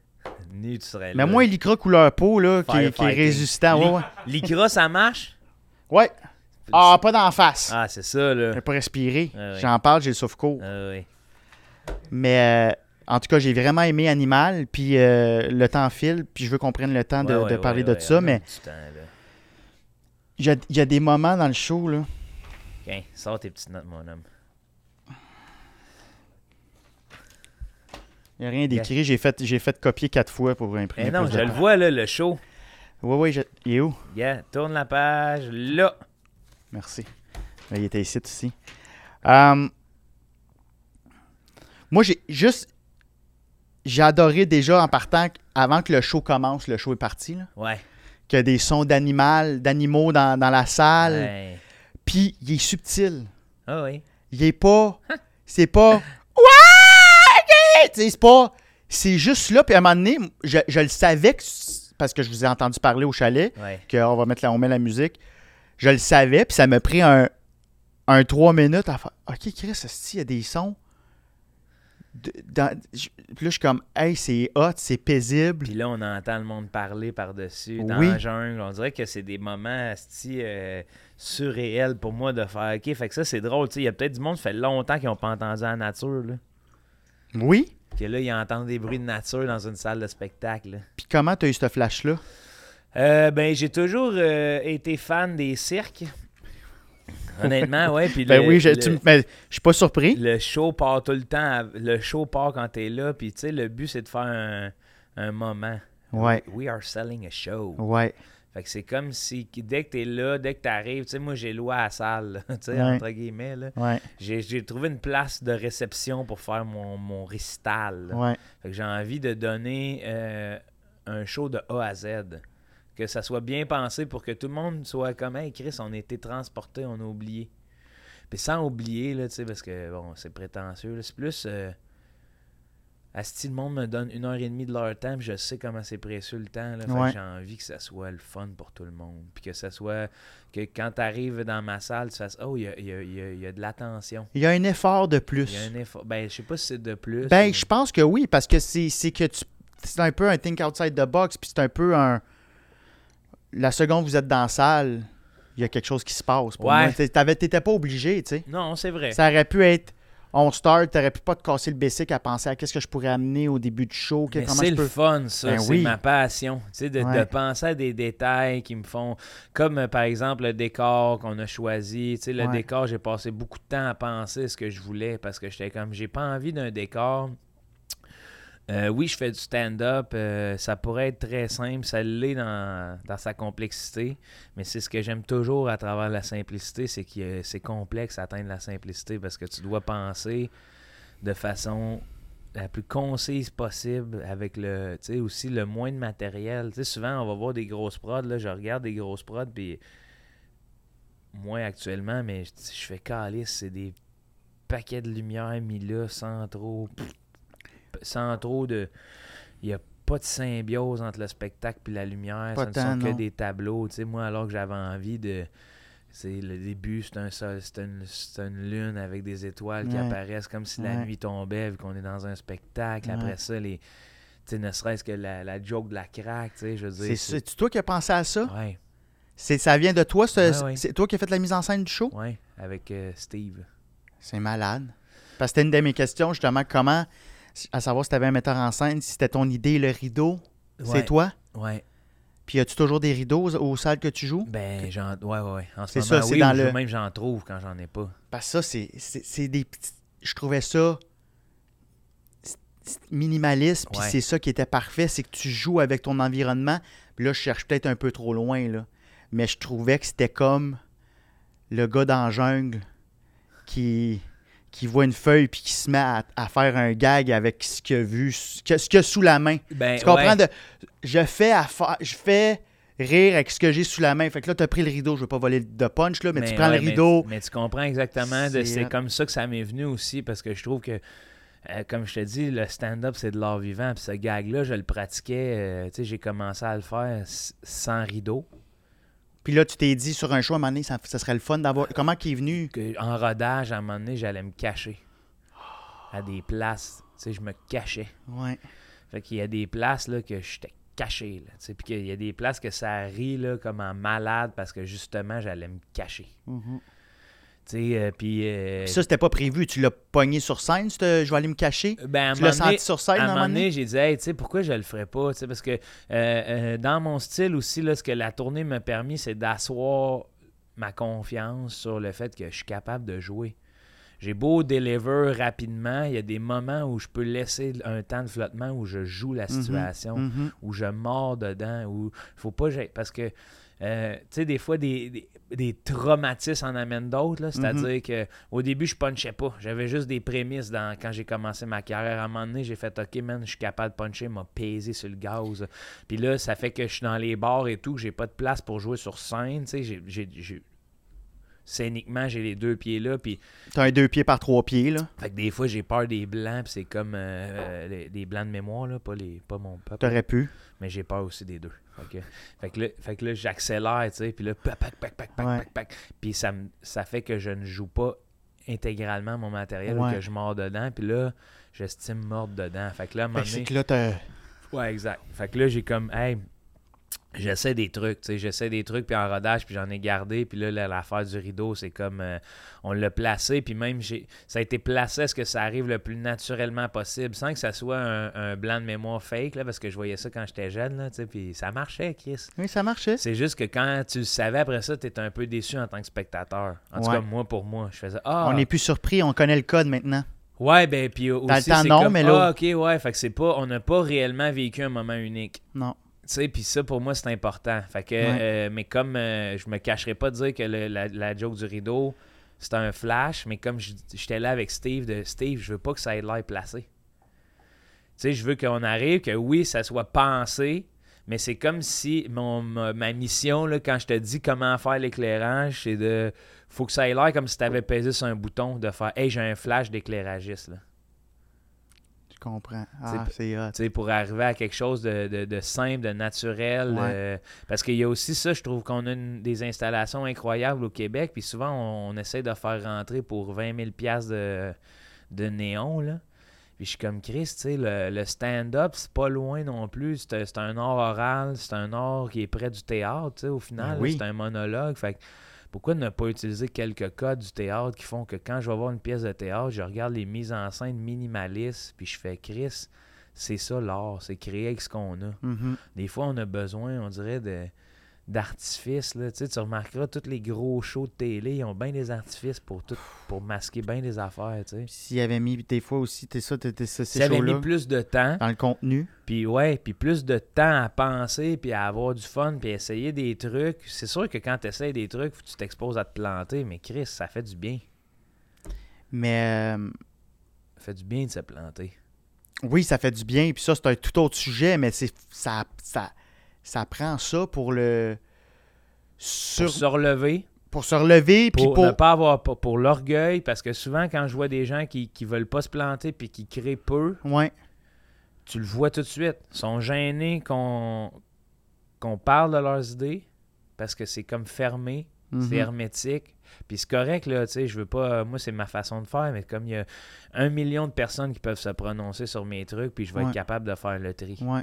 [SPEAKER 2] Nu, tu serais là.
[SPEAKER 1] Mais moi, il licra couleur peau, là, qui, est- qui est
[SPEAKER 2] Firefighting.
[SPEAKER 1] résistant. Ouais, ouais.
[SPEAKER 2] L'ICRA, ça marche?
[SPEAKER 1] Ouais. Ah, pas d'en face.
[SPEAKER 2] Ah, c'est ça,
[SPEAKER 1] Je
[SPEAKER 2] là.
[SPEAKER 1] peux pas respirer.
[SPEAKER 2] Ah ouais.
[SPEAKER 1] J'en parle, j'ai le souffle court.
[SPEAKER 2] Ah oui.
[SPEAKER 1] Mais euh, En tout cas, j'ai vraiment aimé Animal, puis euh, le temps file, puis je veux qu'on prenne le temps de,
[SPEAKER 2] Ouais,
[SPEAKER 1] de
[SPEAKER 2] ouais,
[SPEAKER 1] parler
[SPEAKER 2] ouais,
[SPEAKER 1] de
[SPEAKER 2] ouais,
[SPEAKER 1] tout
[SPEAKER 2] on a
[SPEAKER 1] ça, mais
[SPEAKER 2] du temps, là.
[SPEAKER 1] il y a, il y a des moments dans le show, là.
[SPEAKER 2] Tiens, sors tes petites notes, mon homme.
[SPEAKER 1] Il n'y a rien d'écrit. J'ai fait, j'ai fait copier quatre fois pour imprimer.
[SPEAKER 2] Eh non,
[SPEAKER 1] plus de
[SPEAKER 2] je le
[SPEAKER 1] pages.
[SPEAKER 2] vois, là, le show.
[SPEAKER 1] Ouais, ouais, je- il est où?
[SPEAKER 2] Yeah, tourne la page, là.
[SPEAKER 1] Merci. Ben, il était ici, aussi. Hum, moi, j'ai juste. J'ai adoré déjà en partant, avant que le show commence, le show est parti, là,
[SPEAKER 2] Ouais.
[SPEAKER 1] qu'il y a des sons d'animal, d'animaux dans, dans la salle.
[SPEAKER 2] Ouais.
[SPEAKER 1] Puis, il est subtil.
[SPEAKER 2] Ah oui.
[SPEAKER 1] Il est pas. C'est pas. Ouais! ok! Tu sais, C'est pas. C'est juste là. Puis à un moment donné, je, je le savais que. c- Parce que je vous ai entendu parler au chalet,
[SPEAKER 2] Ouais.
[SPEAKER 1] qu'on va mettre la, on met la musique. Je le savais, puis ça m'a pris un, un 3 minutes à faire. Ok, Chris, hostie, il y a des sons. de- dans- je- puis là, je suis comme, hey, c'est hot, c'est paisible.
[SPEAKER 2] Puis là, on entend le monde parler par-dessus, dans
[SPEAKER 1] Oui.
[SPEAKER 2] la jungle. On dirait que c'est des moments asti, euh, surréels pour moi de faire. OK, fait que ça, c'est drôle. tu sais, Il y a peut-être du monde, ça fait longtemps qu'ils n'ont pas entendu la nature. Là.
[SPEAKER 1] Oui.
[SPEAKER 2] Que là, ils entendent des bruits de nature dans une salle de spectacle. là.
[SPEAKER 1] Puis comment t'as eu ce flash-là?
[SPEAKER 2] Euh, ben, j'ai toujours euh, été fan des cirques. Honnêtement, ouais. Puis
[SPEAKER 1] Ben
[SPEAKER 2] le-
[SPEAKER 1] oui, je,
[SPEAKER 2] le-
[SPEAKER 1] tu me- mais je suis pas surpris.
[SPEAKER 2] le show part tout le temps. à- Le show part quand t'es là. Puis, tu sais, le but, c'est de faire un, un moment.
[SPEAKER 1] Ouais.
[SPEAKER 2] We are selling a show.
[SPEAKER 1] Ouais.
[SPEAKER 2] Fait que c'est comme si que- dès que t'es là, dès que t'arrives, tu sais, moi, j'ai loué à la salle, là, tu sais,
[SPEAKER 1] Ouais.
[SPEAKER 2] entre guillemets. là.
[SPEAKER 1] Ouais.
[SPEAKER 2] J'ai, j'ai trouvé une place de réception pour faire mon, mon récital. là.
[SPEAKER 1] Ouais.
[SPEAKER 2] Fait que j'ai envie de donner euh, un show de A à Z. Que ça soit bien pensé pour que tout le monde soit comme Hey Chris, on a été transporté, on a oublié. Puis sans oublier, là, tu sais, parce que bon, c'est prétentieux. là, C'est plus euh, Asti, le monde me donne une heure et demie de leur temps, puis je sais comment c'est précieux le temps. Là, Fait que
[SPEAKER 1] Ouais.
[SPEAKER 2] j'ai envie que ça soit le fun pour tout le monde. Puis que ça soit que quand tu arrives dans ma salle, tu fasses Oh, il y a, il y a- il y a- il y a de l'attention.
[SPEAKER 1] Il y a un effort de plus.
[SPEAKER 2] Il y a un effort. Ben, je sais pas si c'est de plus.
[SPEAKER 1] Ben,
[SPEAKER 2] ou-
[SPEAKER 1] je pense que oui, parce que c'est c'est que tu. C'est un peu un think outside the box, puis c'est un peu un. La seconde que vous êtes dans la salle, il y a quelque chose qui se passe. Pour
[SPEAKER 2] Ouais.
[SPEAKER 1] moi. T'sais, t'avais- T'étais pas obligé, tu sais.
[SPEAKER 2] Non, c'est vrai.
[SPEAKER 1] Ça aurait pu être. On start, t'aurais pu pas te casser le basic à penser à qu'est-ce que je pourrais amener au début du show, que-
[SPEAKER 2] Mais
[SPEAKER 1] comment
[SPEAKER 2] c'est
[SPEAKER 1] je
[SPEAKER 2] le
[SPEAKER 1] peux.
[SPEAKER 2] fun, ça.
[SPEAKER 1] Ben
[SPEAKER 2] c'est
[SPEAKER 1] oui.
[SPEAKER 2] ma passion. Tu sais, de, de
[SPEAKER 1] Ouais.
[SPEAKER 2] penser à des détails qui me font. Comme euh, par exemple le décor qu'on a choisi. Tu sais, le
[SPEAKER 1] Ouais.
[SPEAKER 2] décor, j'ai passé beaucoup de temps à penser ce que je voulais parce que j'étais comme, j'ai pas envie d'un décor. Euh, oui, je fais du stand-up. euh, ça pourrait être très simple. Ça l'est dans, dans sa complexité. Mais c'est ce que j'aime toujours à travers la simplicité, c'est que euh, c'est complexe d'atteindre la simplicité parce que tu dois penser de façon la plus concise possible avec le tu sais aussi le moins de matériel tu sais souvent on va voir des grosses prods là je regarde des grosses prods puis moi actuellement mais je je fais calice c'est des paquets de lumière mis là sans trop sans trop de il y a pas de symbiose entre le spectacle puis la lumière
[SPEAKER 1] Pas
[SPEAKER 2] ça ne
[SPEAKER 1] tant,
[SPEAKER 2] sont que
[SPEAKER 1] non.
[SPEAKER 2] des tableaux tu sais moi alors que j'avais envie de c'est le début, c'est un sol, c'est une, c'est une lune avec des étoiles qui
[SPEAKER 1] Ouais.
[SPEAKER 2] apparaissent comme si la
[SPEAKER 1] Ouais.
[SPEAKER 2] nuit tombait vu qu'on est dans un spectacle.
[SPEAKER 1] Ouais.
[SPEAKER 2] Après ça, les, tu sais, ne serait-ce que la, la joke de la craque, tu sais, je veux
[SPEAKER 1] C'est
[SPEAKER 2] dire.
[SPEAKER 1] c'est toi qui as pensé à ça?
[SPEAKER 2] Ouais,
[SPEAKER 1] C'est Ça vient de toi? ce-
[SPEAKER 2] Ouais, ouais.
[SPEAKER 1] C'est toi qui as fait la mise en scène du show?
[SPEAKER 2] ouais, avec euh, Steve.
[SPEAKER 1] C'est malade. Parce que c'était une de mes questions, justement, comment, à savoir si t'avais un metteur en scène, si c'était ton idée, le rideau,
[SPEAKER 2] Ouais.
[SPEAKER 1] c'est toi?
[SPEAKER 2] Ouais,
[SPEAKER 1] Puis as-tu toujours des rideaux aux, aux salles que tu joues?
[SPEAKER 2] ben, j'en. Ouais, ouais, ouais. En ce
[SPEAKER 1] C'est
[SPEAKER 2] moment,
[SPEAKER 1] ça, c'est
[SPEAKER 2] oui,
[SPEAKER 1] dans
[SPEAKER 2] ou
[SPEAKER 1] le-
[SPEAKER 2] même j'en trouve quand j'en ai pas.
[SPEAKER 1] Parce que ça, c'est- c'est c'est des petits. Je trouvais ça c'est- c'est minimaliste, puis
[SPEAKER 2] Ouais.
[SPEAKER 1] c'est ça qui était parfait, c'est que tu joues avec ton environnement. Puis là, je cherche peut-être un peu trop loin, là. Mais je trouvais que c'était comme le gars dans la jungle qui, qui voit une feuille puis qui se met à, à faire un gag avec ce qu'il a vu, ce que- ce qu'il a sous la main.
[SPEAKER 2] Ben,
[SPEAKER 1] Tu comprends? De, je fais à fa- je fais rire avec ce que j'ai sous la main. Fait que là, t'as pris le rideau. Je veux pas voler de punch, là, mais, tu prends
[SPEAKER 2] Ben ouais,
[SPEAKER 1] le
[SPEAKER 2] mais-
[SPEAKER 1] rideau.
[SPEAKER 2] Mais, tu comprends exactement. de-
[SPEAKER 1] C'est
[SPEAKER 2] C'est
[SPEAKER 1] hot.
[SPEAKER 2] comme ça que ça m'est venu aussi parce que je trouve que, euh, comme je te dis, le stand-up, c'est de l'art vivant. Puis ce gag-là, je le pratiquais. euh, tu sais, j'ai commencé à le faire s- sans rideau.
[SPEAKER 1] Puis là, tu t'es dit sur un show à un moment donné, ça, ça serait le fun d'avoir. Comment qu'il est venu?
[SPEAKER 2] Que, en rodage, à un moment donné, j'allais me cacher à des places. Tu sais, je me cachais.
[SPEAKER 1] Ouais.
[SPEAKER 2] Fait qu'il y a des places là, que j'étais caché. Là, tu sais, puis qu'il y a des places que ça rit là, comme en malade parce que justement, j'allais me cacher. Tu sais, euh, puis. euh,
[SPEAKER 1] Mm-hmm. Ça, c'était pas prévu. Tu l'as pogné sur scène, cette- je vais aller me cacher.
[SPEAKER 2] ben, à un
[SPEAKER 1] Tu
[SPEAKER 2] moment
[SPEAKER 1] l'as
[SPEAKER 2] donné-
[SPEAKER 1] senti sur scène,
[SPEAKER 2] à
[SPEAKER 1] à un moment donné?
[SPEAKER 2] j'ai dit, hey, tu sais, pourquoi je le ferais pas? Tu sais, parce que euh, euh, dans mon style aussi, là, ce que la tournée m'a permis, c'est d'asseoir ma confiance sur le fait que je suis capable de jouer. J'ai beau deliver rapidement, il y a des moments où je peux laisser un temps de flottement où je joue la situation
[SPEAKER 1] Mhm.
[SPEAKER 2] où je mords dedans, où faut pas que j'aille- parce que euh, tu sais des fois des, des, des traumatismes en amènent d'autres là, c'est-à-dire que au début je punchais pas, j'avais juste des prémices dans quand j'ai commencé ma carrière à un moment donné, j'ai fait OK man, je suis capable de puncher, m'a pesé sur le gaz. Puis là ça fait que je suis dans les bars et tout, que j'ai pas de place pour jouer sur scène, tu sais, j'ai- j'ai j'ai- scéniquement j'ai les deux pieds là puis
[SPEAKER 1] T'as un deux pieds par trois pieds, là.
[SPEAKER 2] fait que des fois j'ai peur des blancs, puis c'est comme euh, euh, les, les blancs de mémoire là, pas les pas mon pas-
[SPEAKER 1] T'aurais pu.
[SPEAKER 2] mais j'ai peur aussi des deux. Fait que, fait que là, fait que là, j'accélère, tu sais, puis là, pac, pac, pac, pac, pac,
[SPEAKER 1] Ouais.
[SPEAKER 2] pac, pac. Puis ça, me- ça fait que je ne joue pas intégralement mon matériel ou
[SPEAKER 1] Ouais.
[SPEAKER 2] que je mords dedans, puis là, j'estime mordre dedans. Fait que là, à un moment
[SPEAKER 1] Fait que Ben, c'est
[SPEAKER 2] donné-
[SPEAKER 1] que là, t'as-
[SPEAKER 2] Ouais, exact. Fait que là, j'ai comme, hey, j'essaie des trucs, tu sais, j'essaie des trucs, puis en rodage, puis j'en ai gardé, puis là, la- l'affaire du rideau, c'est comme, euh, on l'a placé, puis même, j'ai, ça a été placé à ce que ça arrive le plus naturellement possible, sans que ça soit un, un blanc de mémoire fake, là, parce que je voyais ça quand j'étais jeune, là, tu sais, puis ça marchait, Chris.
[SPEAKER 1] Oui, ça marchait.
[SPEAKER 2] C'est juste que quand tu le savais après ça, t'étais un peu déçu en tant que spectateur. En tout
[SPEAKER 1] Ouais.
[SPEAKER 2] cas, moi, pour moi, je faisais, ah,
[SPEAKER 1] On n'est plus surpris, on connaît le code maintenant.
[SPEAKER 2] ouais, ben, puis aussi,
[SPEAKER 1] le temps,
[SPEAKER 2] c'est
[SPEAKER 1] non,
[SPEAKER 2] comme,
[SPEAKER 1] mais là-
[SPEAKER 2] ah, ok, ouais, fait que c'est pas, on n'a pas réellement vécu un moment unique.
[SPEAKER 1] Non.
[SPEAKER 2] Tu sais, puis ça, pour moi, c'est important. Fait que,
[SPEAKER 1] Ouais.
[SPEAKER 2] euh, mais comme euh, je me cacherais pas de dire que le- la, la joke du rideau, c'était un flash, mais comme je- j'étais là avec Steve, de Steve, je veux pas que ça ait l'air placé. Tu sais, je veux qu'on arrive, que oui, ça soit pensé, mais c'est comme si mon, ma, ma mission, là, quand je te dis comment faire l'éclairage, c'est de. Faut que ça ait l'air comme si tu avais pesé sur un bouton, de faire Hey, j'ai un flash d'éclairagiste. là.
[SPEAKER 1] Je comprends. Ah,
[SPEAKER 2] C'est-
[SPEAKER 1] c'est hot.
[SPEAKER 2] Tu sais, pour arriver à quelque chose de, de- de simple, de naturel.
[SPEAKER 1] Ouais.
[SPEAKER 2] euh, parce qu'il y a aussi ça, je trouve qu'on a une- des installations incroyables au Québec, puis souvent on, on essaie de faire rentrer pour 20 000 piastres de, de néon, là. Puis je suis comme Chris, tu sais, le, le stand-up, c'est pas loin non plus. C'est un- c'est un art oral, c'est un art qui est près du théâtre, tu sais, au final.
[SPEAKER 1] Ben oui.
[SPEAKER 2] là, C'est un monologue. Fait que pourquoi ne pas utiliser quelques codes du théâtre qui font que quand je vais voir une pièce de théâtre, je regarde les mises en scène minimalistes, puis je fais Chris, c'est ça l'art, c'est créer avec ce qu'on a.
[SPEAKER 1] Mhm.
[SPEAKER 2] Des fois, on a besoin, on dirait, de d'artifices. là. Tu sais, tu remarqueras, tous les gros shows de télé, ils ont bien des artifices pour tout, pour masquer bien des affaires. Tu sais.
[SPEAKER 1] Puis S'il y avait mis des fois aussi, t'es ça, t'es t'es ça, ces
[SPEAKER 2] J'avais mis
[SPEAKER 1] shows-là, Ah.
[SPEAKER 2] plus de temps,
[SPEAKER 1] dans le contenu.
[SPEAKER 2] puis ouais, puis plus de temps à penser, puis à avoir du fun, puis essayer des trucs. C'est sûr que quand tu essayes des trucs, faut que tu t'exposes à te planter, mais Chris, ça fait du bien.
[SPEAKER 1] Mais euh,
[SPEAKER 2] Ça fait du bien de se planter.
[SPEAKER 1] oui, ça fait du bien. Puis ça, c'est un tout autre sujet, mais c'est ça, ça, ça prend ça pour le. sur-
[SPEAKER 2] Pour se relever,
[SPEAKER 1] pour se relever, puis
[SPEAKER 2] pour,
[SPEAKER 1] pour.
[SPEAKER 2] ne pas avoir pour, pour l'orgueil parce que souvent quand je vois des gens qui qui veulent pas se planter puis qui créent peu
[SPEAKER 1] Ouais.
[SPEAKER 2] tu le vois tout de suite ils sont gênés qu'on qu'on parle de leurs idées parce que c'est comme fermé c'est
[SPEAKER 1] Mhm.
[SPEAKER 2] hermétique puis c'est correct là tu sais je veux pas euh, moi c'est ma façon de faire mais comme il y a un million de personnes qui peuvent se prononcer sur mes trucs puis je vais
[SPEAKER 1] Ouais.
[SPEAKER 2] être capable de faire le tri
[SPEAKER 1] Ouais.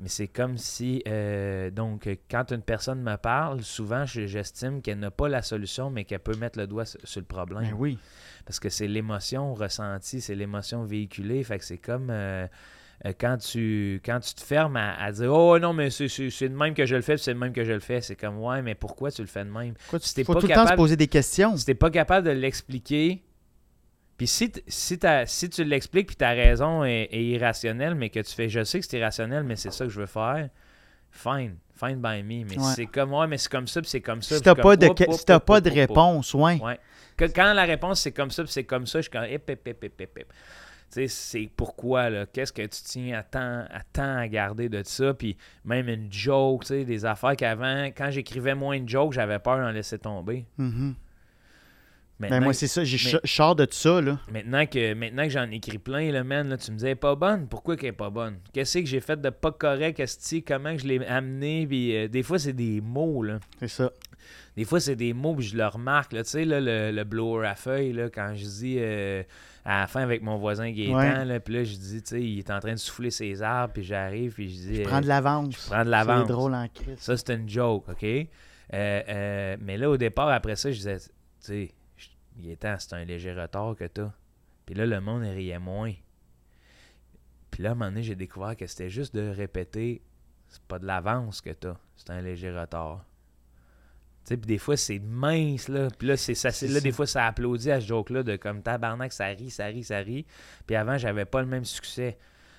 [SPEAKER 2] mais c'est comme si, euh, donc, euh, quand une personne me parle, souvent, je- j'estime qu'elle n'a pas la solution, mais qu'elle peut mettre le doigt sur, sur le problème.
[SPEAKER 1] Ben oui.
[SPEAKER 2] Parce que c'est l'émotion ressentie, c'est l'émotion véhiculée. Fait que c'est comme euh, euh, quand, tu, quand tu te fermes à, à dire Oh non, mais c'est- c'est c'est de même que je le fais, puis c'est de même que je le fais. C'est comme Ouais, mais pourquoi tu le fais de même
[SPEAKER 1] Pourquoi tu-
[SPEAKER 2] Si t'es
[SPEAKER 1] faut
[SPEAKER 2] pas
[SPEAKER 1] tout le temps se
[SPEAKER 2] capable-
[SPEAKER 1] poser des questions.
[SPEAKER 2] Si t'es pas capable de l'expliquer, puis si, t- si, t'as- si tu l'expliques, puis ta raison est, est irrationnelle, mais que tu fais Je sais que c'est irrationnel, mais c'est ça que je veux faire, fine. Fine by me. Mais
[SPEAKER 1] Ouais.
[SPEAKER 2] c'est comme Ouais, mais c'est comme ça, puis c'est comme ça.
[SPEAKER 1] Si
[SPEAKER 2] puis
[SPEAKER 1] t'as
[SPEAKER 2] comme,
[SPEAKER 1] pas de,
[SPEAKER 2] Oup,
[SPEAKER 1] que-
[SPEAKER 2] oup,
[SPEAKER 1] si t'as
[SPEAKER 2] oup,
[SPEAKER 1] pas
[SPEAKER 2] oup,
[SPEAKER 1] de
[SPEAKER 2] oup, oup.
[SPEAKER 1] réponse, ouais.
[SPEAKER 2] Ouais. Que- quand la réponse c'est comme ça, puis c'est comme ça, je suis comme eh, hip, hip, hip, hip, hip, hip. Tu sais, c'est pourquoi, là. Qu'est-ce que tu tiens à tant à, tant à garder de ça? Puis même une joke, tu sais, des affaires qu'avant, quand j'écrivais moins de jokes, j'avais peur d'en laisser tomber.
[SPEAKER 1] Mhm.
[SPEAKER 2] Maintenant,
[SPEAKER 1] Ben moi, c'est ça. j'ai- Je
[SPEAKER 2] Ben mais-
[SPEAKER 1] je sors de ça, là.
[SPEAKER 2] maintenant que, maintenant que j'en écris plein, le man, là, tu me disais, Elle est pas bonne. Pourquoi qu'elle est pas bonne? Qu'est-ce que j'ai fait de pas correct, esti? Comment que je l'ai amené? Puis euh, des fois, c'est des mots, là.
[SPEAKER 1] C'est ça.
[SPEAKER 2] Des fois, c'est des mots, puis je le remarque. là. Tu sais, là, le, le blower à feuille, là, quand je dis euh, à la fin avec mon voisin Gaétan,
[SPEAKER 1] Ouais.
[SPEAKER 2] là, puis là, je dis, tu sais, il est en train de souffler ses arbres, puis j'arrive, puis je dis...
[SPEAKER 1] Je
[SPEAKER 2] euh,
[SPEAKER 1] prends de l'avance.
[SPEAKER 2] je prends de l'avance.
[SPEAKER 1] C'est drôle en crise.
[SPEAKER 2] ça, c'était une joke, OK? Euh, euh, mais là, au départ, après ça, je disais, tu sais, je- il est temps, c'est un léger retard que t'as. Puis là, le monde riait moins. Puis là, à un moment donné, j'ai découvert que c'était juste de répéter c'est pas de l'avance que t'as, c'est un léger retard. Tu sais, puis des fois, c'est mince, là. Puis là, c'est ça, c'est là, des fois, ça applaudit à ce joke-là de comme tabarnak, ça rit, ça rit, ça rit. Puis avant, j'avais pas le même succès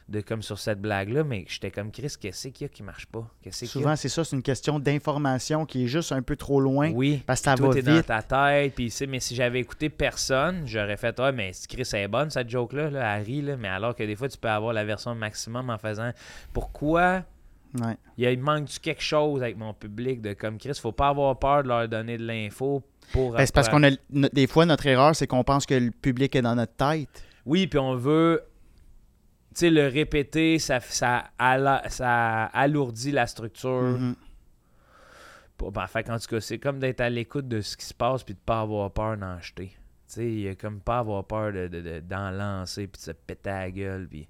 [SPEAKER 2] de comme sur cette blague-là, mais j'étais comme Chris, qu'est-ce qu'il y a qui marche pas? Qu'est-ce qu'il y
[SPEAKER 1] Souvent,
[SPEAKER 2] a?
[SPEAKER 1] c'est ça, c'est une question d'information qui est juste un peu trop loin.
[SPEAKER 2] Oui,
[SPEAKER 1] parce que ça
[SPEAKER 2] tout
[SPEAKER 1] va
[SPEAKER 2] est dans
[SPEAKER 1] vite.
[SPEAKER 2] ta tête. Puis, tu sais, mais si j'avais écouté personne, j'aurais fait Ah, mais Chris, elle est bonne cette joke-là, là, elle rit, là. Mais alors que des fois, tu peux avoir la version maximum en faisant Pourquoi
[SPEAKER 1] Ouais.
[SPEAKER 2] il y a- il manque-tu quelque chose avec mon public de comme Chris Faut pas avoir peur de leur donner de l'info pour.
[SPEAKER 1] Ben, c'est parce
[SPEAKER 2] appre-
[SPEAKER 1] qu'on a no- des fois notre erreur, c'est qu'on pense que le public est dans notre tête.
[SPEAKER 2] Oui, puis on veut. Tu sais, le répéter, ça, ça, ala- ça alourdit la structure.
[SPEAKER 1] Mhm.
[SPEAKER 2] Pas- ben, fait qu'en tout cas, c'est comme d'être à l'écoute de ce qui se passe puis de pas avoir peur d'en jeter. Tu sais, il y a comme pas avoir peur de, de- de- d'en lancer puis de se péter la gueule. Puis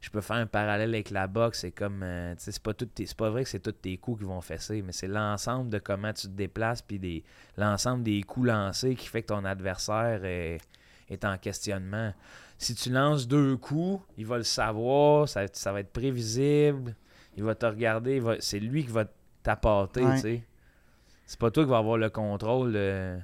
[SPEAKER 2] je peux faire un parallèle avec la boxe. C'est comme, euh, tu sais, c'est pas, tout tes- c'est pas vrai que c'est tous tes coups qui vont fesser, mais c'est l'ensemble de comment tu te déplaces puis des, l'ensemble des coups lancés qui fait que ton adversaire est, est en questionnement. Si tu lances deux coups, il va le savoir, ça, ça va être prévisible, il va te regarder, il va- c'est lui qui va t'apporter,
[SPEAKER 1] Ouais.
[SPEAKER 2] tu sais. C'est pas toi qui vas avoir le contrôle. euh.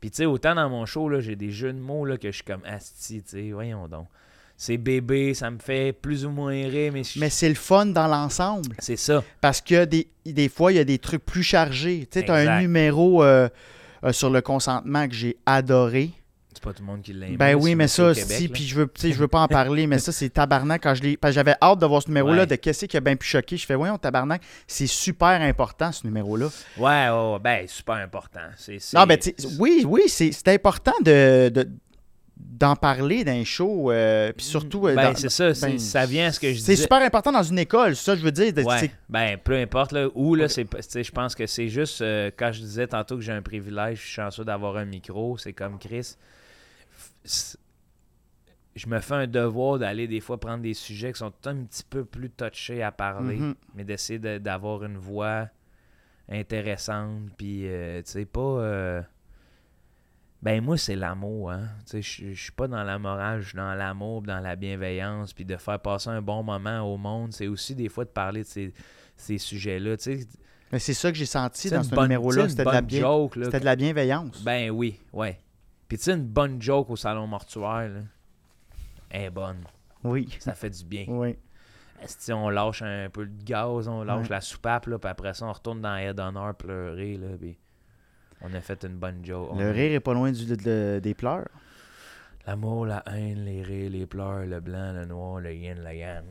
[SPEAKER 2] Puis tu sais, autant dans mon show, là, j'ai des jeux de mots là, que je suis comme asti, tu sais, voyons donc. C'est bébé, ça me fait plus ou moins rire, mais, je-
[SPEAKER 1] Mais c'est le fun dans l'ensemble.
[SPEAKER 2] c'est ça.
[SPEAKER 1] Parce que des, des fois, il y a des trucs plus chargés. Tu sais, t'as un
[SPEAKER 2] Exact.
[SPEAKER 1] numéro euh, euh, sur le consentement que j'ai adoré.
[SPEAKER 2] C'est pas tout le monde qui l'aime.
[SPEAKER 1] Ben oui, mais ça, si,
[SPEAKER 2] si
[SPEAKER 1] puis je veux, tu sais, je veux pas en parler, mais ça, c'est tabarnak quand je l'ai. Parce que j'avais hâte de voir ce numéro-là,
[SPEAKER 2] Ouais.
[SPEAKER 1] de qu'est-ce qui a bien pu choquer. Je fais, voyons, tabarnak, c'est super important, ce numéro-là.
[SPEAKER 2] Ouais, ouais, ouais, ben super important. C'est, c'est-
[SPEAKER 1] Non, ben, tu sais, oui, oui, c'est c'est important de. de- d'en parler d'un show, puis surtout... euh,
[SPEAKER 2] Ben,
[SPEAKER 1] dans-
[SPEAKER 2] c'est ça, c'est- ça vient à ce que je
[SPEAKER 1] C'est
[SPEAKER 2] disais.
[SPEAKER 1] super important dans une école, ça, je veux dire. de-
[SPEAKER 2] Ouais,
[SPEAKER 1] c'est-
[SPEAKER 2] ben peu importe là, où là, c'est, pas- tu sais, je pense que c'est juste euh, quand je disais tantôt que j'ai un privilège, je suis chanceux d'avoir un micro, c'est comme Chris. F- c'est- Je me fais un devoir d'aller des fois prendre des sujets qui sont un petit peu plus touchés à parler,
[SPEAKER 1] Mhm.
[SPEAKER 2] mais d'essayer de- d'avoir une voix intéressante, puis euh, tu sais pas. euh, Ben moi, c'est l'amour, hein. Tu sais, je je suis pas dans la morale, je suis dans l'amour, puis dans la bienveillance, puis de faire passer un bon moment au monde. C'est aussi des fois de parler de ces, ces sujets-là. Tu sais,
[SPEAKER 1] Mais c'est ça que j'ai senti dans
[SPEAKER 2] une
[SPEAKER 1] ce
[SPEAKER 2] bonne-
[SPEAKER 1] numéro-là.
[SPEAKER 2] tu sais,
[SPEAKER 1] C'était
[SPEAKER 2] une
[SPEAKER 1] de, la
[SPEAKER 2] bonne
[SPEAKER 1] bien-
[SPEAKER 2] joke, là,
[SPEAKER 1] c'était de la bienveillance.
[SPEAKER 2] Ben oui, ouais. Puis tu sais, une bonne joke au salon mortuaire, là. Elle est bonne.
[SPEAKER 1] oui.
[SPEAKER 2] Ça fait du bien.
[SPEAKER 1] Oui.
[SPEAKER 2] Esti, on lâche un peu de gaz, on lâche
[SPEAKER 1] Ouais.
[SPEAKER 2] la soupape, là, puis après ça, on retourne dans Head Honor pleurer, là, puis on a fait une bonne joke. On
[SPEAKER 1] Le
[SPEAKER 2] a-
[SPEAKER 1] rire est pas loin du, de- de- des pleurs.
[SPEAKER 2] L'amour, la haine, les rires, les pleurs, le blanc, le noir, le yin, le yang.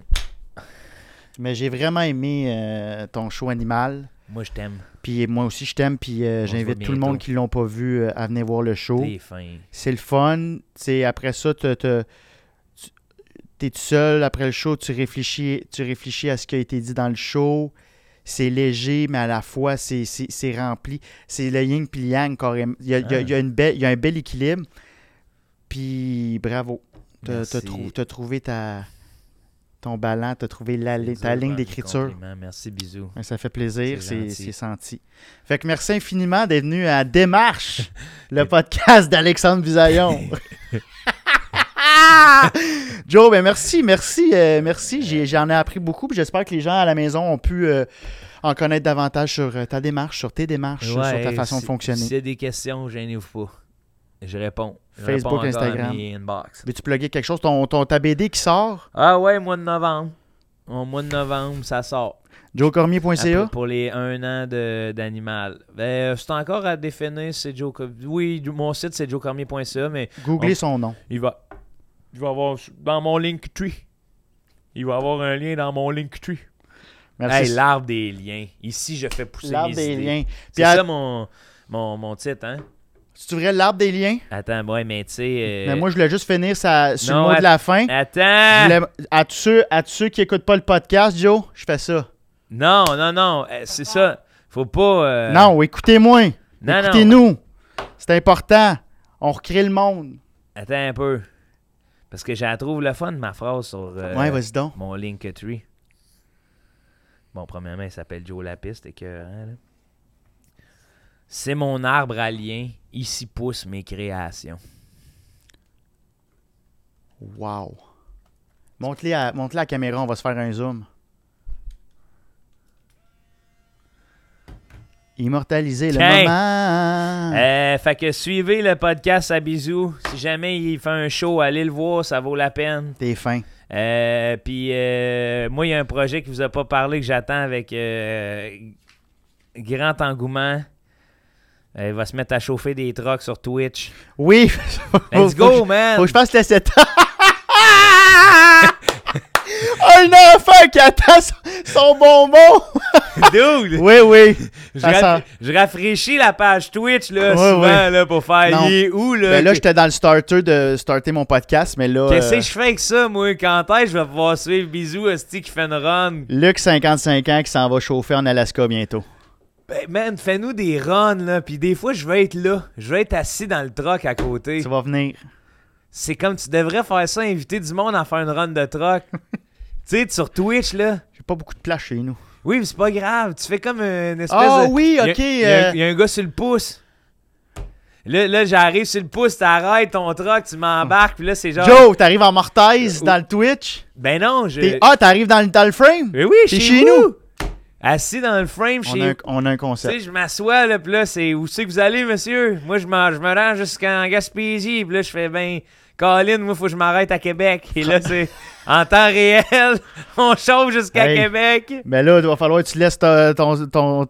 [SPEAKER 1] Mais j'ai vraiment aimé euh, ton show animal.
[SPEAKER 2] Moi, je t'aime.
[SPEAKER 1] Puis moi aussi, je t'aime. Puis euh,
[SPEAKER 2] On se voit
[SPEAKER 1] j'invite tout le
[SPEAKER 2] bientôt.
[SPEAKER 1] monde qui l'ont pas vu euh, à venir voir le show.
[SPEAKER 2] T'es fin.
[SPEAKER 1] C'est le fun. T'sais, après ça, te- te- tu es tout seul. Après le show, tu réfléchis, tu réfléchis à ce qui a été dit dans le show. C'est léger, mais à la fois, c'est- c'est c'est rempli. C'est le yin puis le yang, carrément. Il y a, il y a- il y a une belle- il y a un bel équilibre. Puis bravo. T'as t'as
[SPEAKER 2] Merci.
[SPEAKER 1] trou- t'as trouvé ta, ton ballon, t'as trouvé la
[SPEAKER 2] C'est
[SPEAKER 1] li-
[SPEAKER 2] dur
[SPEAKER 1] ta
[SPEAKER 2] de
[SPEAKER 1] ligne
[SPEAKER 2] faire des
[SPEAKER 1] d'écriture.
[SPEAKER 2] compliments. Merci, bisous.
[SPEAKER 1] Ouais, Ça fait plaisir,
[SPEAKER 2] C'est
[SPEAKER 1] c'est
[SPEAKER 2] gentil.
[SPEAKER 1] c'est senti. Fait que merci infiniment d'être venu à Démarche, le podcast d'Alexandre Bisaillon. Joe, ben merci, merci, euh, merci. J'ai- J'en ai, appris beaucoup. puis J'espère que les gens à la maison ont pu euh, en connaître davantage sur euh, ta démarche, sur tes démarches, sur- sur ta
[SPEAKER 2] Ouais,
[SPEAKER 1] façon de
[SPEAKER 2] si-
[SPEAKER 1] fonctionner.
[SPEAKER 2] S'il y a des questions, gênez-vous pas. Je réponds. Je
[SPEAKER 1] Facebook,
[SPEAKER 2] réponds encore à
[SPEAKER 1] Instagram.
[SPEAKER 2] mes inbox.
[SPEAKER 1] Veux-tu plugger quelque chose? Ton, ton, ta BD qui sort,
[SPEAKER 2] Ah ouais, mois de novembre. Au mois de novembre, ça sort.
[SPEAKER 1] joecormier.ca.
[SPEAKER 2] Après, pour les 1 an de- d'animal. Ben, c'est encore à définir, c'est Joe Cor- Oui, du- mon site, c'est joecormier.ca, mais
[SPEAKER 1] Googlez
[SPEAKER 2] on-
[SPEAKER 1] son nom.
[SPEAKER 2] il va... Il va avoir... Dans mon Linktree. Il va avoir un lien dans mon Linktree.
[SPEAKER 1] Merci.
[SPEAKER 2] Hey, l'arbre des liens. Ici, je fais pousser
[SPEAKER 1] L'arbre
[SPEAKER 2] mes
[SPEAKER 1] des
[SPEAKER 2] idées.
[SPEAKER 1] liens. Puis
[SPEAKER 2] C'est
[SPEAKER 1] à-
[SPEAKER 2] ça mon, mon, mon titre, hein?
[SPEAKER 1] C'est vrai l'arbre des liens?
[SPEAKER 2] Attends, ouais, mais tu sais... euh,
[SPEAKER 1] Mais moi, je voulais juste finir sa- sur le
[SPEAKER 2] Non,
[SPEAKER 1] mot de
[SPEAKER 2] att-
[SPEAKER 1] la fin. Je
[SPEAKER 2] Attends!
[SPEAKER 1] voulais- à, tous ceux, à tous ceux qui n'écoutent pas le podcast, Joe, je fais ça.
[SPEAKER 2] Non, non, non, euh, c'est ça. Faut pas... euh, Ah,
[SPEAKER 1] Non, écoutez-moi.
[SPEAKER 2] non, non.
[SPEAKER 1] Écoutez-nous. C'est important. On recrée le monde.
[SPEAKER 2] Attends un peu. Parce que j'ai la trouve le fun, ma phrase sur euh,
[SPEAKER 1] ouais, vas-y donc.
[SPEAKER 2] mon Linktree. Bon, premièrement, il s'appelle Joe Lapiste, écœurant, là. C'est mon arbre à lien. Ici poussent mes créations.
[SPEAKER 1] Wow. Montre-les à, montre-les à la caméra, on va se faire un zoom. Immortaliser le
[SPEAKER 2] Tiens.
[SPEAKER 1] moment.
[SPEAKER 2] Euh, fait que suivez le podcast à bisous. Si jamais il fait un show, allez le voir, ça vaut la peine.
[SPEAKER 1] T'es fin.
[SPEAKER 2] Euh, Puis euh, moi, il y a un projet qui vous a pas parlé que j'attends avec euh, grand engouement. Euh, il va se mettre à chauffer des trucks sur Twitch.
[SPEAKER 1] Oui. Faut-
[SPEAKER 2] Let's
[SPEAKER 1] faut
[SPEAKER 2] go,
[SPEAKER 1] que-
[SPEAKER 2] man!
[SPEAKER 1] Faut que je passe le setup. un enfant qui attend son, son bonbon.
[SPEAKER 2] Dude!
[SPEAKER 1] oui, oui. Ah,
[SPEAKER 2] Je,
[SPEAKER 1] Ça
[SPEAKER 2] ra-
[SPEAKER 1] sent-
[SPEAKER 2] je rafraîchis la page Twitch là,
[SPEAKER 1] Ouais,
[SPEAKER 2] souvent
[SPEAKER 1] ouais.
[SPEAKER 2] Là, pour faire
[SPEAKER 1] Non.
[SPEAKER 2] il est où là.
[SPEAKER 1] Ben là, j'étais dans le starter de starter mon podcast, mais là,
[SPEAKER 2] Qu'est-ce
[SPEAKER 1] euh,
[SPEAKER 2] que je fais avec ça, moi? Quand est-ce que je vais pouvoir suivre Bisou Esti qui fait une run?
[SPEAKER 1] Luc, 55 ans, qui s'en va chauffer en Alaska bientôt.
[SPEAKER 2] Ben, man, fais-nous des runs, là. Puis des fois, je vais être là. Je vais être assis dans le truck à côté.
[SPEAKER 1] Tu vas venir.
[SPEAKER 2] C'est comme tu devrais faire ça, inviter du monde à faire une run de truck. tu sais, sur Twitch, là.
[SPEAKER 1] J'ai pas beaucoup de place chez nous.
[SPEAKER 2] Oui, mais c'est pas grave. Tu fais comme une espèce
[SPEAKER 1] Ah
[SPEAKER 2] de.
[SPEAKER 1] oui,
[SPEAKER 2] Il y a-
[SPEAKER 1] ok.
[SPEAKER 2] Il y, a un-
[SPEAKER 1] euh,
[SPEAKER 2] il y a un gars sur le pouce. Là, là j'arrive sur le pouce, t'arrêtes ton truck, tu m'embarques, puis là, c'est genre.
[SPEAKER 1] Joe, t'arrives en mortaise dans le Twitch.
[SPEAKER 2] Ben non, je.
[SPEAKER 1] T'es- Ah, t'arrives dans, le- dans le frame.
[SPEAKER 2] Ben oui,
[SPEAKER 1] T'es
[SPEAKER 2] chez,
[SPEAKER 1] chez
[SPEAKER 2] vous.
[SPEAKER 1] nous.
[SPEAKER 2] Assis dans le frame,
[SPEAKER 1] On
[SPEAKER 2] chez
[SPEAKER 1] a, un,
[SPEAKER 2] vous.
[SPEAKER 1] on a un
[SPEAKER 2] Tu sais,
[SPEAKER 1] concept.
[SPEAKER 2] je m'assois, là, puis là, c'est où c'est que vous allez, monsieur? Moi, je, m'en- je me rends jusqu'en Gaspésie, puis là, je fais, ben, Colin, moi, faut que je m'arrête à Québec. Et là, c'est en temps réel, on chauffe jusqu'à
[SPEAKER 1] Hey.
[SPEAKER 2] Québec.
[SPEAKER 1] Mais Ben là, il va falloir que tu laisses ta, ton, ton-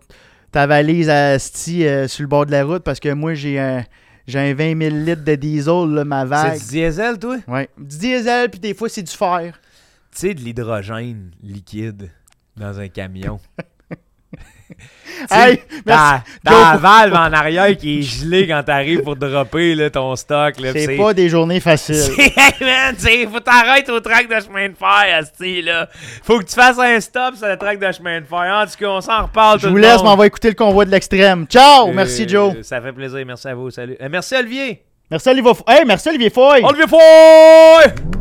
[SPEAKER 1] ta valise à Sti euh, sur le bord de la route parce que moi, j'ai un, j'ai un 20 000 litres de diesel, là, ma
[SPEAKER 2] C'est
[SPEAKER 1] vague.
[SPEAKER 2] du diesel, toi? Tu
[SPEAKER 1] Ouais. Du diesel, puis des fois, c'est du fer.
[SPEAKER 2] sais, de l'hydrogène liquide dans un camion.
[SPEAKER 1] Hey, merci.
[SPEAKER 2] T'as t'as la valve en arrière qui est gelée quand t'arrives pour dropper là, ton stock. Là, pis
[SPEAKER 1] C'est pas des journées faciles.
[SPEAKER 2] C'est- Hey, man, c'est- faut t'arrêter au track de chemin de fer, asti, là. Faut que tu fasses un stop sur le track de chemin de fer. En tout cas, on s'en reparle
[SPEAKER 1] Je
[SPEAKER 2] tout
[SPEAKER 1] vous
[SPEAKER 2] le
[SPEAKER 1] laisse, mais on
[SPEAKER 2] monde.
[SPEAKER 1] va écouter le convoi de l'extrême. Ciao!
[SPEAKER 2] Euh,
[SPEAKER 1] merci, Joe.
[SPEAKER 2] Ça fait plaisir, merci à vous, salut. Euh, merci Olivier.
[SPEAKER 1] Merci, Olivier Fo- Hey, merci, Olivier Foy.
[SPEAKER 2] Olivier Foy!